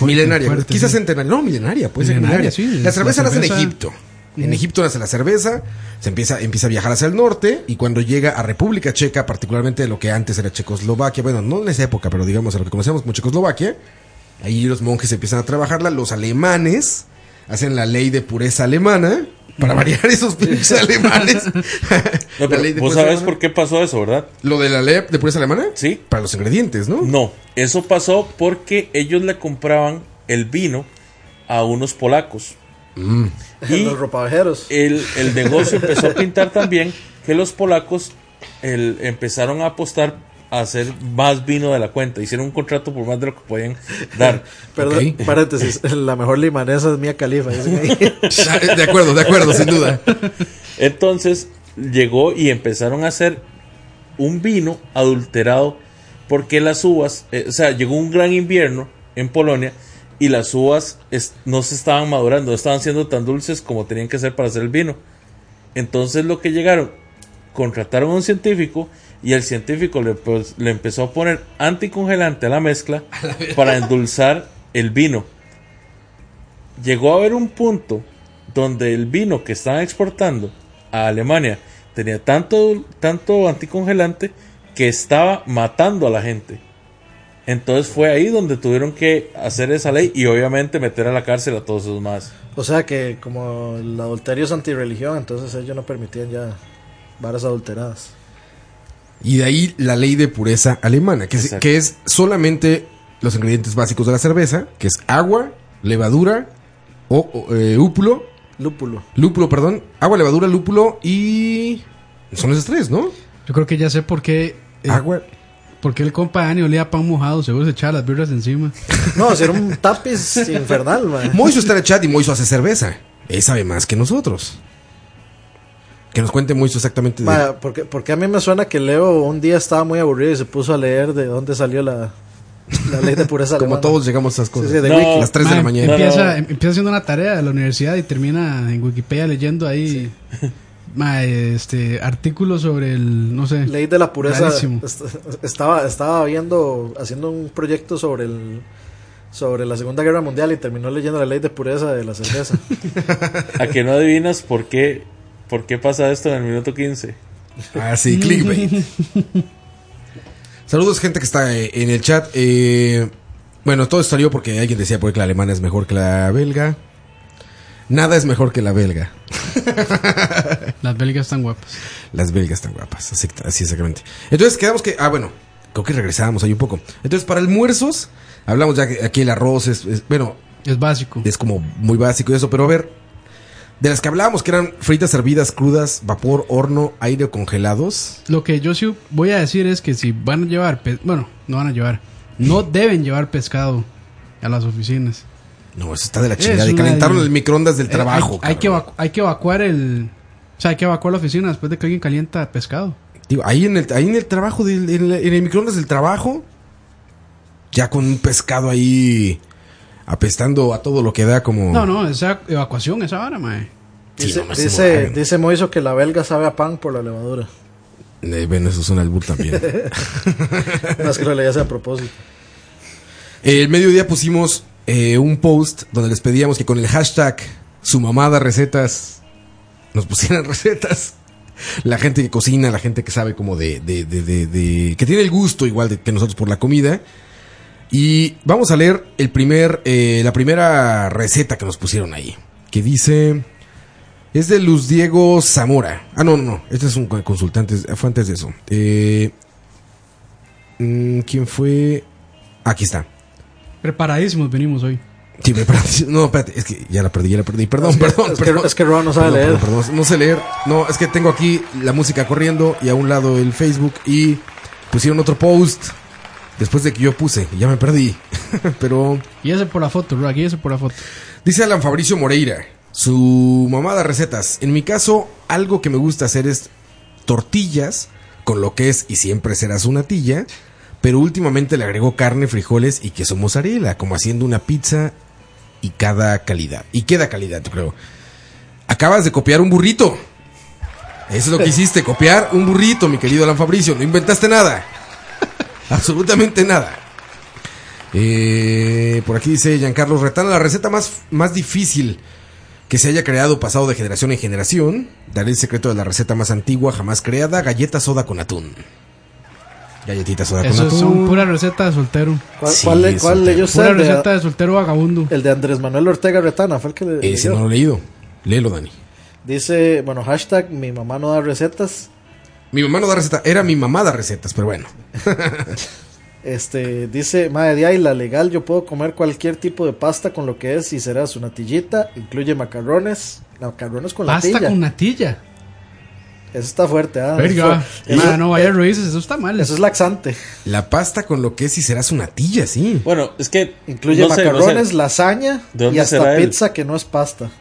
Milenaria, fuerte, quizás sí. centenaria. No, milenaria, puede ser Milenaria, milenaria. sí, la cerveza la nace en cerveza- Egipto. En Ujú. Egipto nace la cerveza, se empieza, empieza a viajar hacia el norte y cuando llega a República Checa, particularmente lo que antes era Checoslovaquia, bueno, no en esa época, pero digamos a lo que conocemos como Checoslovaquia, ahí los monjes empiezan a trabajarla, los alemanes hacen la ley de pureza alemana, para variar esos pinches alemanes. No, pero La ley de ¿Vos pureza sabés alemana. por qué pasó eso, verdad? ¿Lo de la ley de pureza alemana? Sí. Para los ingredientes, ¿no? No, eso pasó porque ellos le compraban el vino a unos polacos. Y Los ropavejeros. el, el negocio empezó a pintar también que los polacos el- empezaron a apostar a hacer más vino de la cuenta. Hicieron un contrato por más de lo que podían dar. Perdón, paréntesis. La mejor limanesa es Mía Califa. dicen ahí. Ah, De acuerdo, de acuerdo, sin duda. Entonces llegó y empezaron a hacer un vino adulterado porque las uvas, eh, o sea, llegó un gran invierno en Polonia y las uvas es- no se estaban madurando, no estaban siendo tan dulces como tenían que ser para hacer el vino. Entonces lo que llegaron, contrataron a un científico y el científico le, pues, le empezó a poner anticongelante a la mezcla para endulzar el vino. Llegó a haber un punto donde el vino que estaban exportando a Alemania tenía tanto, tanto anticongelante que estaba matando a la gente. Entonces fue ahí donde tuvieron que hacer esa ley y obviamente meter a la cárcel a todos esos más. O sea que como el adulterio es antirreligión, entonces ellos no permitían ya varas adulteradas. Y de ahí la ley de pureza alemana, que es, Exacto. que es solamente los ingredientes básicos de la cerveza, que es agua, levadura, o, o, eh, úpulo, Lúpulo. lúpulo, perdón, agua, levadura, lúpulo y... Son esos tres, ¿no? Yo creo que ya sé por qué. eh, Agua. por qué el compa Dani olía a pan mojado, seguro se echaba las birras encima. No, era un tapiz infernal, man. Moiso está en el chat y Moiso hace cerveza. Él sabe más que nosotros. Que nos cuente Moiso exactamente de... Ma, porque, porque a mí me suena que Leo un día estaba muy aburrido y se puso a leer de dónde salió la, la ley de pureza Como alemana. todos llegamos a esas cosas. Sí, sí, de No, Wiki. las 3 de Ma, la mañana. Empieza, em- empieza haciendo una tarea de la universidad y termina en Wikipedia leyendo ahí ma, este artículos sobre el, no sé. Ley de la pureza. Rarísimo. Est- Estaba, estaba viendo, haciendo un proyecto sobre el sobre la Segunda Guerra Mundial y terminó leyendo la ley de pureza de la cerveza. A que no adivinas por qué, por qué pasa esto en el minuto 15. Ah, sí, clickbait. Saludos, gente que está eh, en el chat. Eh, bueno, todo esto salió porque alguien decía pues, que la alemana es mejor que la belga. Nada es mejor que la belga. Las belgas están guapas. Las belgas están guapas, así, así exactamente. Entonces quedamos que, ah, bueno, creo que regresábamos ahí un poco. Entonces, para almuerzos, hablamos ya que aquí el arroz es, es- bueno. Es básico. Es como muy básico y eso, pero a ver, de las que hablábamos que eran fritas, hervidas, crudas, vapor, horno, aire congelados. Lo que yo sí voy a decir es que si van a llevar, pe- bueno, no van a llevar, no deben llevar pescado a las oficinas. No, eso está de la Es chingada. Y una- calentaron el microondas del Eh, trabajo. Hay, hay que evacu- hay que evacuar el, o sea, hay que evacuar la oficina después de que alguien calienta pescado. Digo, ahí en el, ahí en el trabajo, del- en, la- en el microondas del trabajo, ya con un pescado ahí apestando a todo lo que da como... No, no, esa evacuación, esa vara, mae. Sí, Dice, no, no, dice, no. dice Moiso que la belga sabe a pan por la levadura. Eh, bueno, eso es un albur también. no es que lo leías a propósito. el mediodía pusimos eh, un post donde les pedíamos que con el hashtag su mamada recetas nos pusieran recetas. La gente que cocina, la gente que sabe como de, de, de, de- de- que tiene el gusto igual de- que nosotros por la comida. Y vamos a leer el primer, eh, la primera receta que nos pusieron ahí. Que dice... Es de Luz Diego Zamora. Ah, no, no, no. Este es un consultante. Fue antes de eso. Eh, mm, ¿Quién fue? Aquí está. Preparadísimos venimos hoy. Sí, me perdí. No, espérate. Es que ya la perdí, ya la perdí. Perdón, Es que- perdón. es que- perdón. es que Roa no sabe Perdón, leer. perdón, perdón. no sé leer. No, es que tengo aquí la música corriendo y a un lado el Facebook y pusieron otro post después de que yo puse. y Ya me perdí. Pero... Y ese por la foto, Rock, y ese por la foto. Dice Alan Fabricio Moreira, su mamá da recetas. En mi caso, algo que me gusta hacer es tortillas, con lo que es y siempre será su natilla, pero últimamente le agrego carne, frijoles y queso mozzarella, como haciendo una pizza y cada calidad. Y queda calidad, yo creo. Acabas de copiar un burrito. Eso es lo que hiciste, copiar un burrito, mi querido Alan Fabricio. No inventaste nada. Absolutamente nada. Eh, por aquí dice Giancarlo Retana, la receta más, más difícil que se haya creado pasado de generación en generación. Daré el secreto de la receta más antigua jamás creada, galleta soda con atún. Galletita soda con Eso atún. son pura receta de soltero. ¿Cuál, cuál le- cuál leyó usted? Pura El de- receta de soltero vagabundo. El de Andrés Manuel Ortega Retana fue el que le- Ese leyó. no lo he leído. Léelo, Dani. Dice, bueno, hashtag mi mamá no da recetas. Mi mamá no da receta, era mi mamá da recetas, pero bueno. Este, dice, madre de ahí, la legal, yo puedo comer cualquier tipo de pasta con lo que es y será su natillita, incluye macarrones, macarrones con Pasta natilla. con natilla. Eso está fuerte, ah. Verga. Eso- eso- Mae, no vaya Ruiz, eso está mal. eso es laxante. La pasta con lo que es y serás una tilla, sí. Bueno, es que Incluye no sé, no sé. macarrones, lasaña ¿De dónde y hasta será él? pizza que no es pasta.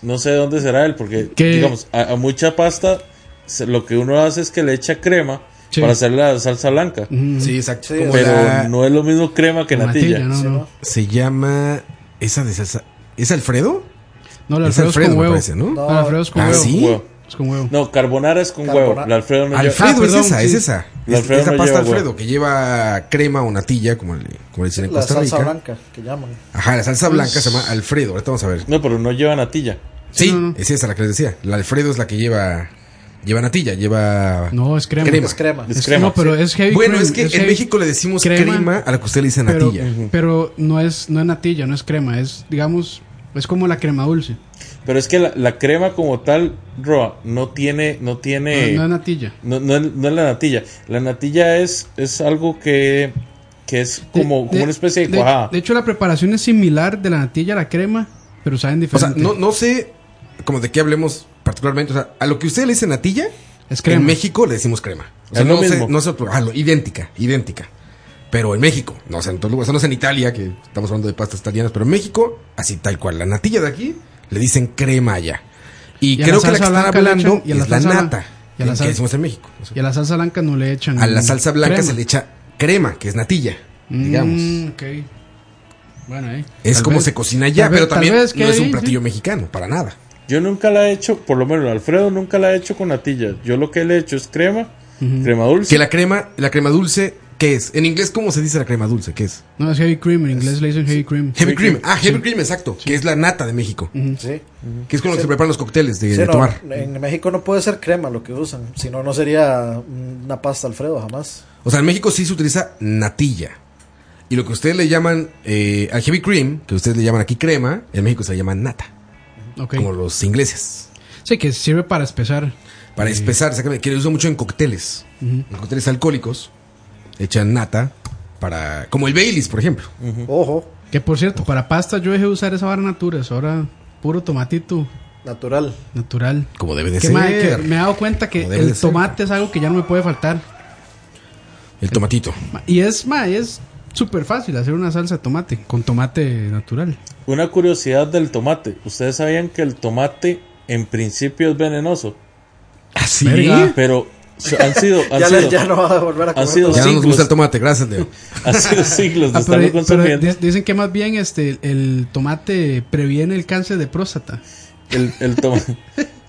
No sé de dónde será él, porque ¿Qué? digamos, a, a mucha pasta se- lo que uno hace es que le echa crema Sí. para hacer la salsa blanca. Sí, exacto. Sí, Como Pero la- no es lo mismo crema que natilla. Natilla, no, no. Se llama. Esa de salsa. ¿Es Alfredo? No, el Es Alfredo es Alfredo, con me huevo. parece, ¿no? No, el Alfredo es con Ah, huevo. ¿sí? Huevo. Es con huevo. No, carbonara es con huevo. La Alfredo no Alfredo lleva- es perdón, esa, es sí. esa. La Es, Alfredo es la no pasta lleva Alfredo, huevo. que lleva crema o natilla, como le, como le dicen en La Costa salsa Rica. blanca que llaman. Ajá, la salsa blanca se llama Alfredo. Ahorita vamos a ver. No, pero no lleva natilla. Sí, es esa la que les decía. La Alfredo es la que lleva. Lleva natilla, lleva. No, es crema. Crema. Es crema. Es Es crema. No, pero es heavy. Bueno, cream, es que en heavy. México le decimos crema, crema, a la que usted le dice Pero, natilla. pero no es no es natilla, no es crema, es digamos es como la crema dulce. Pero es que la, la crema como tal, Roa, no tiene, no tiene, No, no no, es natilla. no es, no es la natilla. La natilla es, es algo que, que es como, como una especie de cuajada. De hecho la preparación es similar de la natilla a la crema, pero saben O sea, diferente. no, no sé como de qué hablemos particularmente. O sea, a lo que usted le dice natilla, es crema. en México le decimos crema. O sea, Es lo no sé- mismo. no sé otro- ah, lo- idéntica, idéntica. Pero en México, no sé en todos lugares, o sea, no sé en Italia, que estamos hablando de pastas italianas, pero en México, así tal cual. La natilla de aquí le dicen crema allá. Y, Y a creo la que la que salsa están blanca le hablando echan- y a la es la salsa blan- nata, y a la que sal- decimos en México. O sea, Y a la salsa blanca no le echan a la salsa blanca crema. se le echa crema, que es natilla, digamos. Mm, ok. Bueno, eh. Es Tal como vez- se cocina allá, tal vez- pero tal también vez que no es ahí, un platillo mexicano, para nada. Yo nunca la he hecho, por lo menos Alfredo nunca la he hecho con natilla. Yo lo que le he hecho es crema, crema dulce. Que la crema, la crema dulce, ¿qué es? En inglés, ¿cómo se dice la crema dulce? ¿Qué es? No, es heavy cream, en inglés le dicen heavy cream. Heavy cream. Ah, heavy cream, exacto. Que es la nata de México. Sí. Que es con lo que se preparan los cócteles de, Sí, de no, tomar. en México no puede ser crema lo que usan, si no, no sería mm, una pasta Alfredo jamás. O sea, en México sí se utiliza natilla. Y lo que ustedes le llaman eh, al heavy cream, que ustedes le llaman aquí crema, en México se le llama nata. Ok. como los ingleses. Sí, que sirve para espesar. Para Eh, espesar, exactamente, que lo uso mucho en cócteles, Ujú. en cócteles alcohólicos, echan nata para, como el Baileys, por ejemplo. Ojo. Que por cierto, para pasta yo dejé de usar esa vara naturas. Ahora puro tomatito Natural. natural. Como debe de Que, ser. mae, que me he dado cuenta que Como debe de el ser. tomate es algo que ya no me puede faltar. El tomatito. Ma- Y es, ma, es súper fácil hacer una salsa de tomate con tomate natural. Una curiosidad del tomate. ¿Ustedes sabían que el tomate en principio es venenoso? ¿Así? Verga. Pero s- han sido. Han Ya le- sido ya no va a volver a Han comer sido Ya no nos siglos. gusta el tomate, gracias, Leo. Han sido siglos de Ah, pero- estarlo pero Pues consumiendo. di- dicen que más bien este el tomate previene el cáncer de próstata. El, el toma-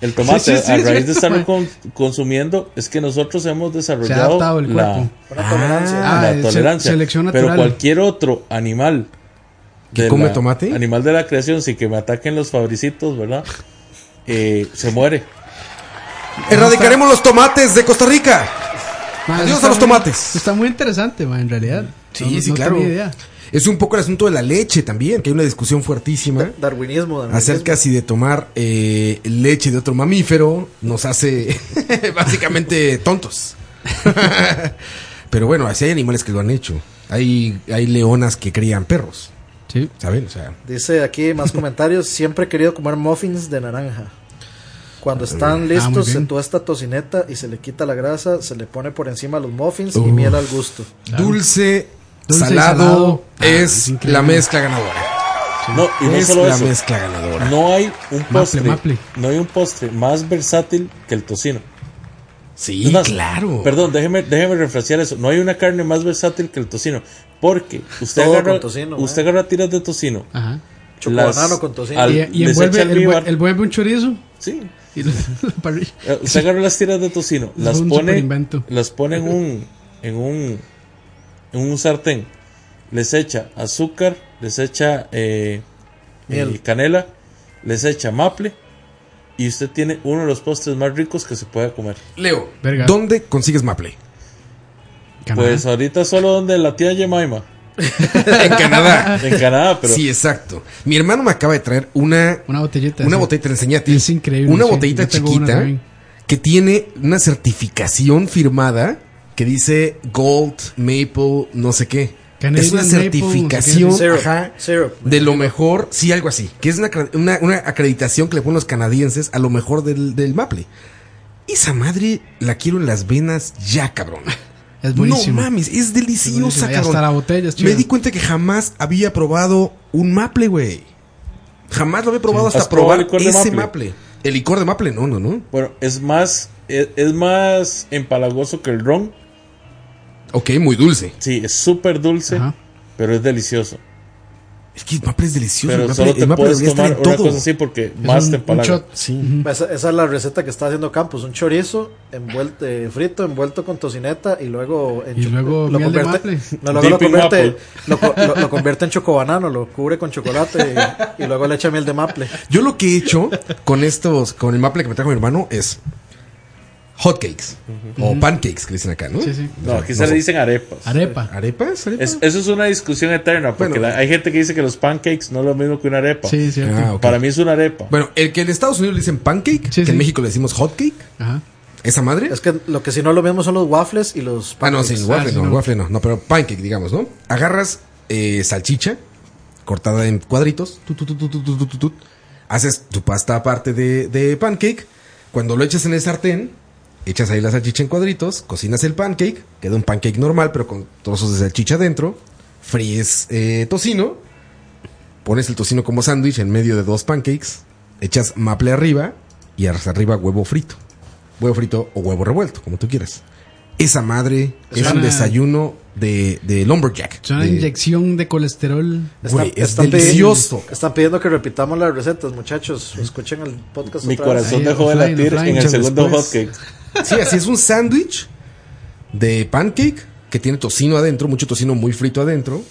el tomate, Sí, sí, sí, a es raíz de estarlo verdad, con- consumiendo, es que nosotros hemos Se ha desarrollado adaptado el la, cuerpo. Una tolerancia. Ah, la el se- tolerancia. selección pero natural. cualquier otro animal. ¿Que de come la- tomate? Animal de la creación, si que me ataquen los fabricitos, ¿verdad? Eh, se muere. Erradicaremos los tomates de Costa Rica. Ma, Adiós a eso está los muy- tomates. Está muy interesante, ma, en realidad. Sí, No- sí, no claro. tenía idea. Es un poco el asunto de la leche también, que hay una discusión fuertísima Darwinismo, darwinismo. acerca si de tomar eh, leche de otro mamífero nos hace básicamente tontos. Pero bueno, así hay animales que lo han hecho. Hay, hay leonas que crían perros, Sí. ¿saben? O sea, Dice aquí más comentarios. Siempre he querido comer muffins de naranja. Cuando están Ah, muy listos, se bien. tuesta tocineta y se le quita la grasa, se le pone por encima los muffins y Uf. miel al gusto. dulce, Dulce y salado, salado. es, Ah, es increíble. la mezcla ganadora. No, y no es solo la eso. mezcla ganadora. No hay un postre. maple. No hay un postre más versátil que el tocino. Sí, Es más, claro. Perdón, déjeme, déjeme refrasear eso. No hay una carne más versátil que el tocino. Porque usted Todo agarra, con tocino, usted agarra tiras de tocino. Ajá. Chocobanano con tocino. al- Y, y les envuelve, echa el el, vivar- vue- el vuelve un chorizo sí. y la, la parrilla. Eh, Usted agarra las tiras de tocino, Es las un pone, superinvento. las pone en un, en un, en un sartén. Les echa azúcar, les echa eh, Miel. eh, canela, les echa maple y usted tiene uno de los postres más ricos que se pueda comer. Leo, Verga. ¿dónde consigues maple? Canadá. Pues ahorita solo donde la tía Jemima en Canadá. en Canadá, pero Sí, exacto. Mi hermano me acaba de traer una una botellita. Una sí. botellita, te enseñé a ti. Es increíble, Una sí. botellita Yo tengo una chiquita también. que tiene una certificación firmada que dice Gold, Maple, no sé qué. Canadian es una Maple, certificación no Syrup, ajá, syrup. de lo mejor, sí, algo así. Que es una, acre- una- una acreditación que le ponen los canadienses a lo mejor del, del Maple. Esa madre la quiero en las venas ya, cabrón. Es buenísimo. No mames, es buenísimo. deliciosa, Y cabrón. hasta la botella es chida. Me di cuenta que jamás había probado un maple, güey. Jamás lo había probado ¿Has hasta probado probar el licor de ese maple? maple? El licor de maple, no, no, no. bueno, es más, es, es más empalagoso que el ron. Ok, muy dulce. Sí, es súper dulce, Ajá. pero es delicioso. Es que el maple es delicioso. Pero el maple, solo te el maple puedes debería estar tomar en una todo. cosa así porque más un- te un empalaga. shot. Sí. Esa, esa es la receta que está haciendo Campos, un chorizo envuelto, eh, frito, envuelto con tocineta y luego en Y cho- luego lo miel de convierte, maple. no, luego lo Dipping convierte, lo, co- lo- lo convierte en chocobanano, lo cubre con chocolate y, y luego le echa miel de maple. Yo lo que he hecho con estos, con el maple que me trajo mi hermano es hotcakes o pancakes que le dicen acá, ¿no? Sí, sí. No, aquí se no le sé. dicen arepas. Arepa. ¿Arepas? ¿Arepas? Es- eso es una discusión eterna porque Bueno. la- hay gente que dice que los pancakes no es lo mismo que una arepa. Sí, es cierto. Ah, ok. Para mí es una arepa. Bueno, el que en Estados Unidos le dicen pancake, que Sí, en sí. México le decimos hotcake, Ajá. esa madre. Es que lo que si no lo mismo son los waffles y los Ah, no, sí, pancakes. waffle Ah, sí, no, no. waffle no, no, pero pancake, digamos, ¿no? Agarras eh, salchicha cortada en cuadritos, tut, tut, tut, tut, tut, tut, tut, tut. haces tu pasta aparte de, de pancake, cuando lo echas en el sartén, echas ahí la salchicha en cuadritos, cocinas el pancake, queda un pancake normal, pero con trozos de salchicha dentro, fríes eh, tocino, pones el tocino como sándwich en medio de dos pancakes, echas maple arriba y hasta arriba huevo frito. Huevo frito o huevo revuelto, como tú quieras. Esa madre es Suena- un desayuno de, de lumberjack. Es una de- inyección de colesterol. Están- Güey, es están pidi- delicioso. están pidiendo que repitamos las recetas, muchachos. Escuchen el podcast. Mi otra corazón Ahí, dejó de offline, latir offline, en el muchas segundo después. hotcake. Sí, así es un sándwich de pancake que tiene tocino adentro, mucho tocino muy frito adentro.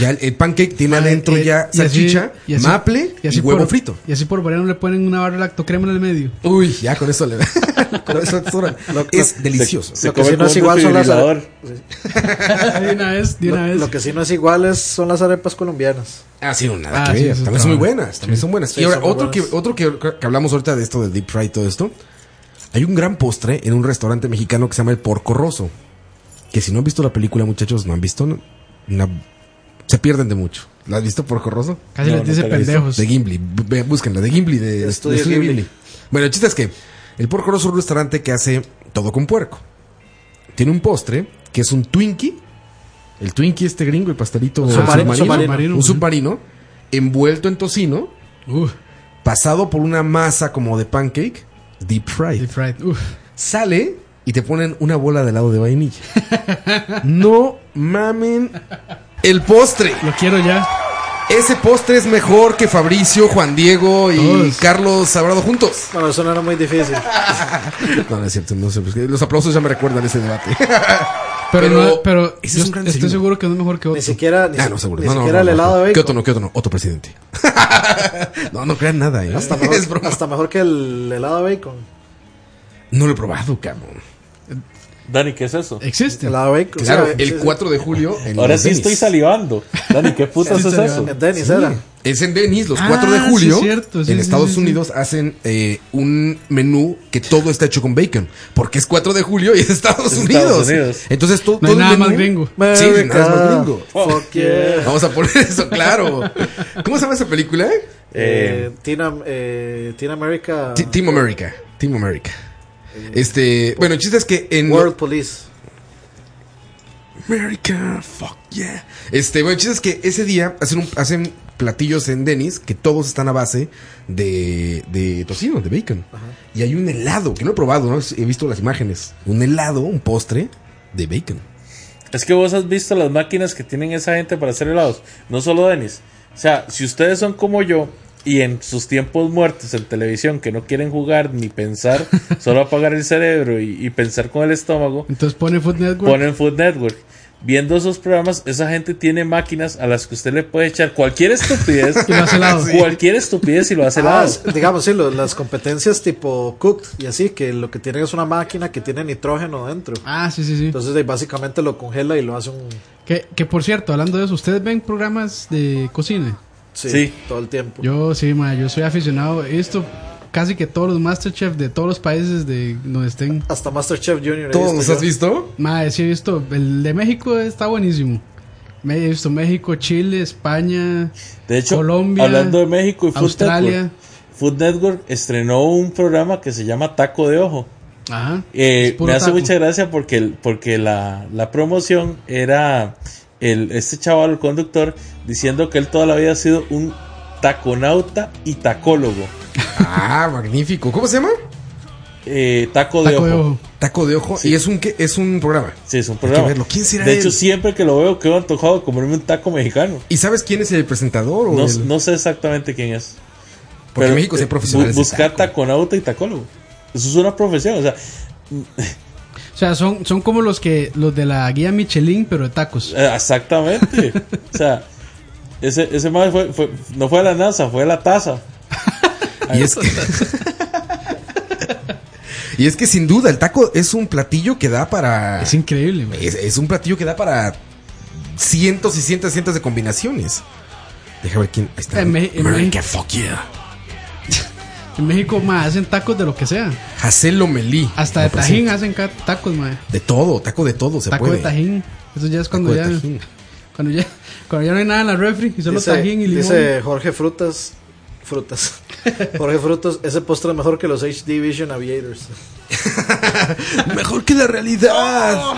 Ya el, el pancake tiene adentro ya eh, Y así- salchicha, y así- maple y, así huevo por- frito. Y así por variar no le ponen una barra de lactocrema en el medio. Uy, ya con eso le con eso sobra. Es delicioso. Lo que sí no es igual son las arepas. de una vez, de una lo, vez. lo que sí no es igual es, son las arepas colombianas. Ah, sí, no, nada Ah, que sí, ver. eso También está son muy bueno. buenas. También Sí. son buenas. Sí, y ahora, son muy otro, que, buenas. otro que, que hablamos ahorita de esto del deep fry y todo esto. Hay un gran postre en un restaurante mexicano que se llama El Porco Rosso. Que si no han visto la película, muchachos, no han visto. no- una- se pierden de mucho. ¿La has visto, Porco Rosso? Casi No, les dice nunca la he visto. pendejos. De Gimli. B- ve- Búsquenla, de Gimli. De, de Estudio Estudio Ghibli. Ghibli. Bueno, el chiste es que El Porco Rosso es un restaurante que hace todo con puerco. Tiene un postre que es un Twinkie. El Twinkie, este gringo, el pastelito Un submarino, submarino. Un submarino envuelto en tocino, pasado por una masa como de pancake, deep fried. Sale y te ponen una bola de helado de vainilla. no mamen el postre. Lo quiero ya. Ese postre es mejor que Fabricio, Juan Diego y Todos. Carlos Sabrado juntos. Bueno, eso no era muy difícil. No, no es cierto, no sé. pues, Los aplausos ya me recuerdan ese debate. Pero, Pero no- pero ese es yo un gran estoy desayuno. seguro que no es mejor que otro. Ni siquiera, ni, Ah, si- no, seguro. ni No, no, siquiera no, el helado ¿eh? no, de bacon. Kioto no, Kioto no. Otro presidente. no, no crean nada, ¿eh? Hasta mejor, hasta mejor que el helado de bacon. No lo he probado, cabrón. Dani, ¿qué es eso? Existe. Helado de bacon. Claro, Sí, eh, sí, el sí. 4 de julio. en Ahora los sí Denny's. estoy salivando. Dani, ¿qué putas es eso? Sí. Es en Denis, los 4 Ah, de julio. sí, cierto, sí, en sí, Estados sí, sí. Unidos hacen eh, un menú que todo está hecho con bacon. Porque es 4 de julio y es Estados, Es Unidos. Estados Unidos. Entonces todo, No hay todo el nada menú- más gringo. Sí, no hay nada más America, gringo. fuck yeah. Vamos a poner eso, claro. ¿Cómo se llama esa película? Eh, Teen, Am- eh, Teen America. Ah. Ti- Team America. Team America. Este, bueno, el chiste es que en World Police. America, fuck yeah. Este, bueno, el chiste es que ese día hacen, un- hacen platillos en Dennis que todos están a base de, de tocino, de bacon. Y hay un helado, que no he probado, ¿no? he visto las imágenes. Un helado, un postre de bacon. Es que vos has visto las máquinas que tienen esa gente para hacer helados. No solo Denis. O sea, si ustedes son como yo y en sus tiempos muertos en televisión que no quieren jugar ni pensar, solo apagar el cerebro y, y pensar con el estómago, Entonces pone Food Network. ponen Food Network. Viendo esos programas, esa gente tiene máquinas a las que usted le puede echar cualquier estupidez. Y lo hace helado. Cualquier estupidez y lo hace Ah, helado. es- digamos, sí, lo- las competencias tipo cooked y así, que lo que tienen es una máquina que tiene nitrógeno dentro. Ah, sí, sí, sí. Entonces, de ahí básicamente lo congela y lo hace un. Que, que por cierto, hablando de eso, ¿ustedes ven programas de cocina? Sí, Todo el tiempo. Yo sí, ma, yo soy aficionado. Esto casi que todos los Masterchef de todos los países de donde estén. Hasta Masterchef Junior. ¿Todos los has visto? Ma, sí he visto. El de México está buenísimo. Me he visto México, Chile, España, De hecho, Colombia, hablando de México y Food Australia. Network, Food Network estrenó un programa que se llama Taco de Ojo. Ajá. Eh, puro me hace taco. mucha gracia porque, el- porque la, la promoción era el, este chaval, el conductor, diciendo que él toda la vida ha sido un taconauta y tacólogo. Ah, magnífico. ¿Cómo se llama? Eh, taco de ojo. Taco de ojo. Y es un, que- es un programa. Sí, es un programa. verlo. ¿Quién será de él? hecho, siempre que lo veo, quedo antojado de comerme un taco mexicano. ¿Y sabes quién es el presentador? o No, el- no sé exactamente quién es. Porque en México sí hay eh, profesionales de buscar taconauta y tacólogo. Eso es una profesión. O sea, O sea, son, son como los que los de la guía Michelin, pero de tacos. Eh, Exactamente. o sea, ese, ese madre fue, fue- no fue a la NASA, fue a la taza. Y es que- Y es que sin duda el taco es un platillo que da para. Es increíble, es, es un platillo que da para cientos y cientos y cientos de combinaciones. Deja ver quién. Ahí está. En Me- en America, México. fuck yeah. En México, ma, hacen tacos de lo que sea. Hazel Omelí. Hasta de tajín hacen ca- tacos, ma. De todo, taco de todo pues se taco puede. de tajín. Eso ya es cuando Taco ya, de cuando ya. Cuando ya no hay nada en la refri y solo Dice- tajín y limón. Dice Jorge Frutas. Frutas. Jorge Frutas, ese postre es mejor que los HD Vision Aviators. mejor que la realidad.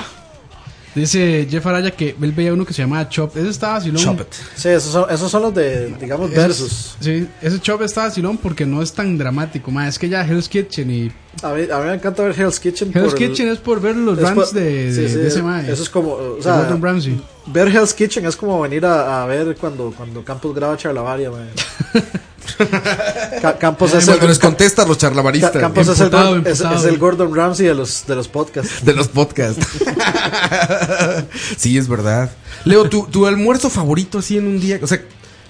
Dice Jeff Araya que él veía uno que se llamaba Chop. Ese estaba vacilón. Chop It. Sí, esos son, esos son los de, digamos, Ese- versus. sí, ese Chop está vacilón porque no es tan dramático. Ma. Es que ya Hell's Kitchen y. A mí, a mí me encanta ver Hell's Kitchen. Hell's por el- Kitchen es por ver los es rants por- de, de- sí, sí, de ese ma. Eso es como, o De sea, Gordon Ramsay. Ver Hell's Kitchen es como venir a, a ver cuando, cuando Campos graba Charlavaria, mae. Ca- Campos es el, Cuando les contesta a los charlavaristas. Ca- Campos es el, Gor- es- es el Gordon Ramsay de los, de los podcasts. De los podcasts. sí, es verdad. Leo, ¿tu, tu almuerzo favorito así en un día. O sea,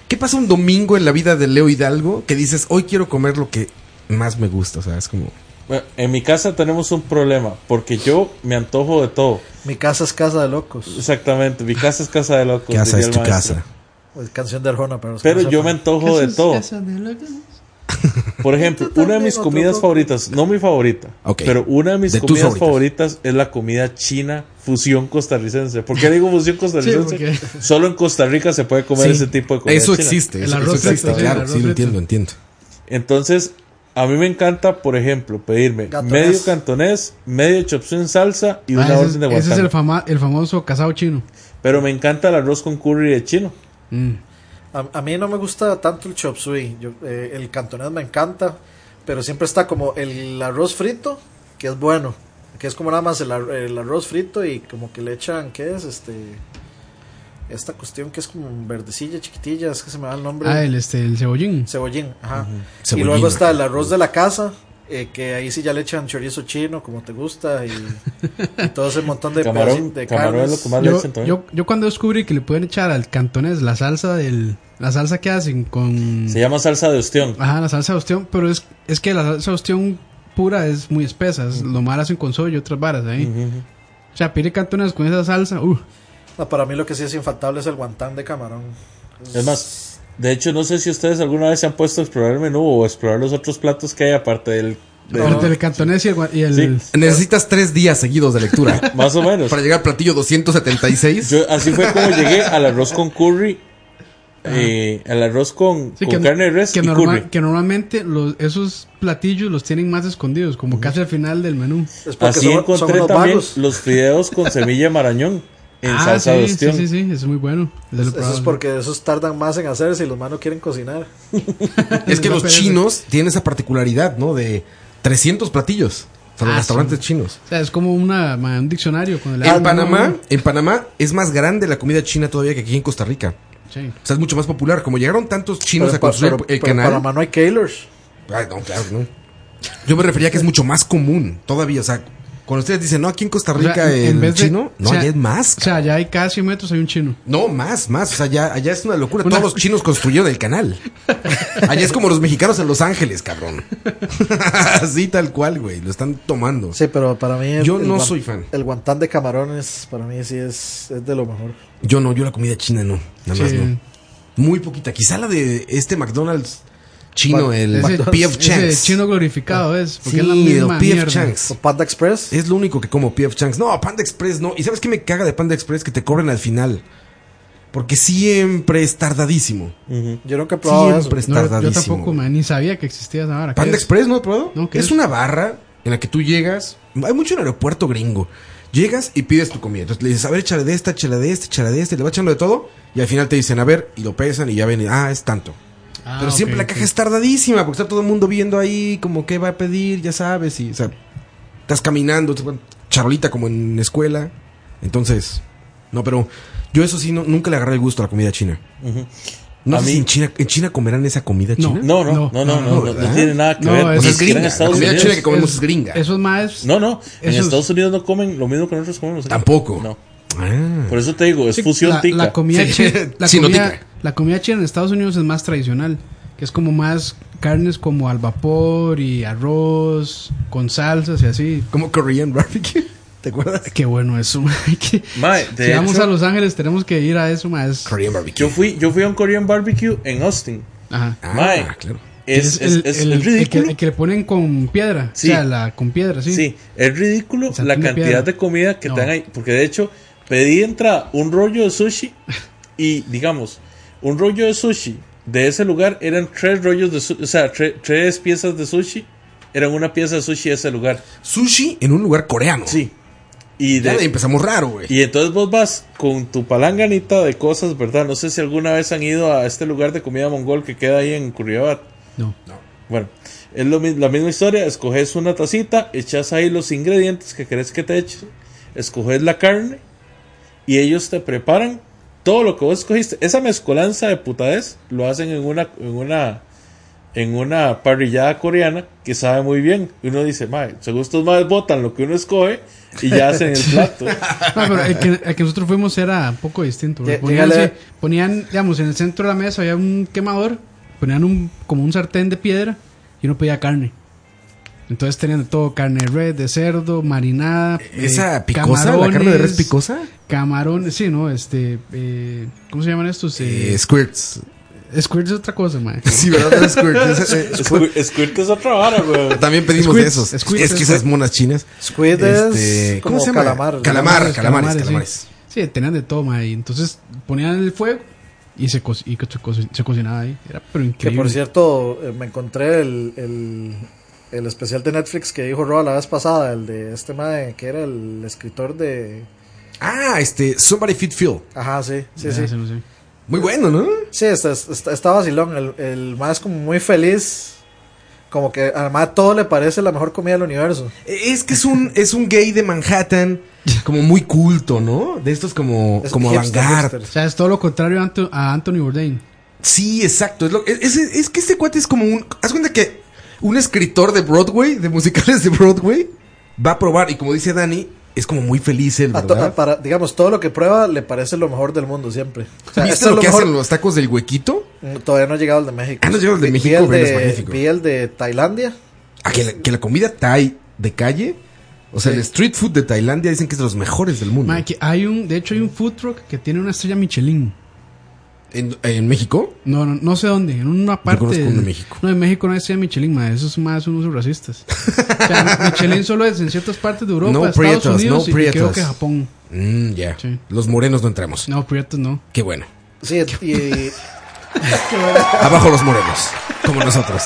¿qué pasa un domingo en la vida de Leo Hidalgo que dices, hoy quiero comer lo que más me gusta? O sea, es como. Bueno, en mi casa tenemos un problema, porque yo me antojo de todo. Mi casa es casa de locos. Exactamente, mi casa es casa de locos. Casa diría es el tu maestro. casa. Es canción de Arjona para los que Pero no yo me sepan. antojo Oh, de todo. Por ejemplo, una de mis otro comidas poco. favoritas, no mi favorita, Ok. pero una de mis De tus comidas favoritas es la comida china fusión costarricense. ¿Por qué digo fusión costarricense? Sí, Solo en Costa Rica se puede comer Sí. ese tipo de comida. Eso china. existe, El eso- arroz eso existe, frito, sí, claro, el arroz sí, lo frito. entiendo, entiendo. Entonces, a mí me encanta, por ejemplo, pedirme Cantonés. medio cantonés, medio chop suey en salsa y Ah, una ese, es- orden de ese es guacamole. el, fama- el famoso casado chino. Pero me encanta el arroz con curry de chino. A, a mí no me gusta tanto el chop suey. Yo, eh, el cantonés me encanta, pero siempre está como el arroz frito, que es bueno. Que es como nada más el, ar- el arroz frito y como que le echan, ¿qué es? Este, esta cuestión que es como verdecilla, chiquitilla, es que se me da el nombre. Ah, el, este, el cebollín. Cebollín, ajá. Y Cebollín, luego está ajá. el arroz de la casa, eh, que ahí sí ya le echan chorizo chino, como te gusta, y, y todo ese montón de, pedaci- de carnes. yo, ¿eh? yo, yo cuando descubrí que le pueden echar al cantonés la salsa del la salsa que hacen con Se llama salsa de ostión. ajá la salsa de ostión pero es es que la salsa de ostión pura es muy espesa es- Mm. lo más hacen con soya y otras varas ahí o sea pide cantonés con esa salsa uh, No, para mí lo que sí es infaltable es el guantán de camarón. Es más, de hecho, no sé si ustedes alguna vez se han puesto a explorar el menú o a explorar los otros platos que hay aparte del. del- el del cantonés y el, gua- y el- Necesitas tres días seguidos de lectura. Más o menos. Para llegar al platillo 276. Yo, así fue como llegué al arroz con curry. eh, al arroz con, Sí, con carne de res que y norma- curry. que normalmente los, esos platillos los tienen más escondidos, como casi al final del menú. Así encontré también los fideos con semilla de marañón en Ah, salsa de sí, ostión. sí, sí, sí, es muy bueno. Ya lo he Eso es probado. porque esos tardan más en hacerse y los más no quieren cocinar. Es que los chinos tienen esa particularidad, ¿no? De 300 platillos. O sea, los Ah, restaurantes sí. chinos. O sea, es como una, ma- un diccionario. Con Ah, el En Panamá, en Panamá es más grande la comida china todavía que aquí en Costa Rica. Sí. O sea, es mucho más popular. Como llegaron tantos chinos Pero a pa- construir pero- el pero canal. Panamá no hay Keylors. Ay, no, claro que no. Yo me refería a que es mucho más común todavía. O sea, cuando ustedes dicen, no, aquí en Costa Rica el vez de- chino, no, o sea, allá es más. O sea, allá hay cada 100 metros hay un chino. No, más, más. O sea, allá, allá es una locura. Todos los chinos construyeron el canal. Allá es como los mexicanos en Los Ángeles, cabrón. Así tal cual, güey. Lo están tomando. Sí, pero para mí. el- Yo el no guan- soy fan. El guantán de camarones, para mí sí es, es de lo mejor. Yo no, yo la comida china no. Nada más Sí. no. Muy poquita. Quizá la de este McDonald's chino, Mac- el Ese- PF ese Chang's. chino glorificado es, porque Sí, es la el misma PF mierda. Chang's. Panda Express? Es lo único que como PF Chang's. No, Panda Express no. ¿Y sabes qué me caga de Panda Express? Que te cobran al final. Porque siempre es tardadísimo. Yo nunca he probado Siempre eso. es No, yo tardadísimo. tampoco, ma, ni sabía que existía esa vara. ¿Qué Panda es? Express, ¿no he probado? No, ¿qué es es? una barra en la que tú llegas. Hay mucho en el aeropuerto gringo. Llegas y pides tu comida. Entonces le dices, a ver, échale de esta, échale de esta, échale de esta. Y le va echando de todo. Y al final te dicen, a ver, y lo pesan y ya ven. y, Ah, es tanto. Ah, Pero siempre ok, la ok. caja es tardadísima. Porque está todo el mundo viendo ahí, como qué va a pedir, ya sabes. Y, o sea, estás caminando, te ponen charolita como en escuela. Entonces, no, pero yo eso sí, no, nunca le agarré el gusto a la comida china. Ujú. No A sé mí- si en China, en China comerán esa comida china. No, no, no, no, no, no, no Ah. ¿verdad? tiene nada que No, ver. pues es- ni es siquiera gringa, en Estados la comida Unidos. china que comemos es gringa. Esos más. No, no. En esos- Estados Unidos no comen lo mismo que nosotros comemos. aquí. Tampoco. No. Ah. Por eso te digo, es Sí, fusión la, tica. la comida, Sí. china, la, Sinotica. comida, la comida china en Estados Unidos es más tradicional, que es como más carnes como al vapor y arroz con salsas y así. Como Korean barbecue. ¿Te acuerdas? Qué bueno eso. ma, que- Mae, de si vamos hecho- a Los Ángeles tenemos que ir a eso más. Korean barbecue. Yo fui, yo fui a un Korean barbecue en Austin. Ajá. Ah, Mae, claro. es, es, el, es- el- es el que, ridículo. el que le ponen con piedra, Sí. o sea, la, con piedra, sí. Sí, es ridículo Sartén la de cantidad piedra. de comida que No. te dan ahí. Porque de hecho, pedí entrada un rollo de sushi y, digamos, un rollo de sushi de ese lugar eran tres rollos de sushi, o sea, tre- tres piezas de sushi eran una pieza de sushi de ese lugar. Sushi en un lugar coreano. Sí. Y Ya de- de- empezamos raro, güey. Y entonces vos vas con tu palanganita de cosas, ¿verdad? No sé si alguna vez han ido a este lugar de comida mongol que queda ahí en Curriabat. No. Bueno, es lo, mi- la misma historia. Escoges una tacita, echas ahí los ingredientes que querés que te echen, escoges la carne y ellos te preparan todo lo que vos escogiste. Esa mezcolanza de putadez lo hacen en una, en una, en una parrillada coreana que sabe muy bien. Y uno dice, mae, según estos madres botan lo que uno escoge y ya hacen el plato. No, pero el que, el que nosotros fuimos era un poco distinto. porque Lle- Ponían, llegale- sí, ponían, digamos, en el centro de la mesa había un quemador, ponían un, como un sartén de piedra y uno pedía carne. Entonces tenían de todo, carne red, de cerdo, marinada. E-, ¿Esa Eh, picosa? ¿La carne de res picosa? Camarones, sí, ¿no? Este, eh, ¿cómo se llaman estos? Eh, Eh, squirts. Squirts es otra cosa, man. Sí, ¿verdad? Squirts. Es- eh, Squirt Squirt es otra vara, weón. También pedimos de Squirt, esos. squirt, es que esas monas chinas. Squid Este, es como calamar. Calamar, calamares, sí. calamares. Sí. tenían de todo, ma, y entonces ponían el fuego y se, co- y se, co- se cocinaba ahí. Era pero Que increíble. por cierto, eh, me encontré el, el, el especial de Netflix que dijo Roa la vez pasada, el de este madre que era el escritor de. Ah, este, Somebody Fit Phil. Ajá, sí, sí, Ah, sí. ese no sé. Muy bueno, ¿no? Sí, está, está, está vacilón. El, el mae es como muy feliz. Como que además todo le parece la mejor comida del universo. Es que es un, es un gay de Manhattan, como muy culto, ¿no? De estos como, como avangar. O sea, es todo lo contrario a, Anto- a Anthony Bourdain. Sí, exacto. Es, lo- es- es- es que este cuate es como un. Haz cuenta que un escritor de Broadway, de musicales de Broadway, va a probar. Y como dice Dani, es como muy feliz él, A to- a ¿verdad? para, digamos, todo lo que prueba le parece lo mejor del mundo siempre. O sea, ¿Viste esto es lo que mejor- hacen los tacos del huequito? Mm, Todavía no he llegado al de México. Ah, no llegó el de Vi- vi México, el pero es de- magnífico. Vi el de Tailandia. Ah, que, la, que la comida Thai de calle, o sea, el street food de Tailandia dicen que es de los mejores del mundo. Ma, que hay un, de hecho, hay un food truck que tiene una estrella Michelin. ¿En, en México? No, no, no sé dónde, en una parte. conozco uno en de México. No, en México no hay estrella Michelin, ma, eso es más unos racistas. O sea, Michelin solo es en ciertas partes de Europa, no Estados prietos, no Unidos y prietos. creo que Japón. Mm, ya. Los morenos no entramos. No, prietos no. Qué bueno. Sí, y. Abajo los morenos, como nosotros.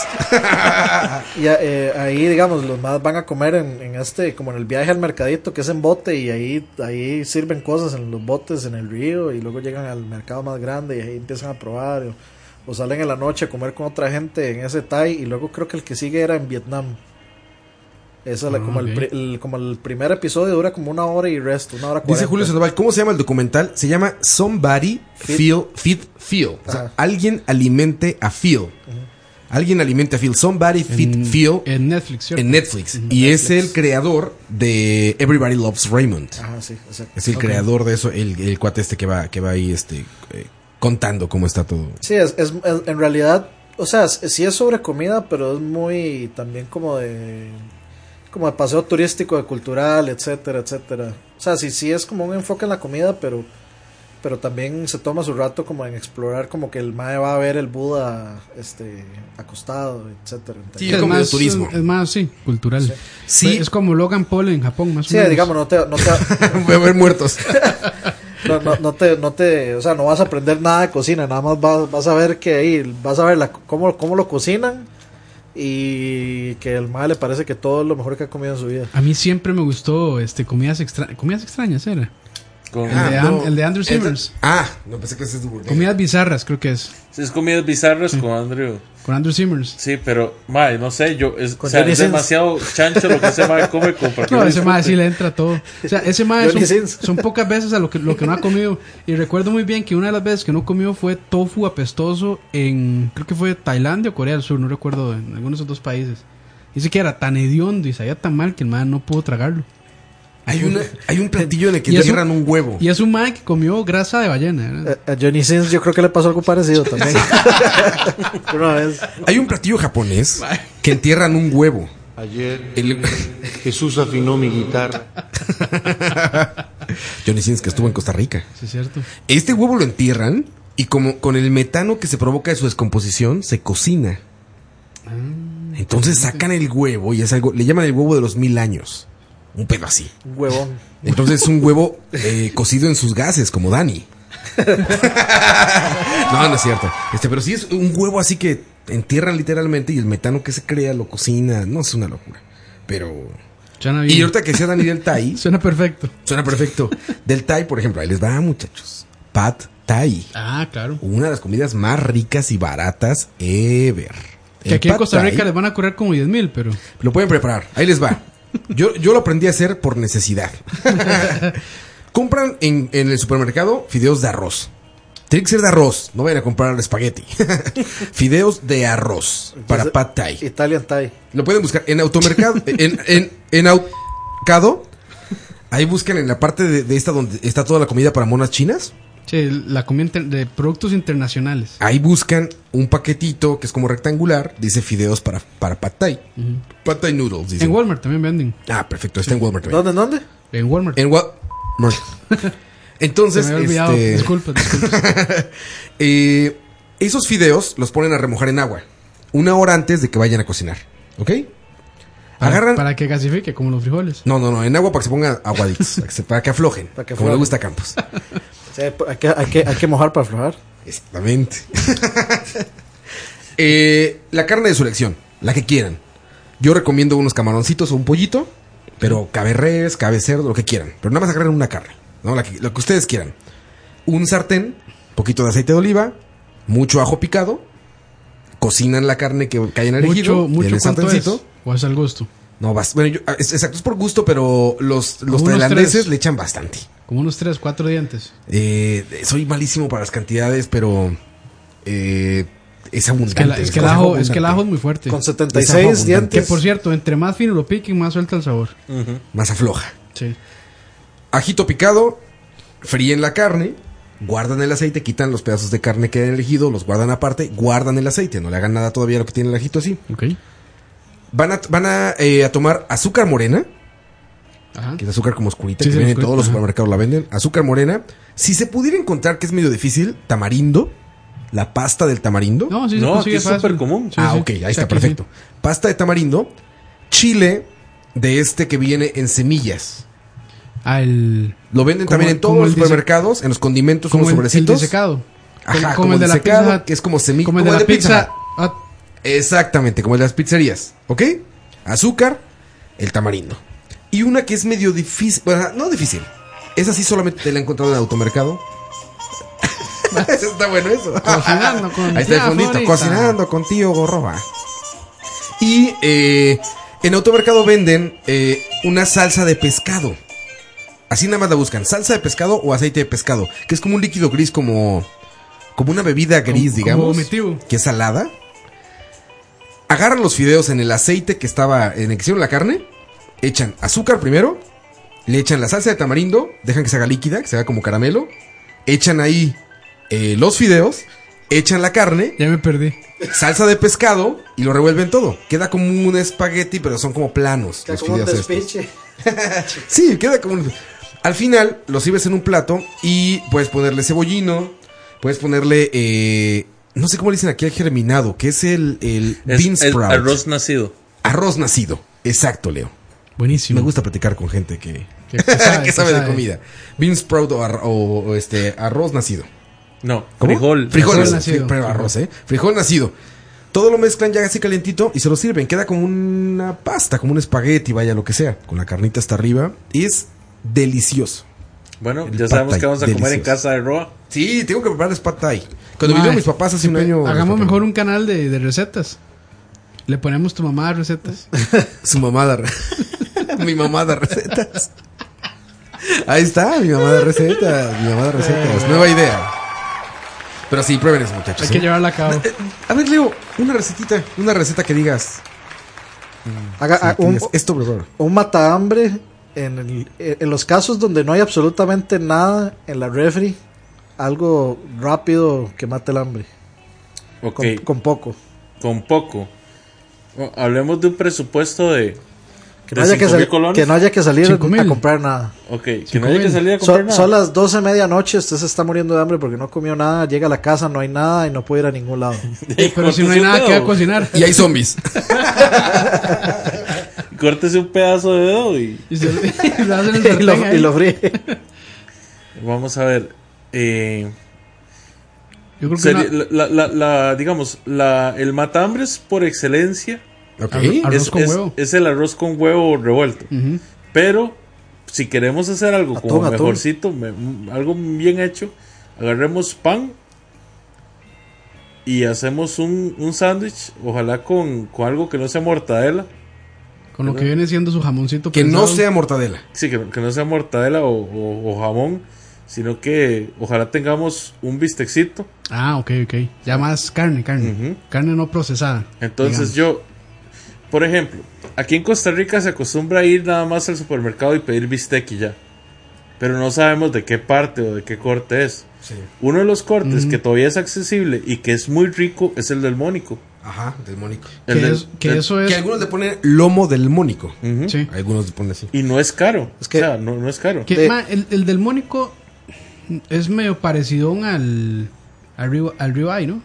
y a- eh, ahí, digamos, los más van a comer en, en este, como en el viaje al mercadito que es en bote y ahí, ahí sirven cosas en los botes en el río y luego llegan al mercado más grande y ahí empiezan a probar o, o salen en la noche a comer con otra gente en ese Thai y luego creo que el que sigue era en Vietnam. Eso Ah, como, ok. el, pri- el- como el primer episodio dura como una hora y resto, una hora cuarenta. Dice Julio Sandoval, ¿cómo se llama el documental? Se llama Somebody Fit. Feel Fit Feel. O sea, Ajá. alguien alimente a Feel. Alguien alimente a Feel. Somebody Fit Feel. En Netflix, ¿cierto? En Netflix. Y es el creador de Everybody Loves Raymond. Ajá, sí, exacto. Es el Ok. creador de eso, el, el cuate este que va, que va ahí este, eh, contando cómo está todo. Sí, es, es- es- en realidad, o sea, es- sí es sobre comida, pero es muy también como de como de paseo turístico, de cultural, etcétera, etcétera. O sea, sí, sí es como un enfoque en la comida, pero pero también se toma su rato como en explorar como que el mae va a ver el Buda este acostado, etcétera. Sí, es, más, es más, sí, cultural. Sí. Es como Logan Paul en Japón, más Sí, o menos. digamos, no te, no te- Voy a ver muertos. No, no, no te, no te, o sea, no vas a aprender nada de cocina, nada más vas, vas a ver que ahí, vas a ver la, cómo, cómo lo cocinan y que el mal le parece que todo es lo mejor que ha comido en su vida. A mí siempre me gustó este comidas extrañas. Comidas extrañas era. Eh. El, Con- de Ah, An- no. el de Andrew Es- Simmers. Ah, no pensé que ese es de Burger. Comidas bizarras, creo que es. Es comidas bizarras con Andrew. Con Andrew Simmers. Sí, pero, madre, no sé, yo, es, o sea, Johnny es Sins. demasiado chancho lo que ese madre come como para que No, lo ese mae disfrute. sí le entra todo. O sea, ese mae Johnny son, son pocas veces a lo que, lo que no ha comido. Y recuerdo muy bien que una de las veces que no comió fue tofu apestoso en, creo que fue Tailandia o Corea del Sur, no recuerdo, en alguno de esos dos países. Dice que era tan hediondo y sabía tan mal que el mae no pudo tragarlo. Hay, una, hay un platillo en el que Y es entierran un huevo. Y es un mae que comió grasa de ballena. ¿eh? ¿verdad? Eh. A, a Johnny Sins yo creo que le pasó algo parecido también. Una vez. Hay un platillo japonés que entierran un huevo. Ayer Jesús afinó mi guitarra. Johnny Sins que estuvo en Costa Rica. Sí, es cierto. Este huevo lo entierran y como con el metano que se provoca de su descomposición se cocina. Entonces sacan el huevo y es algo, le llaman el huevo de los mil años. Un pedo así. Un huevón. Entonces es un huevo eh, cocido en sus gases, como Dani. no, no es cierto. Este, pero sí es un huevo así que entierran literalmente y el metano que se crea lo cocina. No, es una locura. Pero. Y ahorita que sea Dani del Tai. Suena perfecto. Suena perfecto. Del Tai, por ejemplo, ahí les va, muchachos. Pad Thai. Ah, claro. Una de las comidas más ricas y baratas ever. Que El aquí en Pad Costa Thai Rica les van a curar como 10 mil, pero. Lo pueden preparar. Ahí les va. Yo, yo lo aprendí a hacer por necesidad. Compran en, en el supermercado fideos de arroz. Tiene que ser de arroz, no vayan a comprar espagueti. fideos de arroz para pad thai. Italian Thai. Lo pueden buscar en automercado, en, en, en Automercado. Ahí buscan en la parte de, de esta donde está toda la comida para monas chinas. Sí, la comida inter- de productos internacionales. Ahí buscan un paquetito que es como rectangular, dice fideos para, para pad thai. Pad thai noodles, dice. En Walmart también venden. Ah, perfecto, está en Walmart. también. ¿Dónde, dónde? En Walmart. En Walmart. Entonces, Se me había olvidado. este, Disculpa, Eh, esos fideos los ponen a remojar en agua una hora antes de que vayan a cocinar, ¿ok? Para, Agarran, para que gasifique, como los frijoles. no, no, no, en agua para que se pongan aguaditos, para que, se- para que aflojen, Para que como le aflojen. gusta a Campos. O sea, hay, que, hay, que, hay que mojar para aflojar. Exactamente. Eh, la carne de su elección, la que quieran. Yo recomiendo unos camaroncitos o un pollito, pero cabe res, cabe cerdo, lo que quieran. Pero nada más agarren una carne, ¿no? La que, lo que ustedes quieran. Un sartén, poquito de aceite de oliva, mucho ajo picado. Cocinan la carne que, que hayan elegido Mucho, mucho en el cuánto es. sartencito. O es al gusto. No, bas- bueno, yo- ah, es- exacto, es por gusto, pero los, los unos tailandeses tres. le echan bastante. Como unos 3, 4 dientes. Eh, soy malísimo para las cantidades, pero eh, es Es que, abundante. la- es, que el demasiado ajo, es que el abundante. ajo es muy fuerte. Con 76 Es ajo abundante. dientes. Que por cierto, entre más fino lo piquen, más suelta el sabor. Más afloja. Sí. Ajito picado, fríen la carne, guardan el aceite, quitan los pedazos de carne que hayan elegido, los guardan aparte, guardan el aceite, no le hagan nada todavía a lo que tiene el ajito así. Van a, van a, eh, a tomar azúcar morena, Ajá. que es azúcar como oscurita, Sí, que sí, viene en oscurita, todos los ajá. supermercados la venden, azúcar morena. Si se pudiera encontrar, que es medio difícil, tamarindo, la pasta del tamarindo. No, sí se No, consigue aquí es fácil. supercomún. Sí, ah, sí. ok, ahí Sí, está, aquí perfecto. Pasta de tamarindo, chile de este que viene en semillas. Ah, Al, Lo venden Como- también en todos como los el dise- supermercados, en los condimentos, como como el, el sobrecitos. disecado. Ajá, como, como el de la disecado, pizza. que es como semilla. Como el de la pizza. Ah, Hut. Exactamente, como el de las pizzerías, ¿ok? Azúcar, el tamarindo. Y una que es medio difícil, bueno, no difícil. Esa sí solamente te la he encontrado en el automercado. Eso está bueno eso. Cocinando con Ahí está el tía fondito, Florita. cocinando con tío Gorroba. Y eh, en automercado venden eh, una salsa de pescado. Así nada más la buscan, salsa de pescado o aceite de pescado, que es como un líquido gris, como, como una bebida gris, Como- digamos, como vomitivo. que es salada. Agarran los fideos en el aceite que estaba en el que hicieron la carne, echan azúcar primero, le echan la salsa de tamarindo, dejan que se haga líquida, que se haga como caramelo, echan ahí eh, los fideos, echan la carne, Ya me perdí. salsa de pescado y lo revuelven todo. Queda como un espagueti, pero son como planos los Como un fideos estos. despiche. Sí, queda como un- Al final lo sirves en un plato y puedes ponerle cebollino, puedes ponerle... eh, no sé cómo le dicen aquí al germinado, que es el, el Es bean el sprout. arroz nacido. Arroz nacido. Exacto, Leo. Buenísimo. Me gusta platicar con gente que, Que- que sabe, que sabe que de sabe. comida. Bean sprout o, ar- o- o este arroz nacido. No, ¿Cómo? frijol. Frijol Frijol nacido. nacido. Fri- pero arroz, ¿eh? Frijol nacido. Todo lo mezclan ya así calentito y se lo sirven. Queda como una pasta, como un espagueti, vaya lo que sea. Con la carnita hasta arriba. Y es delicioso. Bueno, El ya sabemos pad que vamos a thai, comer en delicioso. casa de Roa. Sí, tengo que prepararles pad thai. Cuando vinieron Mae, mis papás hace un empe- año. Hagamos mejor un canal de, de recetas. Le ponemos tu mamá de recetas. Su mamada. mi mamada recetas. Ahí está, mi mamada recetas. Mi mamada recetas. Nueva idea. Pero sí, prueben eso, muchachos. Hay que ¿eh? llevarla a cabo. A ver, Leo, una recetita. Una receta que digas. Haga, Sí, Ah, ha- que un, digas, esto, por favor. un matahambre en, el- en los casos donde no hay absolutamente nada en la refri. Algo rápido que mate el hambre. Ok. Con, con poco. con poco. Bueno, hablemos de un presupuesto de. Que no, haya que, cinco mil sal- colones. que no haya que salir a comprar nada. Ok, que no haya que salir a So- comprar nada. Son las 12 de medianoche, usted se está muriendo de hambre porque no comió nada, llega a la casa, no hay nada y no puede ir a ningún lado. Pero si no hay nada que cocinar. Y hay zombies. Córtese un pedazo de dedo y. Y, se- le hacen el Y lo- sartén ahí. y lo fríe. Vamos a ver. eh, Yo creo que sería- una- la, la- la- digamos, la, el matambres por excelencia Ok. Arro- arroz es, con es- huevo. es el arroz con huevo revuelto. Ujú. Pero si queremos hacer algo como Atún, atún. mejorcito, me- m- algo bien hecho, agarremos pan y hacemos un, un sándwich, ojalá con, con algo que no sea mortadela. Con lo que viene siendo su jamoncito pensado. mortadela. Sí, que no, que no sea mortadela o, o- o jamón, sino que ojalá tengamos un bistecito. Ah, ok, ok. Ya más carne, carne. Carne no procesada. Entonces yo, por ejemplo, aquí en Costa Rica se acostumbra a ir nada más al supermercado y pedir bistec y ya. Pero no sabemos de qué parte o de qué corte es. Uno de los cortes Mm. Ujú. que todavía es accesible y que es muy rico es el del mónico. Ajá, del mónico. El del- el- Pues- Que algunos le ponen lomo del mónico. Sí. Algunos le ponen así. Y no es caro. o sea, no, no es caro. Que, ma, el, el del Mónico es medio parecido al, al, rib- al ribeye, ¿no?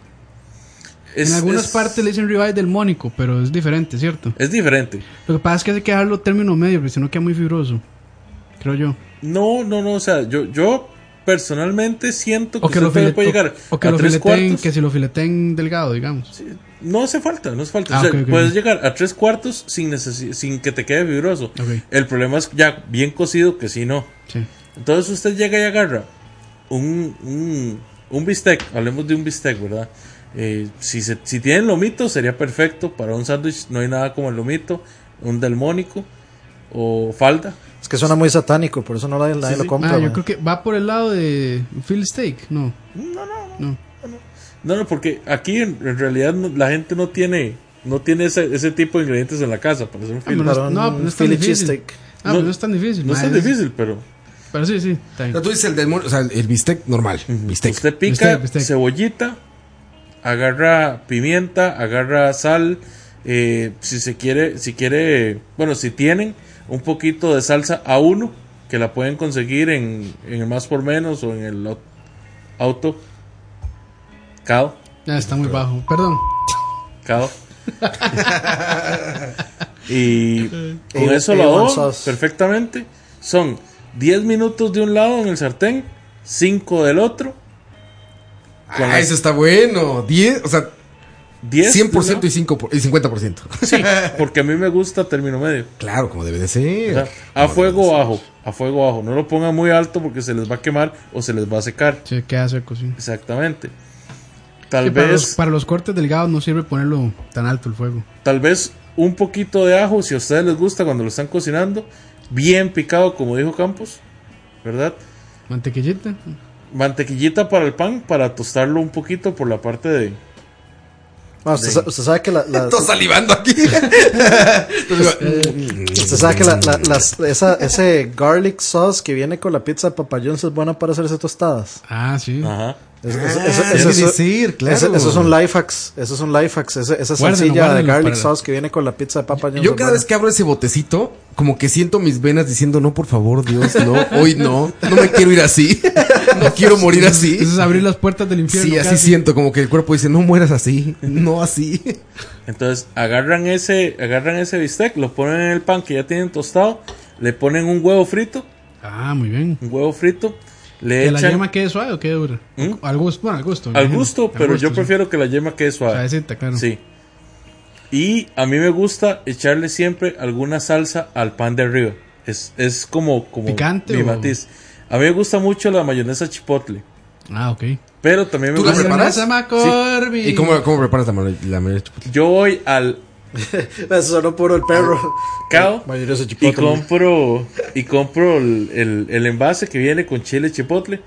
Es- en algunas es- partes le dicen ribeye del Mónico, pero es diferente, ¿cierto? Es diferente. Lo que pasa es que hay que dejarlo término medio, porque si no queda muy fibroso. Creo yo. No, no, no. O sea, yo, yo personalmente siento que, O que, usted lo, todavía file- puede o- llegar o que a lo tres fileteen, cuartos. que si lo fileteen delgado, digamos. No hace falta, no hace falta. Ah, o sea, ok, ok, puedes ok. llegar a tres cuartos sin, necesi- sin que te quede fibroso. El problema es ya bien cocido que si no. Sí. Entonces usted llega y agarra un, un, un bistec, hablemos de un bistec, ¿verdad? Eh, si, se- si tienen lomito sería perfecto para un sándwich, no hay nada como el lomito, un delmónico o falda. Es que suena muy satánico, por eso no nadie, nadie lo compra. Ah, man. yo creo que va por el lado de Phil Steak, ¿no? No, no, no. No, no, porque aquí en, en realidad no- la gente no tiene no tiene ese, ese tipo de ingredientes en la casa para hacer un Ah, pero no es- no, pero no es tan Philly difícil. cheesesteak. Ah, pero no es tan difícil, No es madre. tan difícil, pero Pero sí, sí. O sea, tú dices el del mónico, o sea, el bistec normal. Bistec. usted pica cebollita, agarra pimienta, agarra sal, eh, si se quiere, si quiere, bueno, si tienen un poquito de salsa a uno, que la pueden conseguir en, en el más por menos o en el au- auto. Cao, Ya está muy bajo. Perdón. cao. y con A- eso lo A1 adoban sauce. perfectamente. Son 10 minutos de un lado en el sartén, 5 del otro. Con Ah, la- eso está bueno. 10, o sea, 10, 100% y, 5 por- y 50%. Sí, porque a mí me gusta término medio. Claro, como debe de ser. O sea, a fuego bajo, a fuego bajo. No lo pongan muy alto porque se les va a quemar o se les va a secar. Sí, queda seco, sí. Exactamente. Tal Sí, Para los, vez, para los cortes delgados no sirve ponerlo tan alto el fuego. tal vez un poquito de ajo, si a ustedes les gusta cuando lo están cocinando, bien picado, como dijo Campos, ¿verdad? Mantequillita. Mantequillita para el pan, para tostarlo un poquito por la parte de. Ah, usted, sa- usted sabe que la, la- Estoy salivando aquí. mm, usted sabe que la- la- las- esa- ese garlic sauce que viene con la pizza de papayones es buena para hacerse tostadas. Ah, sí. Ajá. Es- Ah, es- es- debe es- eso- ser, claro. ese- Esos son life hacks. Esos son life hacks. Ese- esa Guárdenlo, sencilla de guárdenlo garlic para la- sauce que viene con la pizza de Papa John's Yo es cada buena. vez que abro ese botecito, como que siento mis venas diciendo, no, por favor, Dios, no, hoy no, no me quiero ir así, no quiero morir así. Eso es abrir las puertas del infierno. Sí, así casi. siento, como que el cuerpo dice, no mueras así, no así. Entonces agarran ese, agarran ese bistec, lo ponen en el pan que ya tienen tostado, le ponen un huevo frito, Ah, muy bien. un huevo frito, le ¿Que la echan ¿Mm? yema quede suave o quede dura? Al gusto, bueno, al gusto. me al imagino. gusto, Al pero gusto, yo sí. prefiero que la yema quede suave. Suavecita, claro. Sí. Y a mí me gusta echarle siempre alguna salsa al pan de arriba. Es, es como, como ¿Picante mi o? matiz. A mí me gusta mucho la mayonesa chipotle, Ah, ok. pero también me ¿Tú la gusta- preparas? Sí. McCormick. ¿Y cómo, cómo preparas la, ma- la mayonesa chipotle? Yo voy al Eso sonó puro el perro. cao Mayonesa y chipotle. compro y compro el, el- el envase que viene con chile chipotle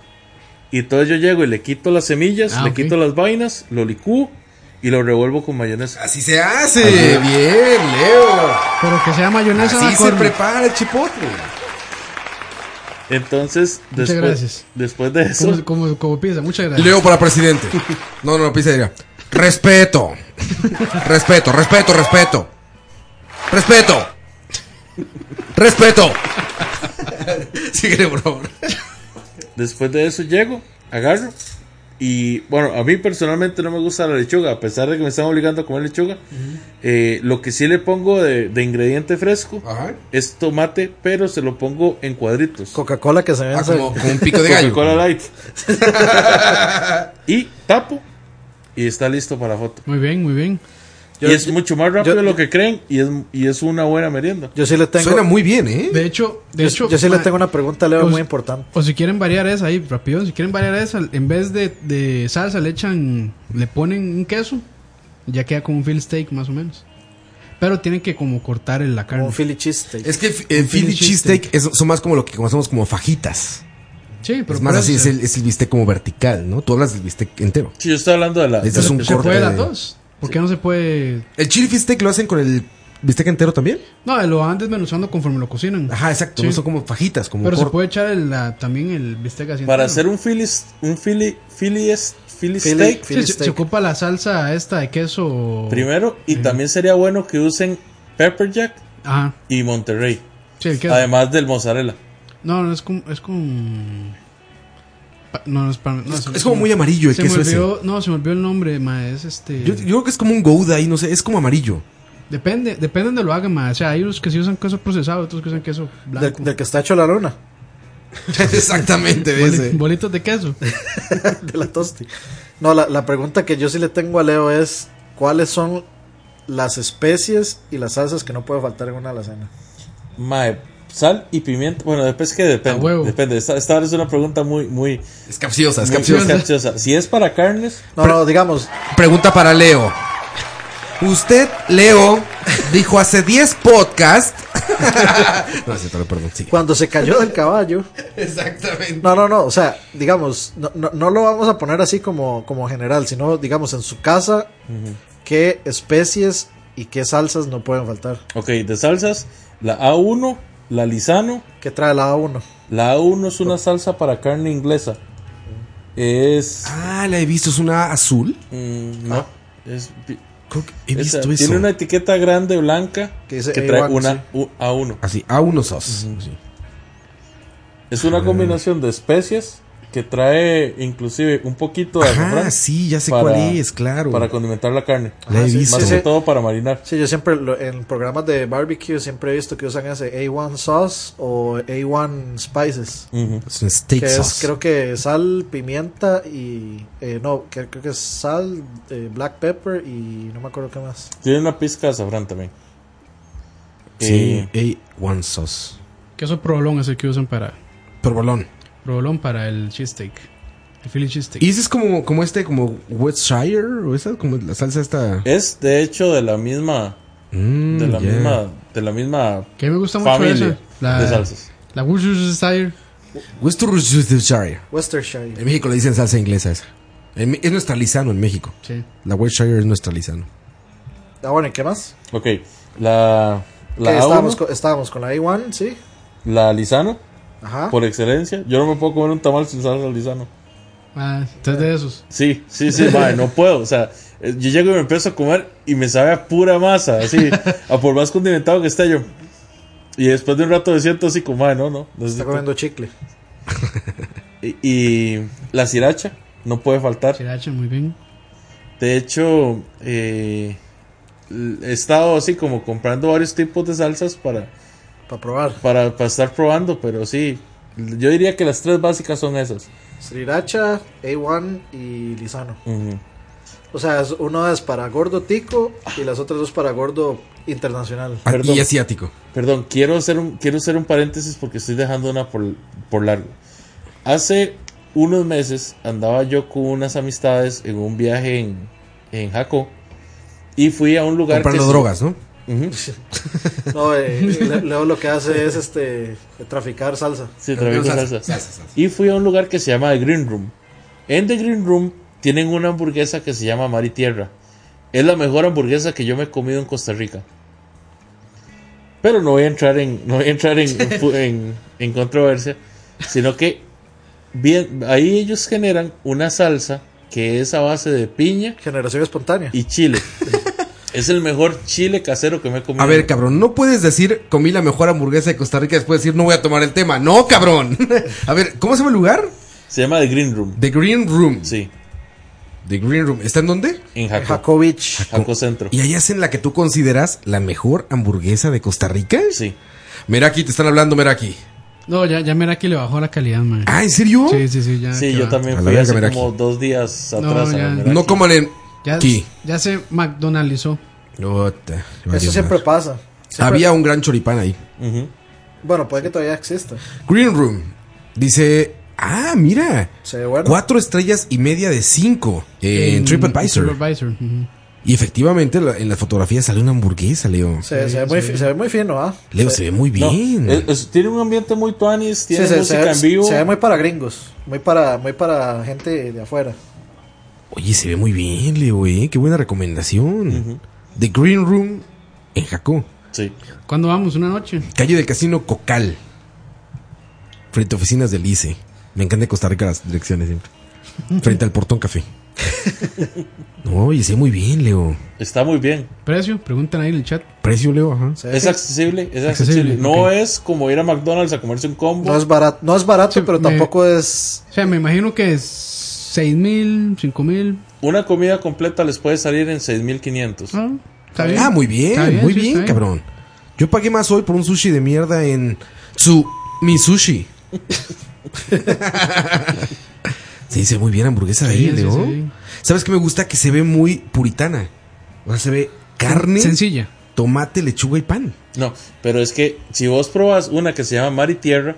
y entonces yo llego y le quito las semillas, Ah, le ok. quito las vainas, lo licúo y lo revuelvo con mayonesa. Así se hace, bien, Leo. Pero que sea mayonesa. Así se McCormick. prepara el chipotle. Entonces, Muchas después, gracias. después de eso, Como, como, como pizza, muchas gracias. Leo para presidente. No, no, no, pizza diría, respeto, respeto, respeto, respeto, respeto, respeto. Síguele, por favor. Después de eso llego, agarro. Y bueno, a mí personalmente no me gusta la lechuga, a pesar de que me están obligando a comer lechuga. Eh, lo que sí le pongo de, de ingrediente fresco Ah, es tomate, pero se lo pongo en cuadritos. Coca-Cola que se vence. Ah, como- como un pico de gallo. Coca-Cola Light. y tapo y está listo para la foto. Muy bien, muy bien. y es mucho más rápido de lo que creen y es, y es una buena merienda. Yo sí le tengo- Suena muy bien, ¿eh? De hecho, de Yo- hecho yo sí le ma- tengo una pregunta, Leo, o muy si- importante. O si quieren variar esa ahí, rápido. Si quieren variar esa, en vez de, de salsa le echan, le ponen un queso. Ya queda como un field steak más o menos. Pero tienen que como cortar el- la carne. Como Philly cheesesteak. Es que el Philly cheesesteak es- son más como lo que conocemos como fajitas. Sí, pero es más por así, eso es se- el, es el bistec como vertical, ¿no? Tú hablas del bistec entero. Sí, yo estoy hablando de la. Este es un se corte. puede las dos. ¿Por qué no se puede? ¿El chili steak lo hacen con el bistec entero también? No, lo van desmenuzando conforme lo cocinan. Ajá, exacto. Sí. No son como fajitas, como Pero se corte. puede echar el, la- también el bistec así. Para entero. hacer un Philly, un Philly, Philly, es- Philly Sí, steak se- se, ocupa la salsa esta de queso. primero y también sería bueno que usen pepper jack Ajá. y Monterrey, Sí, el queso. además del mozzarella. No, no es con. Es con... pa- No, no es para. no, Es- se me- es como muy amarillo el se queso me ese. olvidó- No, se me olvidó el nombre, ma. Es este. Yo, yo creo que es como un gouda ahí, no sé, es como amarillo. Depende, depende de lo hagan, ma. O sea, hay unos que sí usan queso procesado, otros que usan queso blanco. Del, del que está hecho la luna. Exactamente, de Boli- ese. Bolitos de queso. de la tosti. No, la, la pregunta que yo sí le tengo a Leo es: ¿cuáles son las especies y las salsas que no puede faltar en una alacena? Mae, sal y pimienta. Bueno, después que depende. Depende. Esta, esta es una pregunta muy, muy. Es capciosa, es muy capciosa. capciosa. Si es para carnes. No, no, digamos. Pregunta para Leo. Usted, Leo, dijo hace 10 podcasts. no, es cierto, no, perdón, sí. Cuando se cayó del caballo. Exactamente. No, no, no. O sea, digamos, no, no, no lo vamos a poner así como, como general, sino, digamos, en su casa, ¿qué especies y qué salsas no pueden faltar? Ok, de salsas, la A1, la Lisano. ¿Qué trae la A1? La A1 es una salsa para carne inglesa. Es. Ah, la he visto, es una azul. mm, no. Es, he esa- visto Tiene eso. una etiqueta grande blanca que, dice trae A1, Ah, sí. una U- A1. Así, a unos sos. Es Ah. una combinación de especies que trae inclusive un poquito de Ah, azafrán sí, ya sé para- cuál es, claro. para condimentar la carne. Ah, La he Más visto. que todo para marinar. Sí, yo siempre lo- en programas de barbecue siempre he visto que usan ese A1 sauce o A1 spices. Es un steak que es, sauce. creo que sal, pimienta y. eh, no, que- creo que es sal, eh, black pepper y no me acuerdo qué más. Tiene una pizca de azafrán también. Eh, Sí, A1 sauce. Queso provolón es el que usan para. Provolón. Provolón para el cheesesteak. El Philly cheesesteak. ¿Y ese es como, como este, como Worcestershire? ¿O esa? Como la salsa esta. Es de hecho de la misma. Mm, de la ya. misma. De la misma. Que me gusta mucho familia esa, la- de salsas. La Worcestershire. Worcestershire. Worcestershire. Eh, En México le dicen salsa inglesa esa. En Mi- es nuestra lisano en México. Sí. La Worcestershire es nuestra lisano. Ah, bueno, ¿y qué más? Ok. La. Que La estábamos, A1, con, estábamos con la A1, sí. la Lisano. Ajá. Por excelencia. Yo no me puedo comer un tamal sin salsa Lisano. Ah, entonces de esos. Sí, sí, sí, mae, no puedo. O sea, eh, yo llego y me empiezo a comer y me sabe a pura masa, así, a por más condimentado que esté yo. Y después de un rato me siento así como, mae, no, no. Está necesito- comiendo chicle. Y, y la sriracha no puede faltar. Sriracha, muy bien. De hecho, eh, l- he estado así como comprando varios tipos de salsas para, para probar. Para, estar probando, pero sí. Yo diría que las tres básicas son esas. Sriracha, A1 y Lisano. Ujú. O sea, es- uno es para gordo tico y las otras dos para gordo internacional. Perdón. Ah, asiático. Perdón, quiero hacer un, quiero hacer un paréntesis porque estoy dejando una por, por largo. Hace unos meses andaba yo con unas amistades en un viaje en, en Jaco y fui a un lugar. Comprando que se- drogas, ¿no? Ujú. No, eh, le- Leo lo que hace es este traficar salsa. Sí, trabajo con salsas. Y fui a un lugar que se llama The Green Room. En The Green Room tienen una hamburguesa que se llama Mar y Tierra. Es la mejor hamburguesa que yo me he comido en Costa Rica. Pero no voy a entrar en, no voy a entrar en, en pu- en- en controversia, sino que bien, ahí ellos generan una salsa que es a base de piña. Generación espontánea. Y chile. es el mejor chile casero que me he comido. A ver, cabrón, no puedes decir comí la mejor hamburguesa de Costa Rica y después decir no voy a tomar el tema. No, cabrón. A ver, ¿cómo se llama el lugar? Se llama The Green Room. The Green Room. Sí. The Green Room. ¿Está en dónde? En Jaco. Jacovich. Jaco Centro. ¿Y ahí hacen la que tú consideras la mejor hamburguesa de Costa Rica? Sí. Meraki, te están hablando, Meraki. No, ya, ya mira que le bajó la calidad, man. Ah, ¿en serio? Sí, sí, sí. Ya, Sí, que yo Ah, va. también A la fui verga, hace Meraki. como dos días No, atrás. a ya. Meraki. No coman en... Ya, Aquí. ya se McDonaldizó. Puta, Eso valió siempre madre. pasa. Siempre- Había un gran choripán ahí. Bueno, puede que todavía exista. Green Room. Dice, ah, mira. Se ve bueno. Cuatro estrellas y media de cinco en TripAdvisor. TripAdvisor. ujú. Y efectivamente la- en las fotografías sale una hamburguesa, Leo. Se, se ve muy, fi- se ve muy fino, ¿ah? Leo, se ve muy No, bien. Es- es- tiene un ambiente muy tuanis, tiene Sí, se, se música ve- en vivo. se ve muy para gringos, muy para, muy para gente de afuera. Oye, se ve muy bien, Leo, eh. Qué buena recomendación. The Green Room en Jacó. Sí. ¿Cuándo vamos? ¿Una noche? Calle del Casino Cocal. Frente a oficinas del ICE. Me encanta Costa Rica las direcciones siempre. Frente al Portón Café. No, oye, se ve muy bien, Leo. Está muy bien. ¿Precio? Preguntan ahí en el chat. Precio, Leo, ajá. Es accesible, es accesible. Accesible, No es como ir a McDonald's a comerse un combo. No es barato, no es barato pero me- tampoco es... O sea, me imagino que es 6 mil, 5 mil. Una comida completa les puede salir en 6500. Ah, está bien. Ah, muy bien, Está bien, muy sí, bien, está bien. cabrón. Yo pagué más hoy por un sushi de mierda en su mi sushi. sí, se ve muy bien hamburguesa de Sí, ahí, sí, Leo. sí. ¿Sabes qué me gusta? Que se ve muy puritana. O sea, se ve carne, Sencilla. tomate, lechuga y pan. No, pero es que si vos probas una que se llama Mar y Tierra,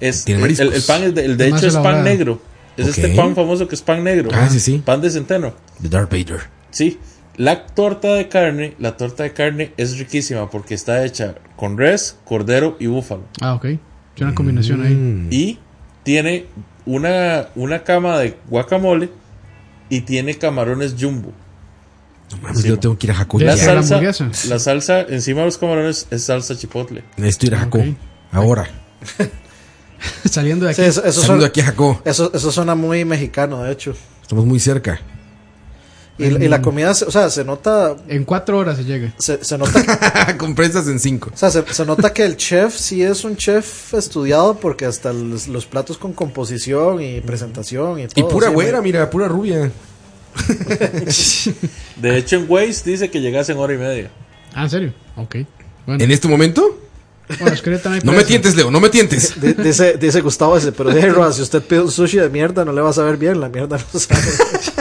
es, Tiene el, mariscos. el pan, es de, el de Es más hecho, es pan elaborada. negro. Es Ok. este pan famoso que es pan negro. Ah, sí, sí. Pan de centeno. The Darth Vader. Sí, la torta de carne, la torta de carne es riquísima porque está hecha con res, cordero y búfalo. Ah, ok. Es una combinación Mm. ahí. Y tiene una, una cama de guacamole y tiene camarones jumbo. No mames, Sí, yo ma. tengo que ir a Jaco. Ya La ya. sé. la salsa, hamburguesa. la salsa encima de los camarones es salsa chipotle. Necesito ir a Jaco. Ok. Ahora. Saliendo de aquí. Sí, eso, eso Saludo suena, aquí a Jaco. eso- eso suena muy mexicano, de hecho. Estamos muy cerca. Y, y Mm. la comida, se- o sea, se nota... En 4 horas se llega. Se, se nota Con prensas en cinco. O sea, se, se nota que el chef sí es un chef estudiado porque hasta los, los platos con composición y presentación y Y Oh, todo. pura sí, güera, muy- mira, pura rubia. De hecho, en Waze dice que llegase en hora y media. Ah, ¿en serio? Ok. Bueno, ¿En este momento? bueno, es que ahorita no hay No me precio. tientes, Leo, no me tientes. Di- Dice, dice Gustavo ese, pero de Roa, si usted pide un sushi de mierda no le va a saber bien, la mierda no sabe.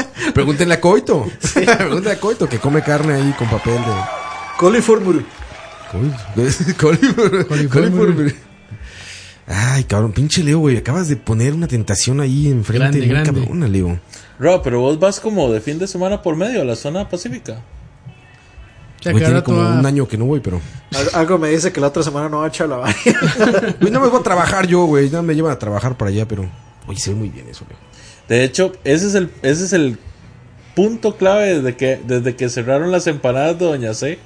Pregúntenle a Coito. Pregúntenle a Coito que come carne ahí con papel de. Coliformuru. Col- Coliflor. Coliflor. Ay, cabrón, pinche Leo, güey. Acabas de poner una tentación ahí enfrente. Grande, bien grande. cabrona, Leo. Rob, pero vos vas como de fin de semana por medio a la zona pacífica. O sea, Güey, tiene que ahora tú como vas- un año que no voy, pero. Al- Algo me dice que la otra semana no va a echar la vaina. Güey, no me voy a trabajar yo, güey. No me llevan a trabajar para allá, pero. Oye, se ve muy bien eso, Leo. De hecho, ese es el, ese es el punto clave desde que, desde que cerraron las empanadas de Doña C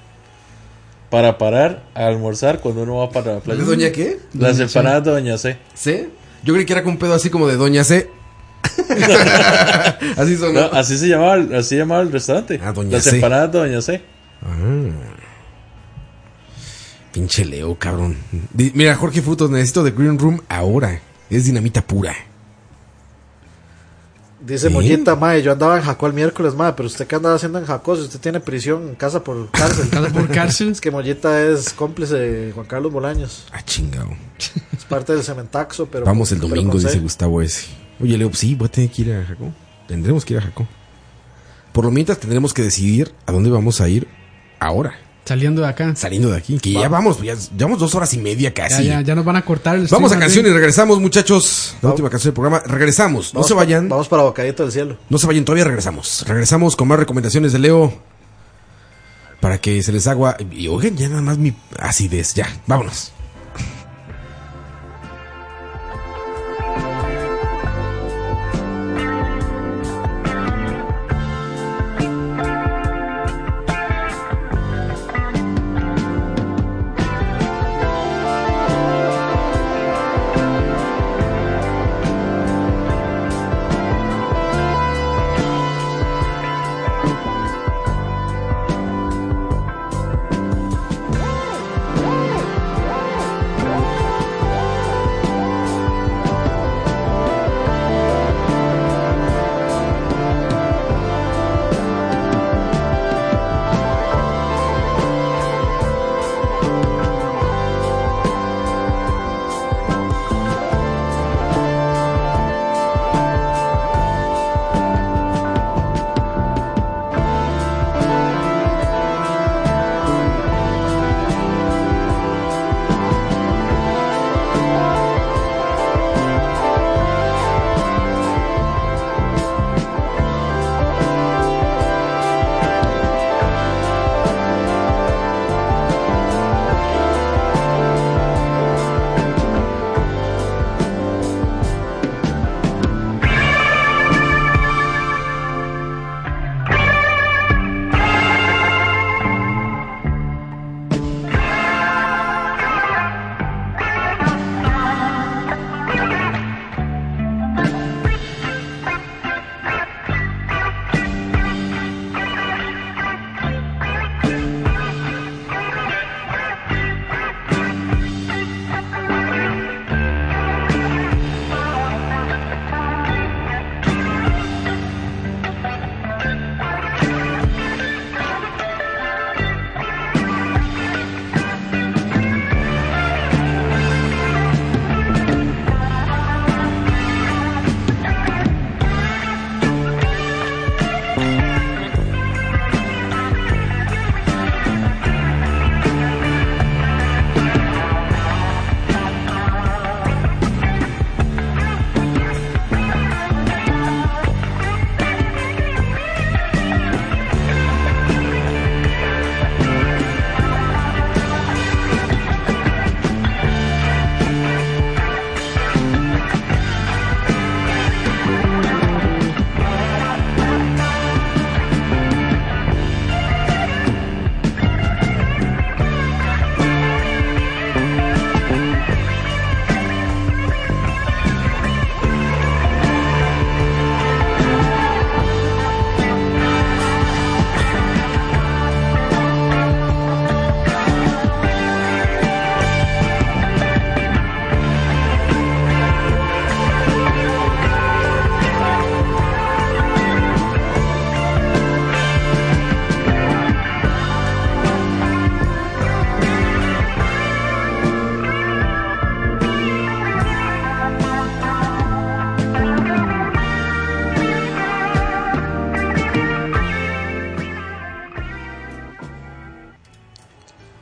para parar a almorzar cuando uno va para la playa. doña qué? Las empanadas de Doña C. ¿C? Yo creí que era con un pedo así como de Doña C. así No, sonó. así se llamaba, el- así llamaba el restaurante. Ah, Doña las C. empanadas de Doña C. Pinche Leo, cabrón. Di- Mira, Jorge Frutos, necesito de Green Room ahora. Es dinamita pura. Dice ¿Sí? Mollita, mae, yo andaba en Jacó el miércoles, mae, pero usted qué andaba haciendo en Jacó si usted tiene prisión en casa por cárcel. Casa por cárcel. Es que Mollita es cómplice de Juan Carlos Bolaños. Ah, chingado. Es parte del cementaxo, pero. Vamos el pero domingo, con dice C. Gustavo ese. Oye, Leo, sí, voy a tener que ir a Jacó. Tendremos que ir a Jacó. Por lo mientras tendremos que decidir a dónde vamos a ir ahora. Saliendo de acá. Saliendo de aquí. Que ya vamos, ya llevamos dos horas y media Ya, casi. ya, ya nos van a cortar el Vamos a stream canción y también. regresamos, muchachos. La última canción del programa. Regresamos. No Vamos se pa- vayan. Vamos para Bocadito del Cielo. No se vayan, todavía regresamos. Regresamos con más recomendaciones de Leo. Para que se les agua. Y oigan, ya nada más mi acidez. Ya, vámonos. Hey,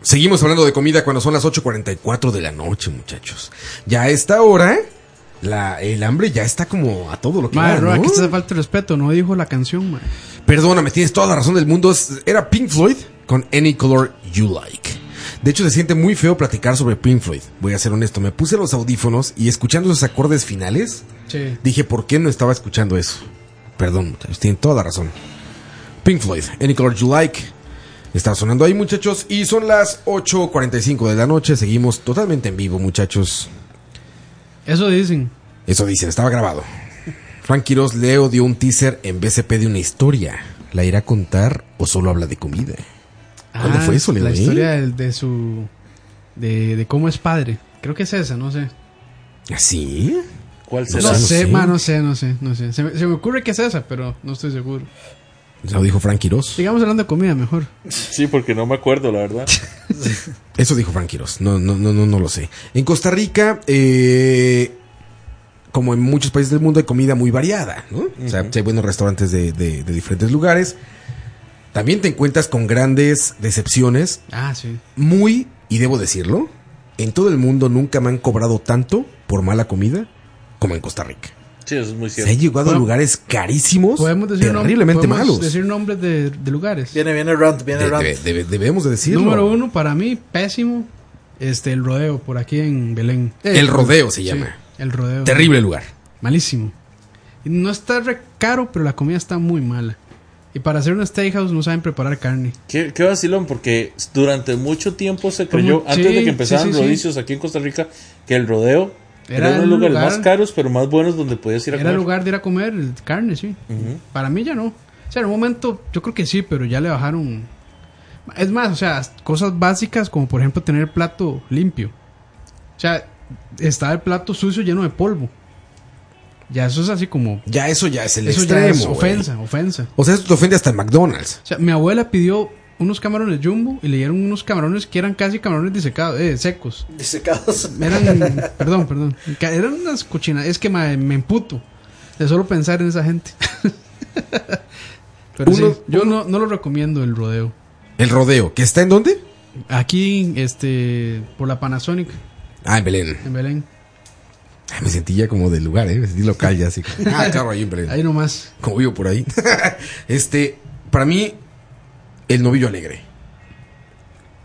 Seguimos hablando de comida cuando son las 8.44 de la noche, muchachos. Ya a esta hora, la, el hambre ya está como a todo lo que Madre, da, Roa, ¿no? que te hace falta de respeto, no dijo la canción, madre. Perdóname, tienes toda la razón del mundo. Es- Era Pink Floyd con Any Color You Like. De hecho, se siente muy feo platicar sobre Pink Floyd. Voy a ser honesto, me puse los audífonos y escuchando esos acordes finales, Sí. dije, ¿por qué no estaba escuchando eso? Perdón, muchachos, tienen toda la razón. Pink Floyd, Any Color You Like. Está sonando ahí, muchachos, y son las 8.45 de la noche. Seguimos totalmente en vivo, muchachos. Eso dicen. Eso dicen, estaba grabado. Frank Quiroz Leo dio un teaser en BCP de una historia. ¿La irá a contar o solo habla de comida? ¿Cuándo Ah, fue eso, Leo? La eh? historia del- de, su. De, de cómo es padre. Creo que es esa, no sé. ¿Ah, ¿Así? ¿Cuál No, sé, ma, no sé, no sé, no sé. Se me, se me ocurre que es esa, pero no estoy seguro. Lo dijo Frank Quiroz. Sigamos hablando de comida mejor. Sí, porque no me acuerdo, la verdad. Eso dijo Frank Quiroz. No, no, no, no, no lo sé. En Costa Rica, eh, como en muchos países del mundo, hay comida muy variada, ¿no? O sea, hay buenos restaurantes de, de- de diferentes lugares. También te encuentras con grandes decepciones. Ah, sí. Muy, y debo decirlo, en todo el mundo nunca me han cobrado tanto por mala comida como en Costa Rica. Sí, eso es muy cierto. Se ha llegado a Bueno, lugares carísimos, Podemos decir nom- terriblemente podemos malos. decir nombres de, de lugares. Viene, viene Rant, viene De- Rant. de- de- debemos de decirlo. Número uno, para mí, pésimo. Este, el rodeo, por aquí en Belén. El Rodeo se sí, llama. El rodeo. Terrible lugar. Malísimo. Y No está re caro, pero la comida está muy mala. Y para hacer una steakhouse no saben preparar carne. Qué, qué vacilón, porque durante mucho tiempo se creyó, Como- antes Pues, sí, de que empezaran sí, sí, sí. rodicios aquí en Costa Rica, que el rodeo Era era, uno de el los lugares lugar- más caros, pero más buenos donde podías ir a Era el comer. lugar de ir a comer carne, sí. Ujú. Para mí ya no. O sea, en un momento yo creo que sí, pero ya le bajaron. Es más, o sea, cosas básicas como por ejemplo tener plato limpio. O sea, está el plato sucio lleno de polvo. Ya eso es así como... Ya eso ya es el eso extremo. ya es güey. ofensa, ofensa. O sea, esto te ofende hasta el McDonald's. O sea, mi abuela pidió unos camarones jumbo y le dieron unos camarones que eran casi camarones disecados, eh, secos. Disecados. Eran, perdón, perdón. Ca- Eran unas cochinas. Es que ma- me emputo de solo pensar en esa gente. Pero Uno- sí, yo no, no lo recomiendo el rodeo. El rodeo, que está en dónde? Aquí, este, por la Panasonic, Ah, en Belén. en Belén. Ay, me sentí ya como del lugar, ¿eh? Me sentí local ya así. como, Ah, claro, ahí en Belén. Ahí nomás. Como vivo por ahí. este, para mí, el novillo alegre.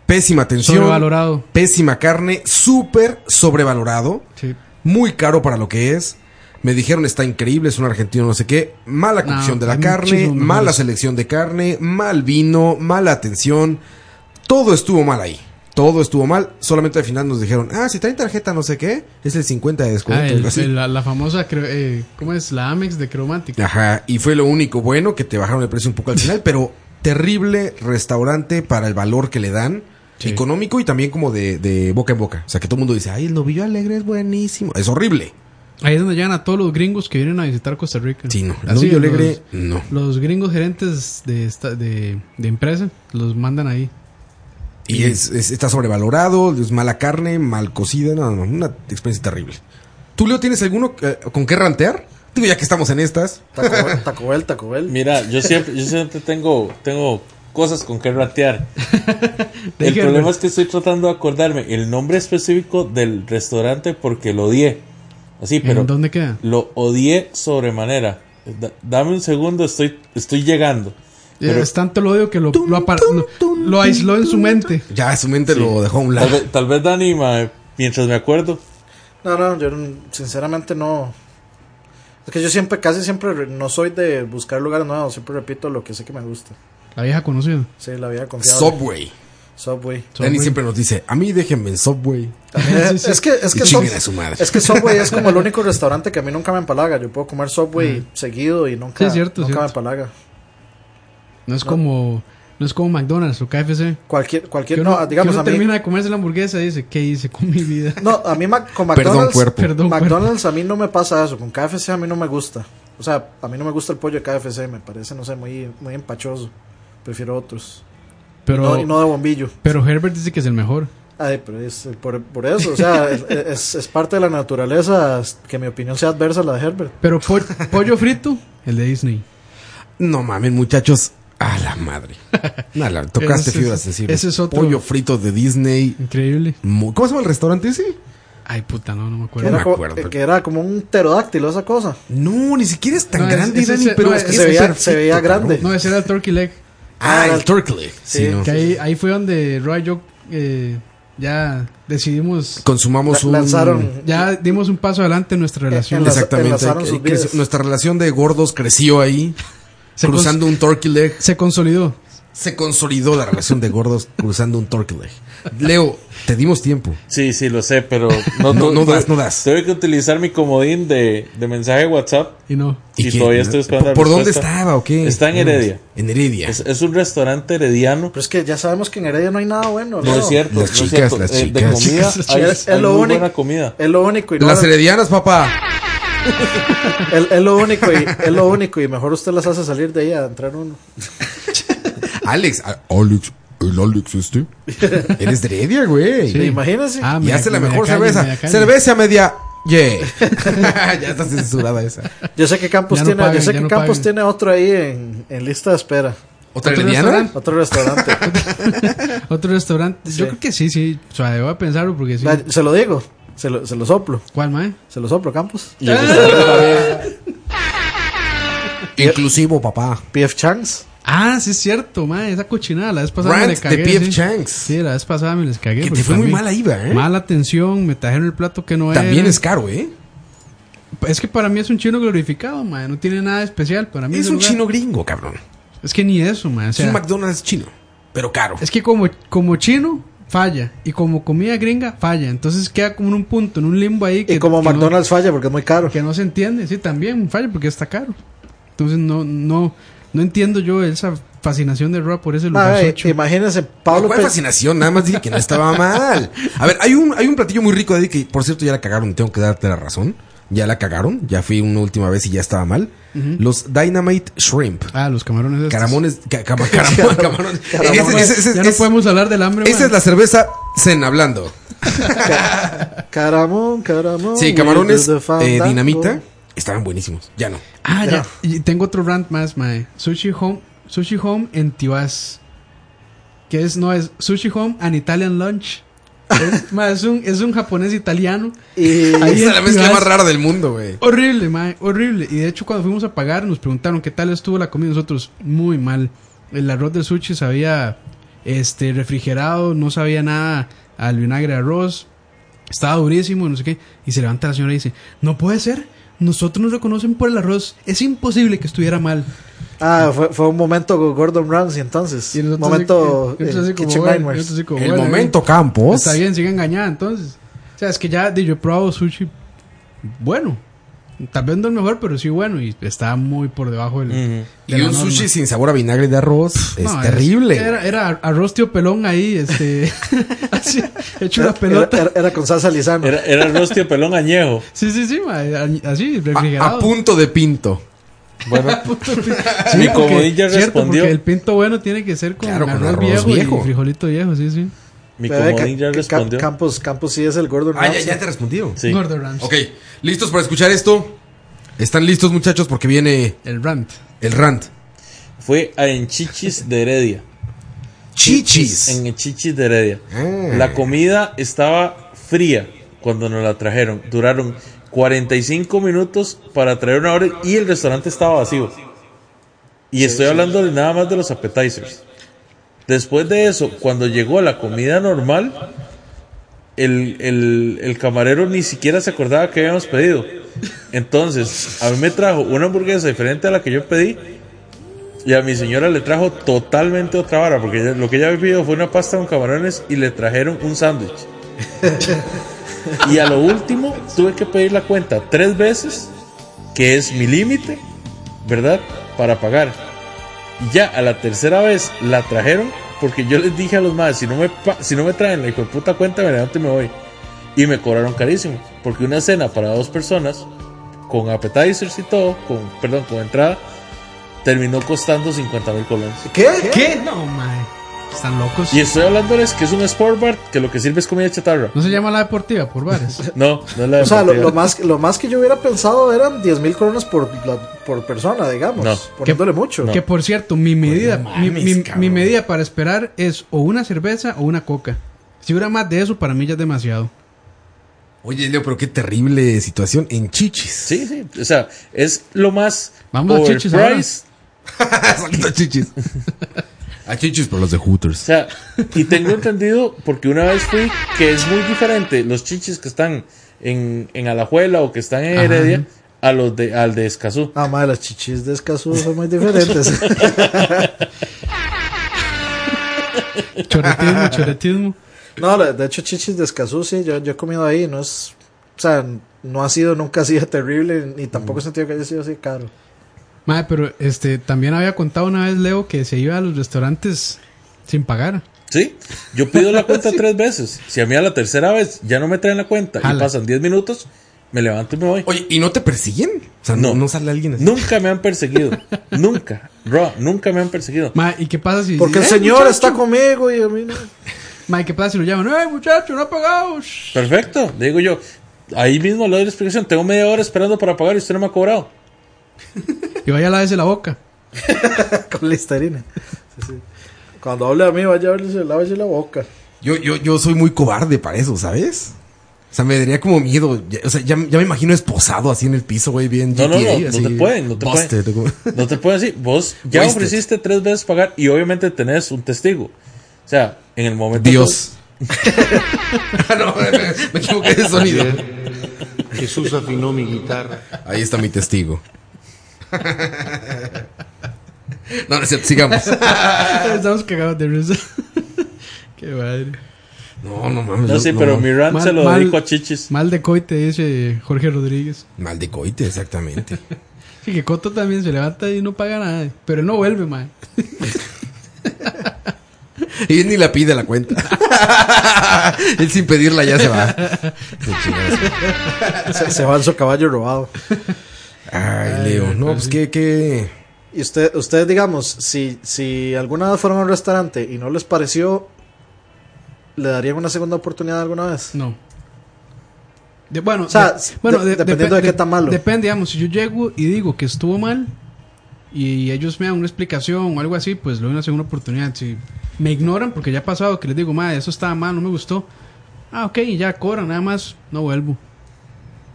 Pésima atención. Sobrevalorado. Pésima carne, súper sobrevalorado. Sí. Muy caro para lo que es. Me dijeron está increíble, es un argentino no sé qué. Mala No, cocción de la hay carne, muchísimo mala mejores. selección de carne, mal vino, mala atención. Todo estuvo mal ahí. Todo estuvo mal. Solamente al final nos dijeron, ah, si traen tarjeta no sé qué, es el 50 de descuento. Ah, algo el- así. el- la, la famosa, cre- eh, ¿cómo es? La Amex de Creomática. Ajá, y fue lo único bueno que te bajaron el precio un poco al final, pero terrible restaurante para el valor que le dan, económico y también como de, de boca en boca. O sea, que todo el mundo dice, ay, el novillo alegre es buenísimo. Es horrible. Ahí es donde llegan a todos los gringos que vienen a visitar Costa Rica. Sí, no. El Así, novillo alegre, los- no. Los gringos gerentes de, esta, de, de empresa los mandan ahí. Y es, es- está sobrevalorado, es mala carne, mal cocida, no, no, una experiencia terrible. ¿Tú, Leo, tienes alguno eh, con qué rantear? Digo, ya que estamos en estas. Taco, Bell, Taco Bell, Taco Bell. Mira, yo siempre, yo siempre tengo, tengo cosas con que ratear. el Dígame. problema es que estoy tratando de acordarme el nombre específico del restaurante porque lo odié. Así, pero ¿En dónde queda? lo odié sobremanera. Da- dame un segundo, estoy, estoy llegando. Eh, Pero es tanto el odio que lo, lo, apar- lo- lo aisló en su mente. Ya, su mente lo dejó a un tal, lado. vez, tal vez Dani, ma, mientras me acuerdo, No, no, yo n- sinceramente no. Es que yo siempre, casi siempre re- no soy de buscar lugares nuevos, siempre repito lo que sé que me gusta. La vieja conocida. Sí, la vida confiada. Subway. Subway. Danny siempre nos dice, a mí déjenme en Subway. Eh, Es que, es Y que, chinguen Sub- a su madre. es que Subway es como el único restaurante que a mí nunca me empalaga. Yo puedo comer Subway seguido y nunca, Sí, es cierto, es nunca me cierto. empalaga. No Ah. es como no es como McDonald's o KFC. Cualquier, Que cualquier, uno, no, digamos que uno a mí. termina de comerse la hamburguesa y dice, ¿qué hice con mi vida? No, a mí Mac- con Perdón, McDonald's, cuerpo. Perdón, McDonald's a mí no me pasa eso, con KFC a mí no me gusta. O sea, a mí no me gusta el pollo de KFC, me parece, no sé, muy, muy empachoso. Prefiero otros. Pero, no, y no de bombillo. pero Herbert dice que es el mejor. Ay, pero es eh, por, por eso, o sea, es- es, es parte de la naturaleza que mi opinión sea adversa a la de Herbert. Pero po- pollo frito, el de Disney. No mames, muchachos. A la madre. No, la- tocaste Ese es- fibras sensibles. ese es otro. Pollo frito de Disney. Increíble. ¿Cómo se llama el restaurante ese? Ay, puta, no, no me Que acuerdo. era, co- que era como un pterodáctilo esa cosa. No, ni siquiera es tan grande, Dani, pero es que se veía, se veía grande. No, ese era el Turkey Leg. Ah, el Turkey Leg. Sí, no. que ahí, ahí fue donde Roy y yo eh, ya decidimos. Consumamos La- un- lanzaron- Ya dimos un paso adelante en nuestra relación. Exactamente. ahí creció- nuestra relación de gordos creció ahí. Se cruzando un turkey leg. Se consolidó. Se consolidó la relación de gordos cruzando un turkey leg. Leo, te dimos tiempo. Sí, sí, lo sé, pero no, No, tu- no das, tu- no das. Tuve que utilizar mi comodín de, de mensaje de WhatsApp. Y no. Y, ¿Y qué? todavía estoy esperando. la ¿Por dónde respuesta. estaba o qué? Está en Heredia. En Heredia. Es, es un restaurante herediano. Pero es que ya sabemos que en Heredia no hay nada bueno. No Leo. es cierto. Las no es chicas, cierto. las Eh, De chicas. comida, Las chicas, hay- las chicas. hay Es lo muy único. buena comida. Es lo único. y no- Las heredianas, papá. Es, es lo único y, es lo único y mejor usted las hace salir de ahí a entrar uno. Alex, a- Alex, el Alex este. Eres de Heredia, güey. Sí, imagínese. Ah, y media- hace la media mejor calle, cerveza. media calle. Cerveza media. Yeah. ya está censurada esa. Yo sé que Campos Ya no tiene, pagan, yo sé ya que no Campos pagan. tiene otro ahí en, en lista de espera. ¿Otra herediana? restaurante? Otro restaurante. Otro restaurante. Sí. Yo creo que sí, sí. O sea, debo de pensarlo porque sí. Va, Se lo digo, se lo, se lo soplo. ¿Cuál, mae? Se lo soplo, Campos. Y eso está Inclusivo, papá. PF Changs. Ah, sí es cierto, mae. Esa cochinada la vez pasada Rant me les cagué. de P.F. sí. Chang's. Sí, la vez pasada me les cagué. Que te porque fue muy también- mala IVA, ¿eh? Mala atención, me trajeron el plato que no También era. es caro, ¿eh? Es que para mí es un chino glorificado, mae. No tiene nada especial para mí. Es ese un lugar. chino gringo, cabrón. Es que ni eso, mae. o sea, es un McDonald's chino, pero caro. Es que como, como chino, falla. Y como comida gringa, falla. Entonces queda como en un punto, en un limbo ahí. Que, Y como que no- McDonald's falla porque es muy caro. Que no se entiende, sí, también falla porque está caro. Entonces no, no, no entiendo yo esa fascinación de Roa por ese lugar. Mae, eh, socho. imagínense, Pablo ¿Cuál Pe- fascinación? Nada más dije que no estaba mal. A ver, hay un, hay un platillo muy rico de ahí que, por cierto, ya la cagaron. Tengo que darte la razón. Ya la cagaron. Ya fui una última vez y ya estaba mal. Ujú. Los Dynamite Shrimp. Ah, los camarones. estos. Caramones. ca- cama- caramón- camarones. Ese- ese- ese- ya no ese- podemos hablar del hambre. Esa mae. es la cerveza Zen hablando. Caramón, Oh, caramón. Sí, camarones With the eh, fandango. dinamita. Estaban buenísimos. Ya no. Ah, ya. Y tengo otro rant más, mae. Sushi Home, Sushi Home en Tibás. Que es, no es Sushi Home and Italian Lunch. Es, mae, es un, es un japonés italiano. Y Esa es la mezcla más rara del mundo, güey. Horrible, mae, horrible. Y de hecho, cuando fuimos a pagar, nos preguntaron qué tal estuvo la comida. y Nosotros, muy mal. El arroz del sushi sabía este, refrigerado, no sabía nada al vinagre de arroz. Estaba durísimo, no sé qué. Y se levanta la señora y dice: No puede ser. Nosotros nos reconocen por el arroz. Es imposible que estuviera mal. Ah, fue, fue un momento con Gordon Ramsay entonces. momento así- y nosotros eh, así como, Kitchen bueno, Nightmares. y nosotros así como, bueno, eh, Campos. Está bien, sigue engañada entonces. O sea, es que ya di, yo he probado sushi bueno. Tal vez no el mejor, pero sí bueno. Y está muy por debajo del. Mm. de Y la un norma. sushi sin sabor a vinagre de arroz es No, terrible. Era, era arroz tío pelón ahí, este. así, hecho una Era, pelota. era- era con salsa lisano. Era, era el rostio pelón añejo. Sí, sí, sí, ma, así, a, a refrigerado. punto de pinto. Bueno, Puto pi- Mi porque- comodín ya cierto, respondió. porque el pinto bueno tiene que ser con Claro, con arroz, arroz viejo, viejo. y frijolito viejo, sí, sí. Mi Pero, eh, comodín ya Ca- Ca- respondió. Campos, Campos sí es el Gordon Ah, ya, Ramsay. ya te respondieron. Sí. Gordon Ramsay. Ok, ¿listos para escuchar esto? ¿Están listos, muchachos? Porque viene El rant. el rant. Fue a Enchichis de Heredia. Chichis. En Enchichis de Heredia. Ah. La comida estaba fría cuando nos la trajeron. Duraron 45 minutos para traer una hora y el restaurante estaba vacío. Y estoy hablando de nada más de los appetizers. Después de eso, cuando llegó la comida normal, el, el- el camarero ni siquiera se acordaba que habíamos pedido. Entonces, a mí me trajo una hamburguesa diferente a la que yo pedí. Y a mi señora le trajo totalmente otra vara, porque ella- lo que ella había pedido fue una pasta con camarones y le trajeron un sándwich. y a lo último tuve que pedir la cuenta tres veces, que es mi límite, ¿verdad? Para pagar. Y ya a la tercera vez la trajeron, porque yo les dije a los madres, si no me, pa- si no me traen la hijo de puta cuenta, me levanto y me voy. Y me cobraron carísimo, porque una cena para dos personas, con appetizers y todo, con, perdón, con entrada, terminó costando 50 mil colones. ¿Qué? No, mae. Están locos. Y estoy hablándoles que es un sport bar que lo que sirve es comida chatarra. No se llama la deportiva por bares. No, no es la O sea, lo, deportiva. lo más, lo más que yo hubiera pensado eran 10 mil coronas por, la- por persona, digamos. No. Poniéndole mucho. Que por cierto, mi medida, mi, mames, mi- cabrón. mi medida para esperar es o una cerveza o una coca. Si hubiera más de eso, para mí ya es demasiado. Oye, Leo, pero qué terrible situación en Chichis. Sí, sí. O sea, es lo más. Vamos a Chichis overpriced. A Chichis. A Chichis por los de Hooters. O sea, y tengo entendido, porque una vez fui, que es muy diferente los chichis que están en, en Alajuela o que están en Ajá. Heredia a los de, al de Escazú. Ah, madre, las chichis de Escazú son muy diferentes. Choretismo, choretismo. No, la- de hecho, chichis de Escazú, sí, yo, yo he comido ahí. No es. O sea, no ha sido nunca así de terrible, ni tampoco he sentido que haya sido así caro. Madre, pero este, también había contado una vez Leo que se iba a los restaurantes sin pagar. ¿Sí? Yo pido la cuenta tres veces. Si a mí a la tercera vez ya no me traen la cuenta y Jala. pasan 10 minutos, me levanto y me voy. Oye, ¿y no te persiguen? O sea, no, no sale alguien así. Nunca me han perseguido. nunca. Roa, nunca me han perseguido. Ma, ¿y qué pasa si Porque el "Eh, señor muchacho"? está conmigo y a mí no. Ma, ¿y qué pasa si lo llaman? ¡Eh, muchacho, no ha pagado! Shh. Perfecto. Le digo yo, ahí mismo le doy la explicación. Tengo media hora esperando para pagar y usted no me ha cobrado. Y vaya a lavarse la boca. Con listerina. Sí, sí. Cuando hable a mí, vaya a verle, lávese la boca. Yo, yo, yo soy muy cobarde para eso, ¿sabes? O sea, me daría como miedo. Ya- O sea, ya, ya me imagino esposado así en el piso, güey, bien No, no, no, GTA, no así, te pueden, no te busted, como- No te puedo decir, vos ya Wasted. ofreciste tres veces pagar y obviamente tenés un testigo. O sea, en el momento. Dios. Ah, no, me equivoqué de sonido. Jesús afinó mi guitarra. Ahí está mi testigo. No, no es cierto, sigamos. Estamos cagados de risa. qué madre. No, no mames. pues, No, sí, pero mi rant se lo dedico a Chichis. Mal de coite, dice Jorge Rodríguez. Mal de coite, exactamente. Sí, que Coto también se levanta y no paga nada. Pero él no vuelve, ma. Y él ni la pide la cuenta. él sin pedirla ya se va. Qué chingados. Se, se va en su caballo robado. Ay, Leo, no, pues qué, qué. Y usted, ustedes, digamos, si, si alguna vez fueron a un restaurante y no les pareció, ¿le darían una segunda oportunidad alguna vez? No. De- bueno, O sea, de- de- bueno de- dependiendo de depe- qué tan malo. Depende, digamos, si yo llego y digo que estuvo mal y ellos me dan una explicación o algo así, pues le doy una segunda oportunidad. Si me ignoran porque ya ha pasado que les digo, madre, eso estaba mal, no me gustó. Ah, ok, y ya cobran, nada más no vuelvo.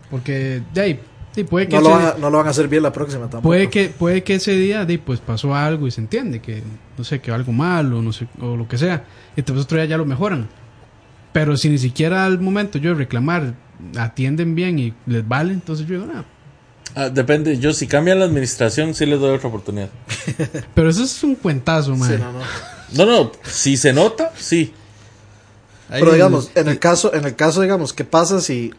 Porque, de ahí, sí, puede que No lo, ese- van a, no lo van a hacer bien la próxima tampoco. puede que puede que ese día di, pues pasó algo y se entiende que no sé que algo malo no sé o lo que sea y entonces otro día ya lo mejoran pero si ni siquiera al momento yo de reclamar atienden bien y les vale entonces yo digo nada Ah, depende, yo si cambia la administración, sí les doy otra oportunidad. pero eso es un cuentazo man no, no. No, no, si se nota, sí. Pero digamos, en el caso, en el caso, digamos, ¿qué pasa si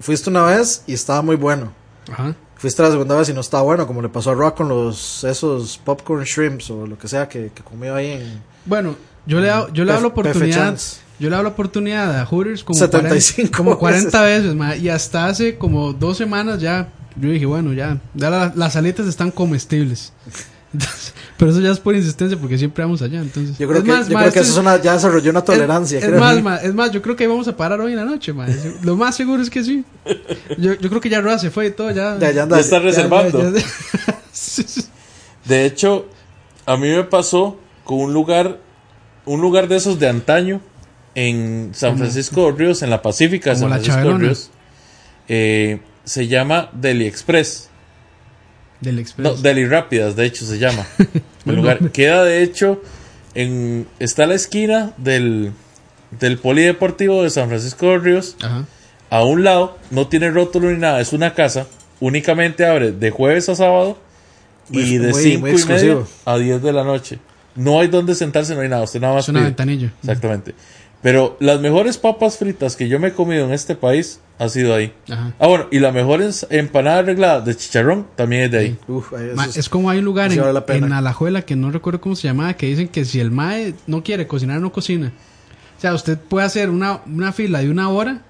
fuiste una vez y estaba muy bueno? Ajá. Fuiste la segunda vez y no estaba bueno, como le pasó a Rock con los esos popcorn shrimps o lo que sea que, que comió ahí en bueno yo le hago- yo le doy la Pef- Pefe oportunidad Chance. yo le doy la oportunidad a Hooters como 75 40, como 40 veces. veces man, y hasta hace como dos semanas ya yo dije bueno ya, ya la- las aletas están comestibles Entonces, pero eso ya es por insistencia porque siempre vamos allá entonces Yo creo Es que, más, yo ma, creo que esto eso es una- ya desarrolló una tolerancia. Es, creo. más, ma, es más, yo creo que ahí vamos a parar hoy en la noche, ma. Es- Lo más seguro es que sí. Yo, yo creo que ya Roa se fue y todo, ya. Ya- ya anda- Ya está reservando. Sí, sí. De hecho, a mí me pasó con un lugar, un lugar de esos de antaño en San Como- Francisco de Ríos, en la Pacífica de como San la Francisco de Chabelona. Ríos. Eh, se llama Deli Express. Del Express. No, Deli Rápidas, de hecho se llama. El lugar queda de hecho en está a la esquina del del polideportivo de San Francisco de Ríos. Ajá. A un lado no tiene rótulo ni nada, es una casa, únicamente abre de jueves a sábado y Muy- de muy- 5 muy y media exclusivo. a 10 de la noche. No hay donde sentarse, no hay nada, usted nada más Es una pide. ventanilla. Exactamente. Pero las mejores papas fritas que yo me he comido en este país ha sido ahí. Ajá. Ah, bueno, y la mejor ens- empanada arreglada de chicharrón también es de ahí. Uf, ahí eso Ma, es- es como hay un lugar sí en, vale la pena. en Alajuela que no recuerdo cómo se llamaba, que dicen que si el mae no quiere cocinar, no cocina. O sea, usted puede hacer una, una fila de una hora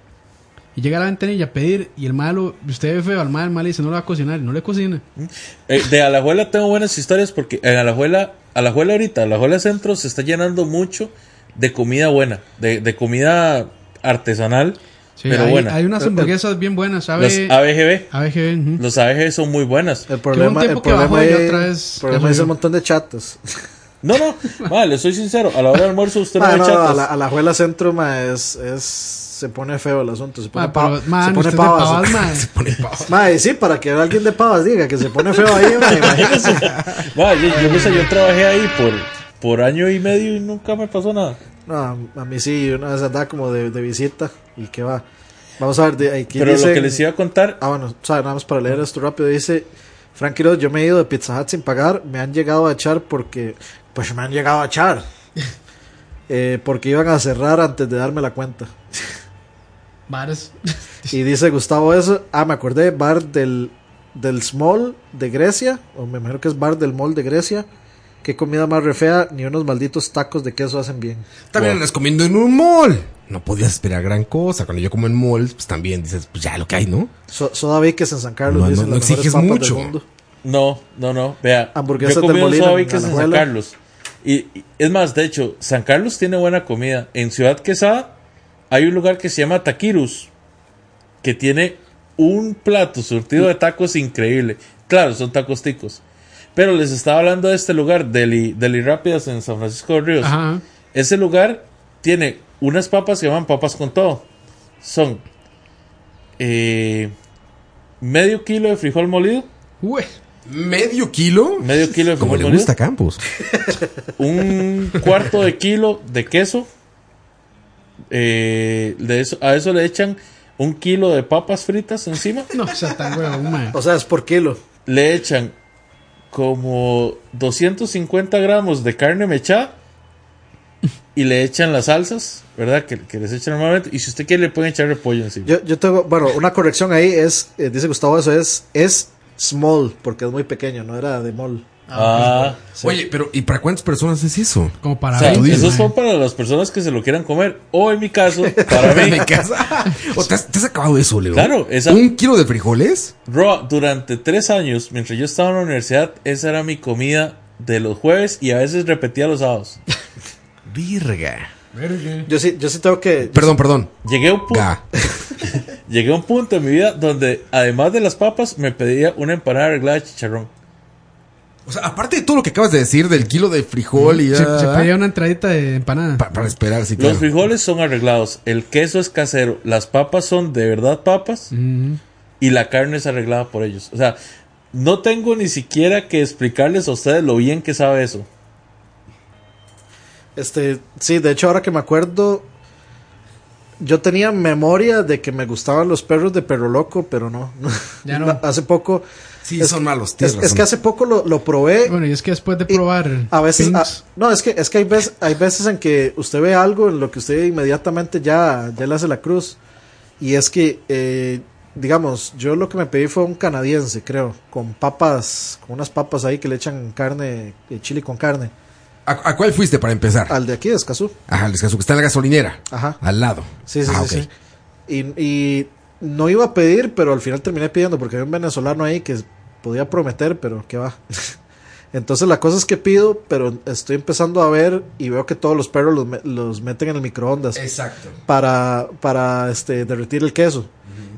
y llega a la ventanilla a pedir y el malo, usted ve feo al mae, el mae le dice no lo va a cocinar y no le cocina. Eh, de Alajuela tengo buenas historias porque en Alajuela Alajuela ahorita, Alajuela Centro se está llenando mucho de comida buena, de, de comida artesanal, Sí, pero hay, buena. hay unas hamburguesas bien buenas, Las ¿sabe? ABGB. ABGB, ujú. Los ABGB son muy buenas. El problema, el problema, es- el problema es el montón de chatas. No, no, vale, le soy sincero. A la hora del almuerzo usted no Ah, ve no, chatas. a la, a la Juela Centro ma, es, es- se pone feo el asunto. Se pone, Ma, pero, pava- man, se pone usted es de pavas. pavas, ma. se pone pavas. Ma, y sí, para que alguien de pavas diga que se pone feo ahí, ma, imagínese. Vale, yo, yo, no sé, yo trabajé ahí por, por año y medio y nunca me pasó nada. No, a- a mí sí, una vez andaba como de, de visita y que va. Vamos a ver, de, aquí Pero lo dicen- que les iba a contar. Ah, bueno, o sea, nada más para leer esto rápido. Dice, Frank Quiroz, yo me he ido de Pizza Hut sin pagar. Me han llegado a echar porque... Pues me han llegado a echar. Eh, porque iban a cerrar antes de darme la cuenta. Bares. Y dice Gustavo eso. Ah, me acordé, bar del, del Small de Grecia. O me imagino que es bar del Mall de Grecia. Qué comida más re fea, ni unos malditos tacos de queso hacen bien. También andas comiendo en un mall. No podías esperar gran cosa. Cuando yo como en malls, pues también dices, pues ya lo que hay, ¿no? So- Soda Vicks en San Carlos No, dicen no, las no exiges mejores papas mucho. del mundo. No, no, no. Vea, Hamburguesas yo del comí un Molina en suave que es en San Alajuela. Carlos. Y, y- es más, de hecho, San Carlos tiene buena comida. En Ciudad Quesada hay un lugar que se llama Taquirus, que tiene un plato surtido de tacos increíble. Claro, son tacos ticos. Pero les estaba hablando de este lugar, Deli, Deli Rápidas en San Francisco de Ríos. Ajá. Ese lugar tiene unas papas que llaman papas con todo. Son eh, medio kilo de frijol molido. ¿Medio kilo? Medio kilo de Como frijol le molido. gusta a Campos. Un cuarto de kilo de queso. Eh, de eso, a eso le echan un kilo de papas fritas encima. No, o sea, tan huevón, ma. O sea, es por kilo. Le echan como 250 gramos de carne mechada. Y le echan las salsas, ¿verdad? Que, que les echan normalmente. Y si usted quiere, le pueden echar repollo encima. Yo, yo tengo, bueno, una corrección ahí es, eh, dice Gustavo eso, es, es small, porque es muy pequeño, no era de mall. Ah. Sí. Oye, pero ¿y para cuántas personas es eso? Como O para sea, Tú dices, esos ma. son para las personas que se lo quieran comer. O en mi caso, para mí. En mi casa. ¿O te has, te has acabado eso, Leo? Claro, esa- ¿Un kilo de frijoles? Roa, durante tres años, mientras yo estaba en la universidad, esa era mi comida de los jueves y a veces repetía los sábados. Virga. Yo sí, yo sí tengo que... Perdón, perdón. Llegué a, un pu- Ga. llegué a un punto en mi vida donde, además de las papas, me pedía una empanada arreglada de chicharrón. O sea, aparte de todo lo que acabas de decir del kilo de frijol y ya, Se, se pedía una entradita de empanada. pa- para esperar, sí, Los claro. frijoles son arreglados, el queso es casero, las papas son de verdad papas Ujú. y la carne es arreglada por ellos. O sea, no tengo ni siquiera que explicarles a ustedes lo bien que sabe eso. Este, sí, de hecho ahora que me acuerdo, yo tenía memoria de que me gustaban los perros de perro loco, pero no. Ya no. hace poco... Sí, es- son malos. Es, tienes es que razón. hace poco lo, lo probé Bueno, y es que después de probar. A veces, Pinks, ah, no, es que, es que hay, veces, hay veces en que usted ve algo en lo que usted inmediatamente ya, ya le hace la cruz. Y es que, eh, digamos, yo lo que me pedí fue un canadiense, creo, con papas, con unas papas ahí que le echan carne, eh, chile con carne. ¿A, a cuál fuiste para empezar? Al de aquí, de Escazú. Ajá, el escaso que está en la gasolinera. Ajá. Al lado. Sí, sí, Ah, sí, ok. sí. Y, y no iba a pedir, pero al final terminé pidiendo porque había un venezolano ahí que podía prometer, pero qué va. Entonces la cosa es que pido, pero estoy empezando a ver y veo que todos los perros los, me- los meten en el microondas Exacto. para, para este, derretir el queso.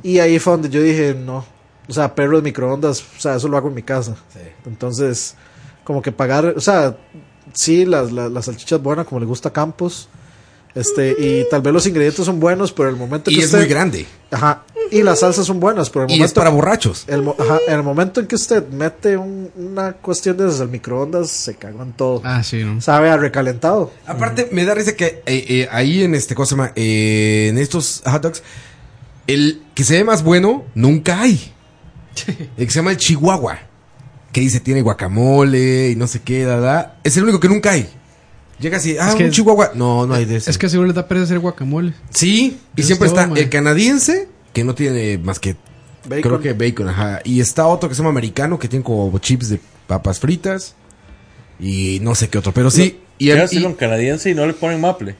Y ahí fue donde yo dije, no, o sea, perros de microondas, o sea, eso lo hago en mi casa. Entonces, como que pagar, o sea, sí, las, las, las salchichas buenas, como le gusta a Campos. Este, y tal vez los ingredientes son buenos, pero el momento Y que es usted, muy grande. Ajá. Y las salsas son buenas, pero el Y es momento, Eh, para borrachos. el, mo- ajá, el momento en que usted mete un- una cuestión desde el microondas, se cagó en todo. Ah, sí, ¿no? Sabe a recalentado. Aparte, me da risa que eh, eh, ahí en este, ¿cómo se llama? Eh, en estos hot dogs, el que se ve más bueno, nunca hay. El que se llama el Chihuahua. Que dice tiene guacamole y no sé qué, da, da. Es el único que nunca hay. Llega así, ah, Es que- un Chihuahua. No, no hay de ese. Es que seguro les da pereza hacer guacamole. sí, y es siempre todo, está man. el canadiense, que no tiene más que. Bacon. Creo que bacon, ajá. Y está otro que se llama americano, que tiene como chips de papas fritas. Y no sé qué otro, pero sí. y, Quiero y- hacerlo en canadiense y no le ponen maple.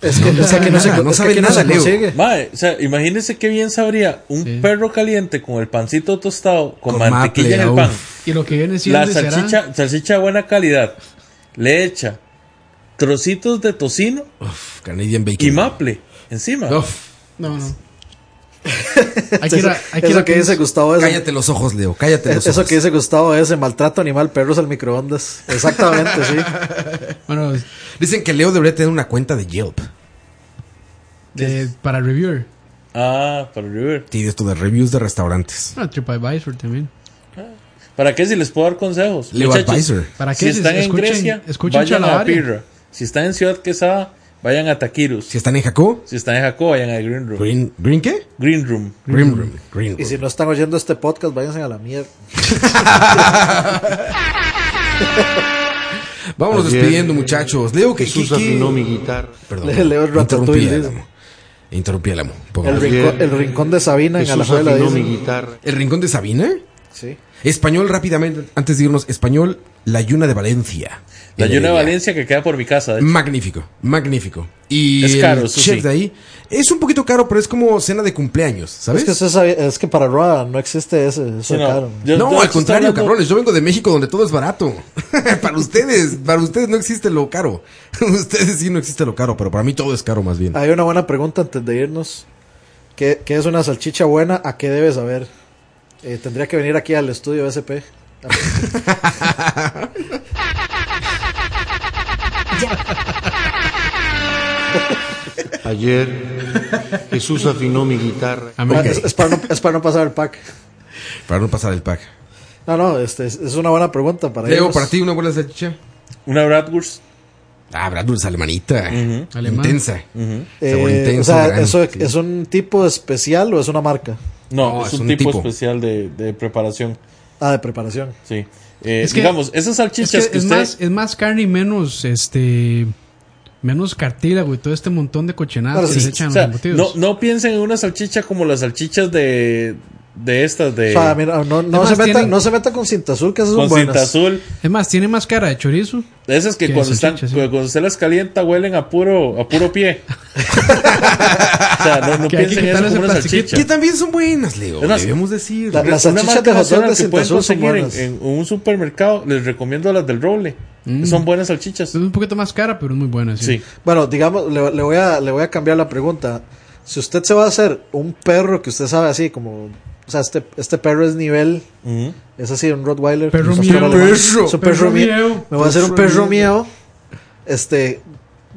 Es que, o sea, que no se, es que aquí no se consigue. Mae, o sea, imagínense qué bien sabría un perro caliente con el pancito tostado, con, Con mantequilla en el maple, pan. uf. Y lo que viene siendo La será- salchicha, salchicha de buena calidad. Le echa trocitos de tocino Canadian y maple encima. No, no. Hay que ir a- hay que ir a que Eso dice Gustavo es- Cállate los ojos, Leo. Cállate los Eso ojos. que dice Gustavo es el maltrato animal, perros al microondas. Exactamente, sí. Bueno, eh, Dicen que Leo debería tener una cuenta de Yelp. de- para reviewer. Ah, para River. Tiene esto de reviews de restaurantes. Ah, TripAdvisor también. ¿Para qué si les puedo dar consejos? Leo Muchachos, Advisor. ¿Para Si qué? están en Escuchen- Grecia, escuchen vayan a Chalabaria. Pirra. Si están en Ciudad Quesada, vayan a Taquirus. Si están en Jacó, si están en Jacó, vayan a Green Room. Green, ¿Green qué? Green Room. Green Room. Green Y si no están oyendo este podcast, váyanse a la mierda. Vámonos Ayer, despidiendo, muchachos. Leo, que Jesús afinó mi guitarra. Perdón. Le- Leo el interrumpí ratatouille, al dice. amo. Interrumpí al amo. El rincón, el rincón de Sabina en Alajuela. dicen. ¿El rincón de Sabina? Sí. Español rápidamente, antes de irnos, español, La Yuna de Valencia. La En Yuna de Heredia. Valencia que queda por mi casa. de hecho. Magnífico, magnífico. Y Es caro, el eso chef sí. de ahí es un poquito caro, pero es como cena de cumpleaños, ¿sabes? Es que, usted sabía- es que para Roa no existe ese, eso Sí, no. caro. no, al contrario, cabrones. Yo vengo de México donde todo es barato. para ustedes, para ustedes no existe lo caro. ustedes sí no existe lo caro, pero para mí todo es caro más bien. Hay una buena pregunta antes de irnos. ¿Qué, qué es una salchicha buena? ¿A qué debe saber? Eh, tendría que venir aquí al estudio SP. Ayer Jesús afinó mi guitarra. Ah, es, es para no, es para no pasar el pack. Para no pasar el pack. No, no, este, es, es una buena pregunta para Leo, irnos. Pues, para ti una buena salchicha. Una Bratwurst. Ah, Bratwurst alemanita. Alemán. Intensa. Eh, Sabor o intenso. sea, grande. ¿eso es, es un tipo especial o es una marca? No, es, un, tipo, especial de, de preparación. Ah, de preparación. Sí. Eh, Es que- digamos, esas salchichas es que, que Es usted. más, es más carne y menos este menos cartílago y todo este montón de cochinadas Claro, que sí. les echan a O sea, los embutidos. no, no piensen en una salchicha como las salchichas de, de estas de O sea, mira, no, no Además, se meta, tienen- no se meta con cinta azul, que esas con son buenas. cinta azul. Es más, tiene más cara de chorizo. De esas que Que cuando, están, salchichas, cuando usted las calienta huelen a puro, a puro pie. o sea, no, no Que hay que piensen en eso quitarle como ese una plastiquito. salchicha. Que también son buenas, Leo. Es más, debemos decir. Una marca nacional que pueden conseguir en, buenas. en un supermercado, les recomiendo las del roble. Mm. Son buenas salchichas. Es un poquito más cara, pero es muy buena. Sí. Bueno, digamos, le, le voy a, le voy a cambiar la pregunta. Si usted se va a hacer un perro que usted sabe así, como. O sea, este, este perro es nivel. Mm. Es así, un Rottweiler. Perro un pastor miau. alemán. Perro. Es un perro Perro miau. miau. Me voy a hacer un Perro perro miau. miau. Este.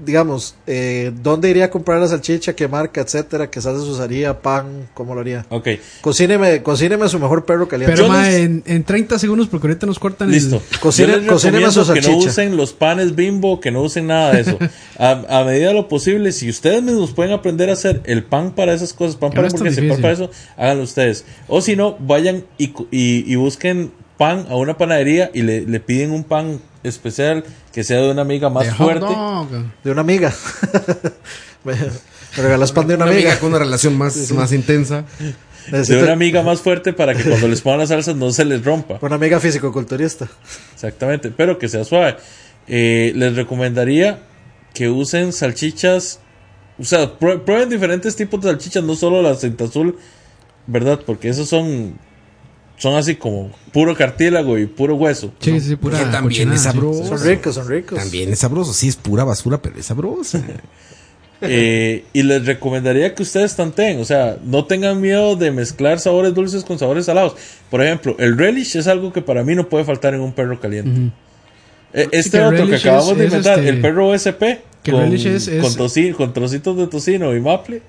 Digamos, eh, ¿dónde iría a comprar la salchicha? ¿Qué marca, etcétera? ¿Qué salsas usaría? ¿Pan? ¿Cómo lo haría? Ok. Cocíneme, cocíneme su mejor perro caliente. Pero ma, en, en 30 segundos, porque ahorita nos cortan Listo. el... Yo les recomiendo que no usen los panes bimbo, que no usen nada de eso. A, a medida de lo posible, si ustedes mismos pueden aprender a hacer el pan para esas cosas, pan Claro, para esto es hamburguesas, pan difícil. para eso, háganlo ustedes. O si no, vayan y, cu- y- y busquen pan a una panadería y le, le piden un pan especial que sea de una amiga más De hot fuerte. dog. De una amiga. me, me regalas pan de una, Una amiga. amiga con una relación más- más intensa. De Necesito- una amiga más fuerte para que cuando les pongan las salsas no se les rompa. Una amiga físico-culturista. Exactamente, pero que sea suave. Eh, les recomendaría que usen salchichas, o sea, prue- prueben diferentes tipos de salchichas, no solo la cinta azul, ¿verdad? Porque esos son son así como puro cartílago y puro hueso. Sí, sí, pura Que también cochinada, es Oh, sí. sabroso. Son ricos, son ricos. También es sabroso. Sí, es pura basura, pero es sabroso. Eh, y les recomendaría que ustedes tanteen, o sea, no tengan miedo de mezclar sabores dulces con sabores salados. Por ejemplo, el relish es algo que para mí no puede faltar en un perro caliente. Ujú. Eh, Sí, que Este el otro que relish acabamos es- de es inventar, este- el perro OSP, que el con, relish es- es- con toci- con trocitos de tocino y maple.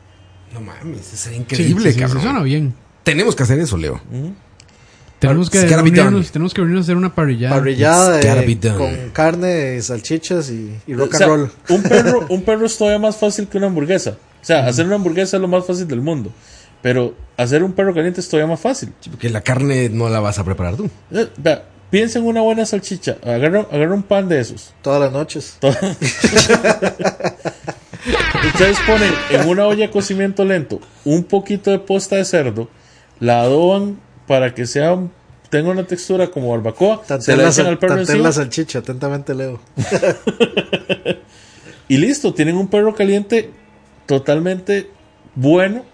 No mames, es increíble, Sí, sí, sí, cabrón. Mm, sí, suena bien. Tenemos que hacer eso, Leo. Tenemos que, It's gotta be done. reunirnos, tenemos que reunirnos a hacer una parrillada. Parrillada It's gotta de- be done. con carne, salchichas y, y rock O sea, and roll. Un perro, un perro es todavía más fácil que una hamburguesa. O sea, hacer una hamburguesa es lo más fácil del mundo. Pero hacer un perro caliente es todavía más fácil. Porque la carne no la vas a preparar tú. Eh, vea, Piensa en una buena salchicha. Agarra, agarra un pan de esos. Todas las noches. Ustedes ponen en una olla de cocimiento lento un poquito de posta de cerdo, la adoban para que sea tenga una textura como barbacoa, se Tantén la la, echan sal- al perro tantén encima. la salchicha, atentamente leo. Y listo, tienen un perro caliente totalmente bueno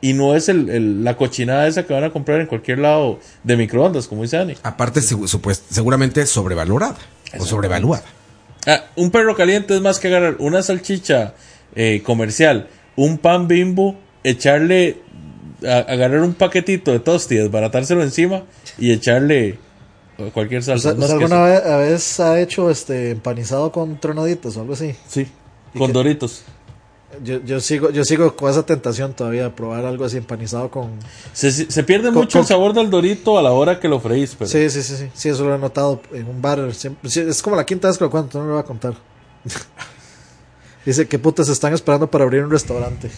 y no es el- el- la cochinada esa que van a comprar en cualquier lado de microondas, como dice Ani. Aparte, segu- supuest- seguramente sobrevalorada o sobrevaluada. Ah, un perro caliente es más que agarrar una salchicha eh, comercial, un pan bimbo, echarle, a- agarrar un paquetito de tosti, desbaratárselo encima y echarle eh, cualquier salsa. ¿Usted más que alguna eso. vez, a vez ha hecho este empanizado con tronaditas o algo así? Sí. Con doritos. Yo, yo sigo, yo sigo con esa tentación todavía de probar algo así empanizado con. Se, se- se pierde Co- co- mucho el sabor del dorito a la hora que lo freís, pero Sí, sí, sí, sí. Sí, eso lo he notado en un bar. siempre- sí, es como la quinta vez que lo cuento, no lo voy a contar. Dice, ¿qué putas están esperando para abrir un restaurante?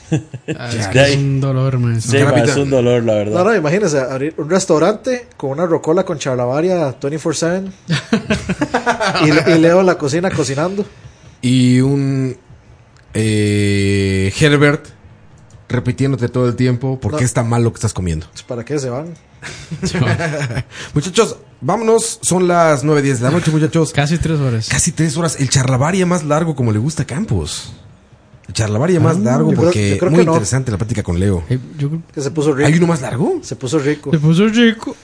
es que es un dolor, man. Sí, ma, es un dolor, la verdad. No, no, imagínense, abrir un restaurante con una rocola con charlavaria 24-7 y, y Leo en la cocina cocinando. Y un eh, Herbert repitiéndote todo el tiempo por No. qué está mal lo que estás comiendo. Pues, ¿Para qué se van? muchachos, vámonos. Son las 9.10 de la noche, muchachos. Casi tres horas. Casi tres horas. El charlavaria más largo como le gusta a Campos. El charlavaria más Ah, largo yo creo- porque yo creo que muy no. interesante la plática con Leo. Eh, Que se puso rico. ¿Hay uno más largo? Se puso rico. Se puso rico.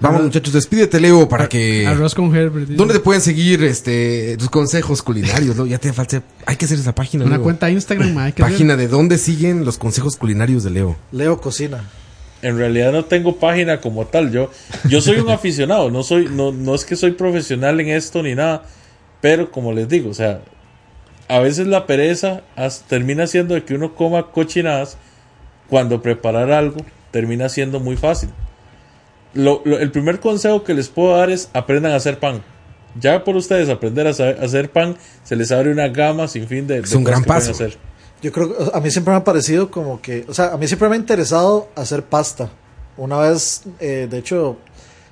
Vamos, muchachos, despídete, Leo, para que. Arroz con Herbert. dice. ¿Dónde te pueden seguir este tus consejos culinarios? Leo? Ya te falta. Hay que hacer esa página. Una Leo. cuenta de Instagram, ma, hay que Página de dónde siguen los consejos culinarios de Leo. Leo cocina. En realidad no tengo página como tal. Yo, yo soy un aficionado, no soy, no, no es que soy profesional en esto ni nada. Pero como les digo, o sea, a veces la pereza as- termina siendo de que uno coma cochinadas cuando preparar algo termina siendo muy fácil. Lo- lo- el primer consejo que les puedo dar es aprendan a hacer pan. Ya por ustedes aprender a, sa- a hacer pan, se les abre una gama sin fin de, de Es un gran que pueden paso. hacer. Yo creo que a mí siempre me ha parecido como que, o sea, a mí siempre me ha interesado hacer pasta. Una vez, eh, de hecho,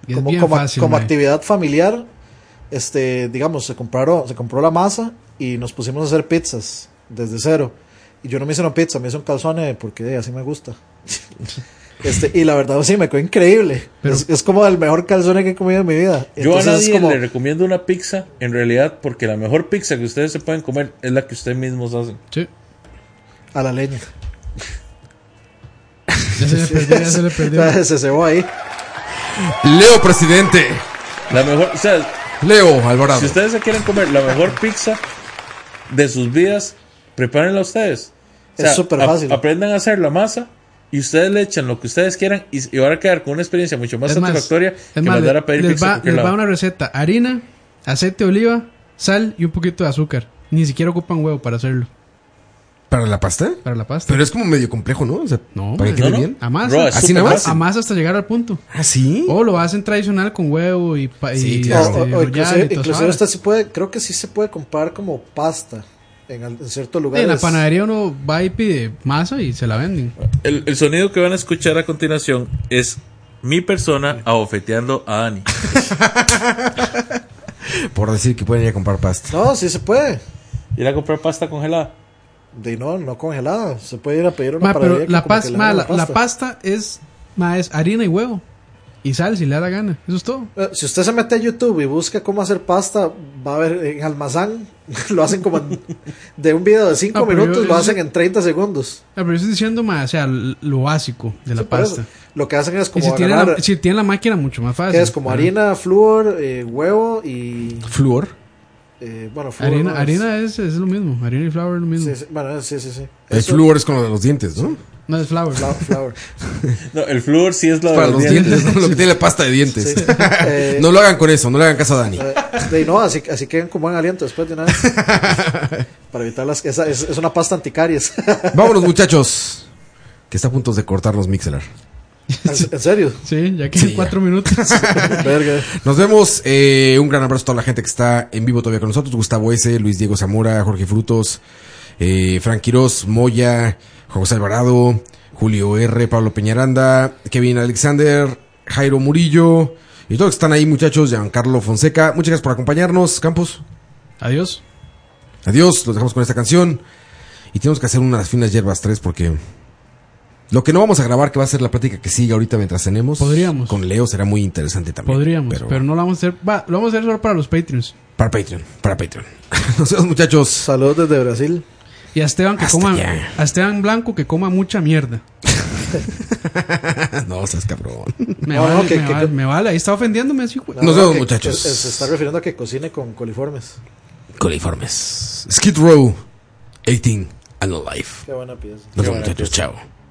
Y es como, bien como, fácil, como mae. actividad familiar, este, digamos, se compraron, se compró la masa y nos pusimos a hacer pizzas desde cero. Y yo no me hice una pizza, me hice un calzone porque eh, así me gusta. Este, y la verdad sí me quedó increíble. es, es como el mejor calzone que he comido en mi vida. Yo a Entonces es nadie como le recomiendo una pizza, en realidad, porque la mejor pizza que ustedes se pueden comer es la que ustedes mismos hacen. a la leña. Ya se le perdió, ya se le perdió. se cebó ahí. Leo presidente. La mejor, o sea, Leo Alvarado. si ustedes se quieren comer la mejor pizza de sus vidas, prepárenla ustedes. Es superfácil. ap- aprendan a hacer la masa y ustedes le echan lo que ustedes quieran y, y van a quedar con una experiencia mucho más Es más, satisfactoria que Es más, mandar a pedir les, pizza a va, cualquier les va lado. una receta: harina, aceite de oliva, sal y un poquito de azúcar. Ni siquiera ocupan huevo para hacerlo, ¿Para la pasta? para la pasta. Pero es como medio complejo, ¿no? O sea, No, para man. que quede No, no. bien. Amasa. Bro, es Así nada más. superfácil. Amasa hasta llegar al punto. ¿Ah, sí? O lo hacen tradicional con huevo y. pa- y Sí, claro. este, O- o brollado inclusive, y Ah, todas inclusive esas esta sí puede, creo que sí se puede comprar como pasta en, al- en ciertos varas. lugares. En la panadería uno va y pide masa y se la venden. El, el sonido que van a escuchar a continuación es mi persona abofeteando a Dani. Por decir que pueden ir a comprar pasta. No, sí se puede. Ir a comprar pasta congelada. De no, no congelada. Se puede ir a pedir una Ma, panadería pero que la, como pas- que le ma, hagan la, la pasta es, ma, es harina y huevo. Y sal si le da la gana. Eso es todo. Eh, Si usted se mete a YouTube y busca cómo hacer pasta, va a ver en Almazán, lo hacen como en- de un video de 5 Ah, pero yo- minutos, lo yo- hacen en 30 segundos. Ah, pero yo estoy diciendo ma, o sea, l- lo básico de la Por eso, pasta. Lo que hacen es Y como si tiene, agarrar- la, si tiene la máquina, mucho más fácil. es como Ah. harina, flúor, eh, huevo y... ¿Flúor? eh, bueno, flúor Harina, no, harina es, es lo mismo. Harina y flour es lo mismo. es- sí, sí, bueno, sí, sí, sí. El Eso- flúor es con lo de los dientes, ¿no? No es flour. Flour, flour. No, el flúor sí es la Para los dientes, ¿no? lo que tiene la pasta de dientes. Sí. Eh, no lo hagan con eso, no le hagan caso a Dani. Eh, de- no, así, así quedan con buen aliento después de una vez. Para evitar las. Esa, es, es una pasta anticaries. Vámonos, muchachos. Que está a punto de cortarnos Mixelar. ¿En, en serio? Sí, ya quedan Sí, ya. cuatro minutos. Verga. Nos vemos. eh, un gran abrazo a toda la gente que está en vivo todavía con nosotros. Gustavo S., Luis Diego Zamora, Jorge Frutos, eh, Fran Quirós, Moya, José Alvarado, Julio R., Pablo Peñaranda, Kevin Alexander, Jairo Murillo. Y todos los que están ahí, muchachos. Giancarlo Fonseca. Muchas gracias por acompañarnos, Campos. Adiós. Adiós. Los dejamos con esta canción. Y tenemos que hacer unas finas hierbas 3 porque... Lo que no vamos a grabar, que va a ser la plática que sigue ahorita mientras tenemos. Podríamos. Con Leo será muy interesante también. Podríamos, pero, no lo vamos a hacer. Va, lo vamos a hacer solo para los Patreons. Para Patreon, para Patreon. Nos vemos, muchachos. Saludos desde Brasil. Y a Esteban que Hasta coma. allá. A Esteban Blanco que coma mucha mierda. no, seas cabrón. Me, No, no, vale, que- me, que- vale, me vale, ahí está ofendiéndome. ese hijo de- Nos vemos, que- muchachos. eh, Se está refiriendo a que cocine con coliformes. Coliformes. Skid Row 18 and Alive. Qué buena pieza. Nos Qué vemos, buena muchachos. Chao.